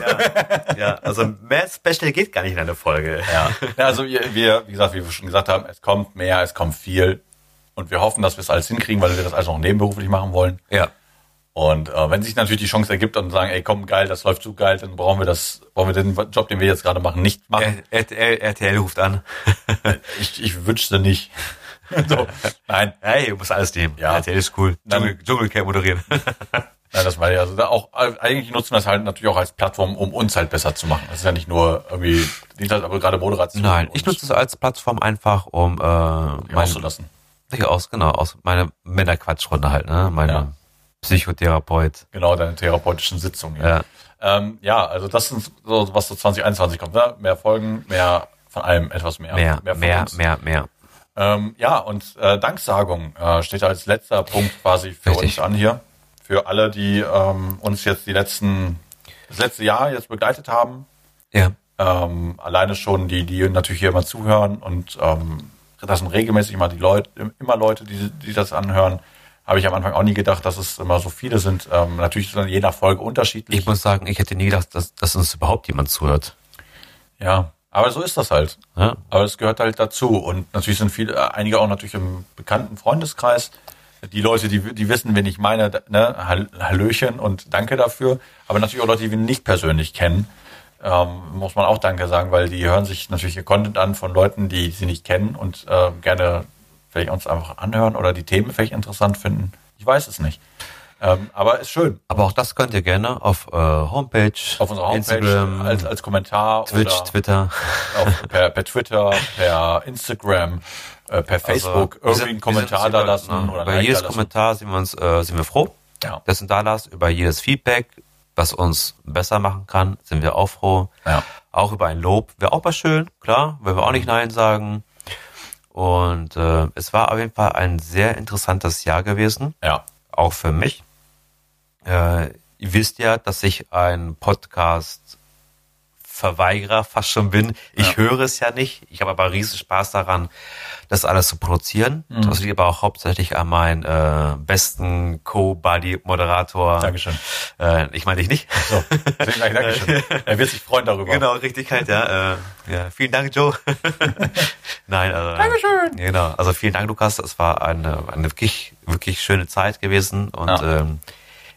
[SPEAKER 1] Ja, ja, also mehr Special geht gar nicht in einer Folge.
[SPEAKER 2] Ja. ja, also wir, wir, wie gesagt, wie wir schon gesagt haben, es kommt mehr, es kommt viel. Und wir hoffen, dass wir es alles hinkriegen, weil wir das alles noch nebenberuflich machen wollen.
[SPEAKER 1] ja.
[SPEAKER 2] Und äh, wenn sich natürlich die Chance ergibt und sagen, ey komm, geil, das läuft so geil, dann brauchen wir das, brauchen wir den Job, den wir jetzt gerade machen, nicht machen.
[SPEAKER 1] R- RTL, RTL ruft an.
[SPEAKER 2] Ich, ich wünschte nicht. so. Nein,
[SPEAKER 1] Hey, du musst alles nehmen.
[SPEAKER 2] Ja.
[SPEAKER 1] RTL ist cool.
[SPEAKER 2] Dann-
[SPEAKER 1] Dschungel, Dschungelcamp moderieren.
[SPEAKER 2] nein, das war ja also da auch, eigentlich nutzen wir es halt natürlich auch als Plattform, um uns halt besser zu machen. Das ist ja nicht nur irgendwie Dienstag, aber gerade Moderation.
[SPEAKER 1] Nein,
[SPEAKER 2] und
[SPEAKER 1] ich nutze es als Plattform einfach, um äh, meine,
[SPEAKER 2] auszulassen.
[SPEAKER 1] ja, aus, genau, aus meine Männerquatschrunde halt, ne? Meine
[SPEAKER 2] Ja.
[SPEAKER 1] Psychotherapeut.
[SPEAKER 2] Genau, deine therapeutischen Sitzungen.
[SPEAKER 1] Ja.
[SPEAKER 2] Ähm, ja, also das ist so, was so 2021 kommt. Ne? Mehr Folgen, mehr von allem etwas mehr.
[SPEAKER 1] Mehr, mehr,
[SPEAKER 2] von
[SPEAKER 1] mehr,
[SPEAKER 2] uns.
[SPEAKER 1] mehr,
[SPEAKER 2] Ähm, ja, und äh, Danksagung äh, steht als letzter Punkt quasi für
[SPEAKER 1] Richtig.
[SPEAKER 2] uns an hier. Für alle, die ähm, uns jetzt die letzten, das letzte Jahr jetzt begleitet haben.
[SPEAKER 1] Ja.
[SPEAKER 2] Ähm, alleine schon die, die natürlich hier immer zuhören und ähm, das sind regelmäßig immer die Leute, immer Leute, die, die das anhören. Habe ich am Anfang auch nie gedacht, dass es immer so viele sind. Ähm, natürlich ist dann je nach Folge unterschiedlich.
[SPEAKER 1] Ich muss sagen, ich hätte nie gedacht, dass, dass uns überhaupt jemand zuhört. ne?
[SPEAKER 2] Ja, aber so ist das halt.
[SPEAKER 1] Ja.
[SPEAKER 2] Aber es gehört halt dazu. Und natürlich sind viele, äh, einige auch natürlich im bekannten Freundeskreis. Die Leute, die, die wissen, wen ich meine, da- ne, Hall- Hallöchen und danke dafür. Aber natürlich auch Leute, die wir nicht persönlich kennen, ähm, muss man auch Danke sagen, weil die hören sich natürlich ihr Content an von Leuten, die sie nicht kennen und äh, gerne vielleicht uns einfach anhören oder die Themen vielleicht interessant finden. Ich weiß es nicht. Ähm, aber ist schön.
[SPEAKER 1] Aber auch das könnt ihr gerne auf äh, Homepage,
[SPEAKER 2] Auf unserer Homepage,
[SPEAKER 1] Instagram,
[SPEAKER 2] als, als Kommentar.
[SPEAKER 1] Twitch,
[SPEAKER 2] oder
[SPEAKER 1] Twitter.
[SPEAKER 2] auf, per, per Twitter, per Instagram, äh, per Facebook
[SPEAKER 1] Also, wir
[SPEAKER 2] irgendwie
[SPEAKER 1] sind-
[SPEAKER 2] einen
[SPEAKER 1] wir
[SPEAKER 2] Kommentar
[SPEAKER 1] sind
[SPEAKER 2] da
[SPEAKER 1] über-
[SPEAKER 2] lassen
[SPEAKER 1] ne,
[SPEAKER 2] oder ein
[SPEAKER 1] Über
[SPEAKER 2] Like
[SPEAKER 1] jedes
[SPEAKER 2] da lassen.
[SPEAKER 1] Kommentar sind wir, uns, äh, sind wir froh.
[SPEAKER 2] Ja.
[SPEAKER 1] Das sind da lasst. Über jedes Feedback, was uns besser machen kann, sind wir auch froh.
[SPEAKER 2] Ja. Mhm.
[SPEAKER 1] Auch über ein Lob wäre auch mal schön, klar, wenn wir auch nicht Nein sagen. Und äh, es war auf jeden Fall ein sehr interessantes Jahr gewesen,
[SPEAKER 2] Ja,
[SPEAKER 1] auch für mich. Äh, ihr wisst ja, dass ich einen Podcast Verweigerer fast schon bin. Ich höre es ja nicht. Ich habe aber riesen Spaß daran, das alles zu produzieren.
[SPEAKER 2] Mhm.
[SPEAKER 1] Das liegt aber auch hauptsächlich an meinem äh, besten Co-Buddy-Moderator.
[SPEAKER 2] Dankeschön.
[SPEAKER 1] Äh, ich meine dich nicht.
[SPEAKER 2] So, deswegen sag ich Dankeschön. Er wird sich freuen darüber.
[SPEAKER 1] Genau, richtig halt, ja. Äh, ja. Vielen Dank, Joe. Nein, also,
[SPEAKER 2] Dankeschön.
[SPEAKER 1] Genau, also vielen Dank, Lukas. Es war eine, eine wirklich, wirklich schöne Zeit gewesen und
[SPEAKER 2] Ja.
[SPEAKER 1] ähm,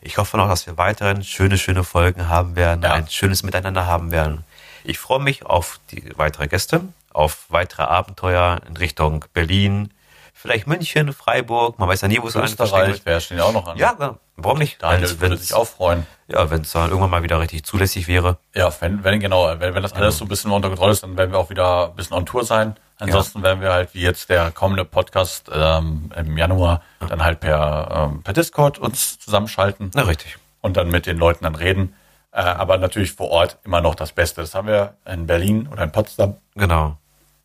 [SPEAKER 1] ich hoffe noch, dass wir weiterhin schöne, schöne Folgen haben werden,
[SPEAKER 2] Ja.
[SPEAKER 1] ein schönes Miteinander haben werden. Ich freue mich auf die weitere Gäste, auf weitere Abenteuer in Richtung Berlin, vielleicht München, Freiburg, man weiß ja nie, wo es einen
[SPEAKER 2] Österreich, wer stehen ja auch noch an?
[SPEAKER 1] Ja, ja, warum nicht?
[SPEAKER 2] Daniel würde
[SPEAKER 1] Wenn's-
[SPEAKER 2] sich auch freuen.
[SPEAKER 1] Ja, wenn es dann irgendwann mal wieder richtig zulässig wäre.
[SPEAKER 2] Ja, wenn, wenn genau, wenn, wenn das alles so ein bisschen unter Kontrolle ist, dann werden wir auch wieder ein bisschen on Tour sein. Ansonsten werden wir halt, wie jetzt der kommende Podcast ähm, im Januar, dann halt per, ähm, per Discord uns zusammenschalten
[SPEAKER 1] Na, richtig.
[SPEAKER 2] und dann mit den Leuten dann reden. Äh, aber natürlich vor Ort immer noch das Beste. Das haben wir in Berlin oder in Potsdam
[SPEAKER 1] Genau.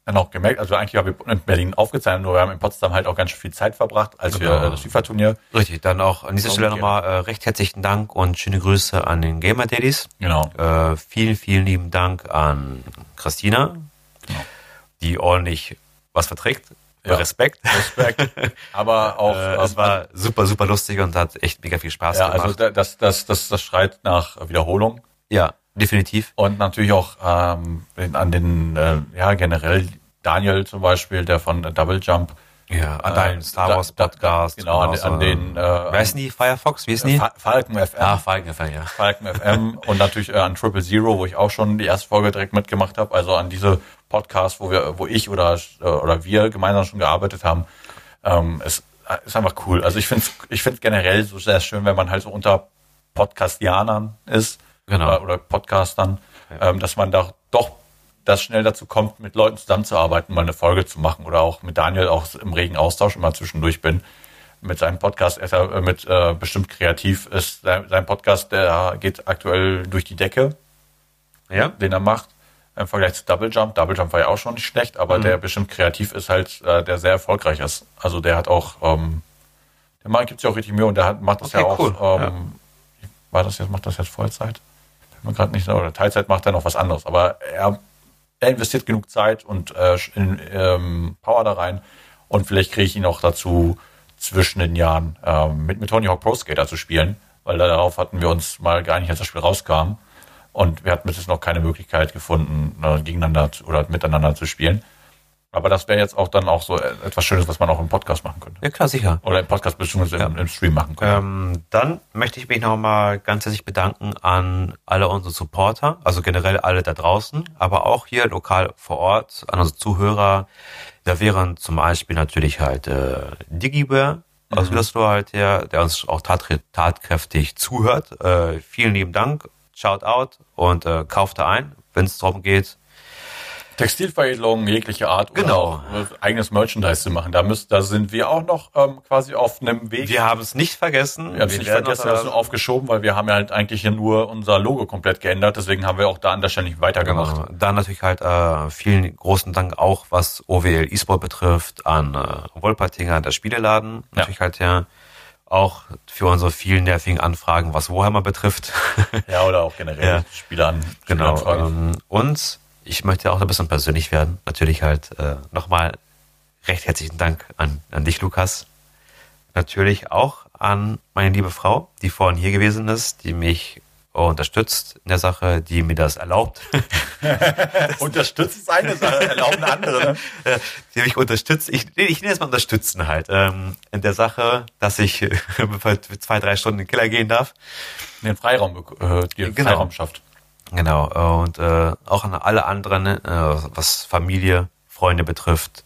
[SPEAKER 2] dann auch gemerkt. Also eigentlich haben wir in Berlin aufgezeichnet, nur wir haben in Potsdam halt auch ganz schön viel Zeit verbracht, als wir
[SPEAKER 1] Genau.
[SPEAKER 2] äh, das FIFA-Turnier.
[SPEAKER 1] Richtig, dann auch an dieser
[SPEAKER 2] Komm,
[SPEAKER 1] Stelle
[SPEAKER 2] Gerrit.
[SPEAKER 1] nochmal äh, recht herzlichen Dank und schöne Grüße an den Gamer Daddies.
[SPEAKER 2] Genau.
[SPEAKER 1] Äh, vielen, vielen lieben Dank an Christina, die ordentlich was verträgt.
[SPEAKER 2] Genau. Ja.
[SPEAKER 1] Respekt.
[SPEAKER 2] Respekt. Aber auch
[SPEAKER 1] Äh, es
[SPEAKER 2] ähm,
[SPEAKER 1] war super, super lustig und hat echt mega viel Spaß
[SPEAKER 2] ja,
[SPEAKER 1] gemacht.
[SPEAKER 2] also da- das, das, das, das schreit nach Wiederholung.
[SPEAKER 1] ja, definitiv.
[SPEAKER 2] Und natürlich auch ähm, den- an den, äh, ja, generell Daniel zum Beispiel, der von Double Jump.
[SPEAKER 1] Ja, an
[SPEAKER 2] äh,
[SPEAKER 1] deinem Star
[SPEAKER 2] da-
[SPEAKER 1] Wars
[SPEAKER 2] da-
[SPEAKER 1] Podcast.
[SPEAKER 2] Genau, an,
[SPEAKER 1] genauso.
[SPEAKER 2] an den
[SPEAKER 1] Wer
[SPEAKER 2] äh,
[SPEAKER 1] ist denn die? Firefox? Wie ist denn die?
[SPEAKER 2] Fa- Falken FM.
[SPEAKER 1] ah, Feigenfell, ja.
[SPEAKER 2] Falken FM und natürlich äh, an Triple Zero, wo ich auch schon die erste Folge direkt mitgemacht habe. Also an diese Podcasts, wo wir, wo ich oder, äh, oder wir gemeinsam schon gearbeitet haben. Ähm, es äh, ist einfach cool. Also ich finde es ich find's generell so sehr schön, wenn man halt so unter Podcastianern ist
[SPEAKER 1] Genau.
[SPEAKER 2] äh, oder Podcastern, ähm, dass man da doch das schnell dazu kommt, mit Leuten zusammenzuarbeiten, mal eine Folge zu machen oder auch mit Daniel auch im regen Austausch immer zwischendurch bin mit seinem Podcast, er ist ja äh, mit äh, bestimmt kreativ ist sein, sein Podcast, der geht aktuell durch die Decke,
[SPEAKER 1] Ja?
[SPEAKER 2] den er macht. Im Vergleich zu Double Jump. Double Jump war ja auch schon nicht schlecht, aber der bestimmt kreativ ist halt, äh, der sehr erfolgreich ist. Also der hat auch, ähm, der Mann gibt sich auch richtig Mühe und der hat, macht das
[SPEAKER 1] Okay,
[SPEAKER 2] ja auch,
[SPEAKER 1] cool.
[SPEAKER 2] ähm, war das jetzt, macht das jetzt Vollzeit? Bin mir gerade nicht so, oder Teilzeit macht er noch was anderes, aber er, er investiert genug Zeit und äh, in, ähm, Power da rein und vielleicht kriege ich ihn auch dazu, zwischen den Jahren ähm, mit, mit Tony Hawk Pro Skater zu spielen, weil darauf hatten wir uns mal geeinigt, als das Spiel rauskam. Und wir hatten bis jetzt noch keine Möglichkeit gefunden, äh, gegeneinander zu, oder miteinander zu spielen. Aber das wäre jetzt auch dann auch so äh, etwas Schönes, was man auch im Podcast machen könnte.
[SPEAKER 1] Ja, klar, sicher.
[SPEAKER 2] Oder im Podcast beziehungsweise im, im Stream machen könnte.
[SPEAKER 1] Ähm, dann möchte ich mich nochmal ganz herzlich bedanken an alle unsere Supporter, also generell alle da draußen, aber auch hier lokal vor Ort, an unsere Zuhörer. Da wären zum Beispiel natürlich halt äh, Digiware aus
[SPEAKER 2] Mhm.
[SPEAKER 1] Gütersloh halt her, der uns auch tatkr- tatkräftig zuhört. Äh, vielen lieben Dank, shout out und äh, kauft da ein, wenn es darum geht.
[SPEAKER 2] Textilveredelungen jeglicher Art
[SPEAKER 1] Genau.
[SPEAKER 2] oder auch eigenes Merchandise zu machen. Da, müsst, da sind wir auch noch ähm, quasi auf einem Weg. Also
[SPEAKER 1] Wir haben es nicht vergessen.
[SPEAKER 2] Wir haben es nicht
[SPEAKER 1] werden
[SPEAKER 2] vergessen,
[SPEAKER 1] noch-
[SPEAKER 2] wir haben es nur aufgeschoben, weil wir haben ja halt eigentlich hier nur unser Logo komplett geändert. Deswegen haben wir auch da an der Stelle nicht weitergemacht.
[SPEAKER 1] Genau. Dann natürlich halt äh, vielen großen Dank auch, was OWL E-Sport betrifft, an äh, Wolpertinger, der Spieleladen. Natürlich halt ja auch für unsere vielen nervigen Anfragen, was Warhammer betrifft.
[SPEAKER 2] Ja, oder auch generell
[SPEAKER 1] Ja.
[SPEAKER 2] Spieler an.
[SPEAKER 1] genau.
[SPEAKER 2] Spielanfragen.
[SPEAKER 1] Ähm, und ich möchte auch ein bisschen persönlich werden. Natürlich halt äh, nochmal recht herzlichen Dank an, an dich, Lukas. Natürlich auch an meine liebe Frau, die vorhin hier gewesen ist, die mich unterstützt in der Sache, die mir das erlaubt,
[SPEAKER 2] ähm. Unterstützt ist eine Sache, erlauben andere. Ne?
[SPEAKER 1] Äh, die mich unterstützt. Ich, nee, ich nenne es mal unterstützen halt. Ähm, in der Sache, dass ich äh, für zwei, drei Stunden in den Keller gehen darf.
[SPEAKER 2] Den Freiraum, bek- äh, den
[SPEAKER 1] Genau.
[SPEAKER 2] Freiraum schafft.
[SPEAKER 1] Genau. äh, Und äh, auch an alle anderen, äh, was Familie, Freunde betrifft.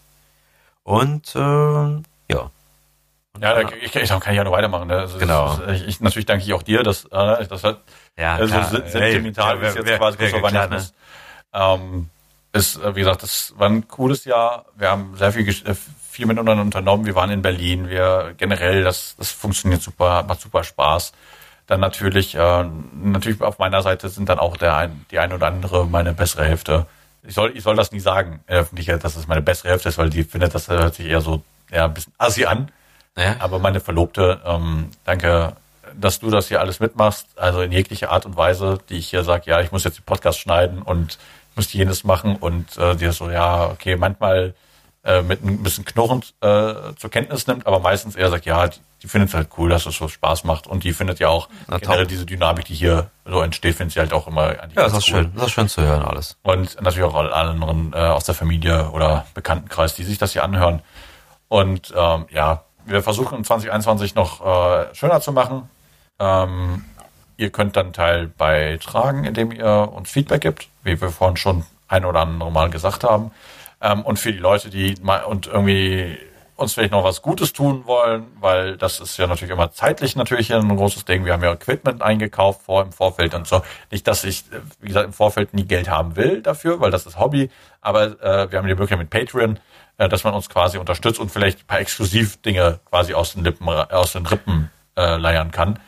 [SPEAKER 1] Und äh, ja.
[SPEAKER 2] Ja, da, ich, ich, da kann ich ja noch weitermachen. Ne? Also,
[SPEAKER 1] Genau.
[SPEAKER 2] Das, ist- ich, ich, natürlich danke ich auch dir, dass äh, das hat,
[SPEAKER 1] Ja,
[SPEAKER 2] also
[SPEAKER 1] klar.
[SPEAKER 2] sen-
[SPEAKER 1] Ey,
[SPEAKER 2] sentimental
[SPEAKER 1] klar,
[SPEAKER 2] ist
[SPEAKER 1] wer-
[SPEAKER 2] jetzt
[SPEAKER 1] wer-
[SPEAKER 2] quasi
[SPEAKER 1] wer- ne?
[SPEAKER 2] kurz vor
[SPEAKER 1] klar,
[SPEAKER 2] Weihnachten. ist. Ähm, ist, äh, wie gesagt, das war ein cooles Jahr. Wir haben sehr viel, gesch- äh, viel miteinander unternommen. Wir waren in Berlin. Wir generell, das, das funktioniert super, macht super Spaß. Dann natürlich, äh, natürlich auf meiner Seite sind dann auch der ein, die ein oder andere meine bessere Hälfte. Ich soll, ich soll das nie sagen, in der Öffentlichkeit, dass es meine bessere Hälfte ist, weil die findet, das äh, hört sich eher so, ja, ein bisschen assi an.
[SPEAKER 1] Ja.
[SPEAKER 2] Aber meine Verlobte, ähm, danke, dass du das hier alles mitmachst, also in jeglicher Art und Weise, die ich hier sage, ja, ich muss jetzt den Podcast schneiden und muss jenes machen und äh, dir so, ja, okay, manchmal äh, mit ein bisschen knurrend äh, zur Kenntnis nimmt, aber meistens eher sagt, ja, die, die findet es halt cool, dass es so Spaß macht und die findet ja auch
[SPEAKER 1] Na,
[SPEAKER 2] generell
[SPEAKER 1] top.
[SPEAKER 2] diese Dynamik, die hier so entsteht, findet sie halt auch immer eigentlich
[SPEAKER 1] Ja, das
[SPEAKER 2] ganz
[SPEAKER 1] ist schön. Das ist schön zu hören alles.
[SPEAKER 2] und natürlich auch alle anderen äh, aus der Familie oder Bekanntenkreis, die sich das hier anhören. Und ähm, ja, wir versuchen 2021 noch äh, schöner zu machen. Ähm, ihr könnt dann Teil beitragen, indem ihr uns Feedback gibt, wie wir vorhin schon ein oder andere Mal gesagt haben. Ähm, und für die Leute, die mal und irgendwie uns vielleicht noch was Gutes tun wollen, weil das ist ja natürlich immer zeitlich natürlich ein großes Ding. Wir haben ja Equipment eingekauft vor im Vorfeld und so. Nicht, dass ich, äh, wie gesagt, im Vorfeld nie Geld haben will dafür, weil das ist Hobby, aber äh, wir haben die Möglichkeit mit Patreon, äh, dass man uns quasi unterstützt und vielleicht ein paar Exklusivdinge quasi aus den Lippen, aus den Rippen äh, leiern kann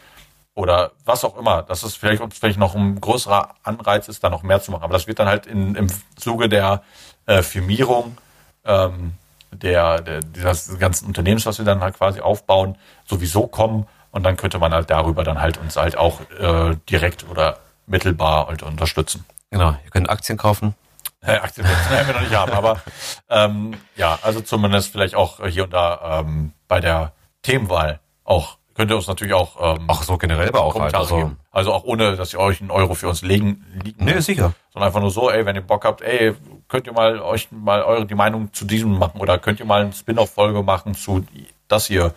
[SPEAKER 2] oder was auch immer. Das ist vielleicht, ob es vielleicht noch ein größerer Anreiz ist, da noch mehr zu machen. Aber das wird dann halt in, im Zuge der äh, Firmierung ähm, der, der dieses ganzen Unternehmens, was wir dann halt quasi aufbauen, sowieso kommen. Und dann könnte man halt darüber dann halt uns halt auch äh, direkt oder mittelbar halt unterstützen.
[SPEAKER 1] Genau, ihr könnt Aktien kaufen.
[SPEAKER 2] Äh, Aktien werden wir noch nicht haben, aber ähm, ja, also zumindest vielleicht auch hier und da ähm, bei der Themenwahl auch. Könnt ihr uns natürlich auch ähm,
[SPEAKER 1] Auch so generell aber auch halt.
[SPEAKER 2] Kommentare
[SPEAKER 1] Also, Mhm.
[SPEAKER 2] geben. Also auch ohne, dass ihr euch einen Euro für uns legen, liegen
[SPEAKER 1] nee,
[SPEAKER 2] lasst,
[SPEAKER 1] sicher.
[SPEAKER 2] sondern einfach nur so, ey, wenn ihr Bock habt, ey, könnt ihr mal euch mal eure die Meinung zu diesem machen oder könnt ihr mal eine Spin-off-Folge machen zu das hier.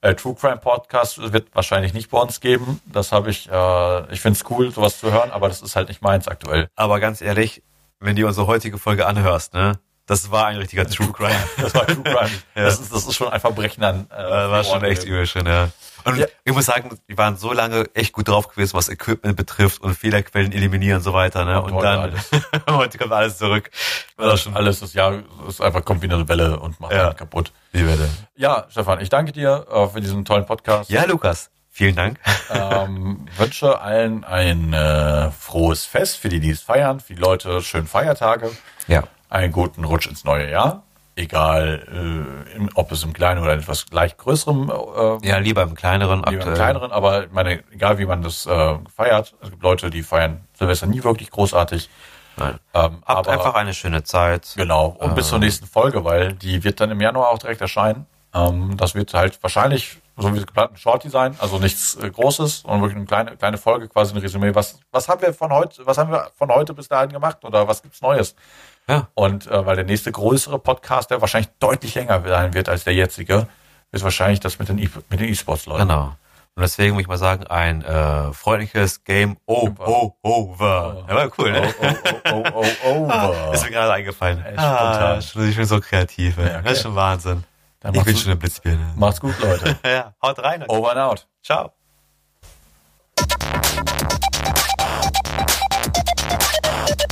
[SPEAKER 2] Äh, True Crime Podcast wird wahrscheinlich nicht bei uns geben. Das habe ich, äh, ich finde es cool, sowas zu hören, aber das ist halt nicht meins aktuell.
[SPEAKER 1] Aber ganz ehrlich, wenn du unsere heutige Folge anhörst, ne? Das war ein richtiger True Crime.
[SPEAKER 2] Das war True Crime. das, ist, das ist schon ein Verbrechen an. Äh,
[SPEAKER 1] Äh, war schon echt übel schön, ja. Und
[SPEAKER 2] Ja.
[SPEAKER 1] ich muss sagen, wir waren so lange echt gut drauf gewesen, was Equipment betrifft und Fehlerquellen eliminieren und so weiter, ne? Und,
[SPEAKER 2] heute
[SPEAKER 1] dann, heute kommt alles zurück. Äh, War das schon
[SPEAKER 2] Alles ist ja, ist einfach kommt wie eine Welle und macht
[SPEAKER 1] Ja.
[SPEAKER 2] einen kaputt.
[SPEAKER 1] die Welle.
[SPEAKER 2] Ja, Stefan, ich danke dir äh, für diesen tollen Podcast.
[SPEAKER 1] Ja, Lukas, vielen Dank.
[SPEAKER 2] ähm, wünsche allen ein äh, frohes Fest für die, die es feiern, für die Leute schönen Feiertage,
[SPEAKER 1] Ja.
[SPEAKER 2] einen guten Rutsch ins neue Jahr, egal äh, im- ob es im kleinen oder etwas leicht größerem, äh,
[SPEAKER 1] Ja, lieber im kleineren
[SPEAKER 2] lieber im
[SPEAKER 1] aktuell.
[SPEAKER 2] kleineren, aber ich meine, egal wie man das äh, feiert, es gibt Leute, die feiern Silvester nie wirklich großartig.
[SPEAKER 1] Nein.
[SPEAKER 2] Ähm,
[SPEAKER 1] Habt
[SPEAKER 2] aber
[SPEAKER 1] einfach eine schöne Zeit.
[SPEAKER 2] genau, und bis zur nächsten Folge, weil die wird dann im Januar auch direkt erscheinen. Ähm, das wird halt wahrscheinlich, so wie es geplant, ein Shorty sein, also nichts äh, Großes, sondern wirklich eine kleine, kleine Folge, quasi ein Resümee. Was, was haben wir von heute, was haben wir von heute bis dahin gemacht oder was gibt's Neues?
[SPEAKER 1] Ja.
[SPEAKER 2] Und äh, weil der nächste größere Podcast, der wahrscheinlich deutlich länger sein wird als der jetzige, ist wahrscheinlich das mit den E- mit den E-Sports-Leuten.
[SPEAKER 1] Genau. Und deswegen würde ich mal sagen, ein äh, freundliches Game O O Over. Ja, war cool, ne?
[SPEAKER 2] Oh, oh, oh, oh, oh,
[SPEAKER 1] Ah, Ist mir gerade eingefallen.
[SPEAKER 2] Echt
[SPEAKER 1] Ah,
[SPEAKER 2] spontan.
[SPEAKER 1] schon, ich bin so kreativ. ey.
[SPEAKER 2] okay.
[SPEAKER 1] Das ist schon Wahnsinn.
[SPEAKER 2] Dann
[SPEAKER 1] ich
[SPEAKER 2] mach's
[SPEAKER 1] bin
[SPEAKER 2] gut.
[SPEAKER 1] schon eine Blitzbirne.
[SPEAKER 2] Macht's gut, Leute.
[SPEAKER 1] Ja, haut rein. und
[SPEAKER 2] Over and out.
[SPEAKER 1] Ciao.